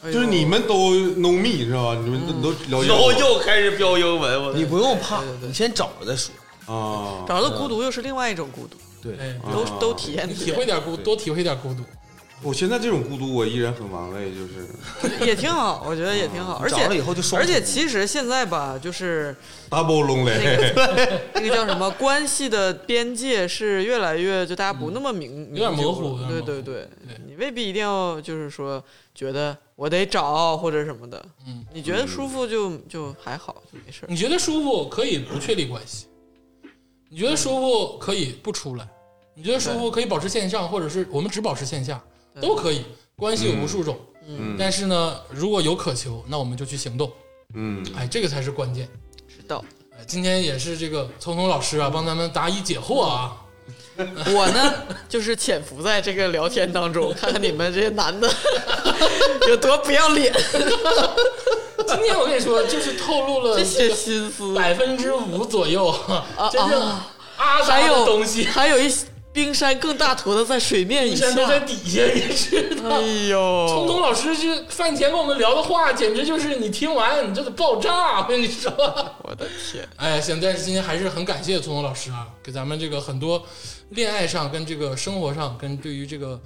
S2: 哎
S3: 就是你们都 know me 是吧？
S2: 嗯
S3: 你们都都了 解
S5: 又
S3: 我
S5: 又开始飙英文，我
S4: 你不用怕，你先找着再说。
S3: 啊，
S2: 找到孤独又是另外一种孤独，
S1: 哎，
S2: 都
S3: 啊
S2: 都体验
S1: 体会点孤，多体会点孤独。
S3: 我现在这种孤独，我依然很玩味，就是
S2: 也挺好，我觉得也挺好，而且
S4: 找了以后就双
S2: 而且
S4: 重
S2: 其实现在吧，就是。
S3: double lonely。
S2: 那个叫什么关系的边界是越来越就大家不那么明，
S1: 嗯有点模糊
S2: 明确
S1: 有
S2: 了
S1: 点模糊
S2: 对对对，你未必一定要就是说觉得我得找或者什么的，
S1: 嗯，
S2: 你觉得舒服就就还好，就没事儿。
S1: 你觉得舒服可以不确立关系，你觉得舒服可以不出来，你觉得舒服可以保持线上，或者是我们只保持线下
S2: 对
S1: 都可以。关系有无数种，
S3: 嗯
S1: 但是呢，如果有渴求，那我们就去行动。
S3: 嗯，
S1: 哎，这个才是关键。
S2: 知道
S1: 哎，今天也是这个聪聪老师啊，帮咱们答疑解惑啊。
S2: 我呢，就是潜伏在这个聊天当中，看看你们这些男 的有多不要脸，
S1: 今天我跟你说，就是透露了
S2: 这
S1: 这
S2: 些
S1: 个
S2: 心思。
S1: 百分之五左右，真正
S2: 啊
S1: 阿扎
S2: 还
S1: 的
S2: 有
S1: 东西，
S2: 还有一些冰山更大坨的在水面以
S1: 一
S2: 下
S1: 山。都在底下，你知道
S2: 哎
S1: 吗？
S3: 哦
S1: 聪
S2: 呦，
S1: 聪老师这饭前跟我们聊的话，简直就是你听完你就得爆炸，我跟你说。
S2: 我的天！
S1: 哎，行，但是今天还是很感谢聪聪老师啊，给咱们这个很多恋爱上跟这个生活上跟对于这个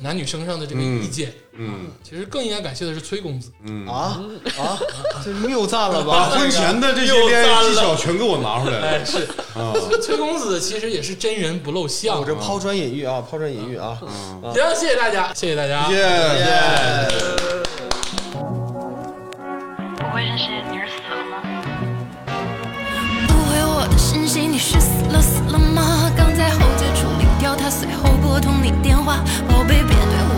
S1: 男女生上的这个意见，啊
S3: 嗯
S1: 其实更应该感谢的是崔公子。
S4: 啊啊！这谬赞了
S3: 把
S4: 吧？
S3: 婚前的这些恋爱技巧全给我拿出来了
S1: 哎，是
S3: 啊！
S1: 崔公子其实也是真人不露相
S4: 我。
S3: 哦
S4: 这抛砖引玉啊，抛砖引玉啊！
S1: 行，谢谢大家，谢谢大家，
S3: 谢谢。
S7: 不会认识你是死了吗？
S6: 不回我的信息，你是死了死了吗？刚在后台处理掉他，随后拨通你电话，宝贝，别对我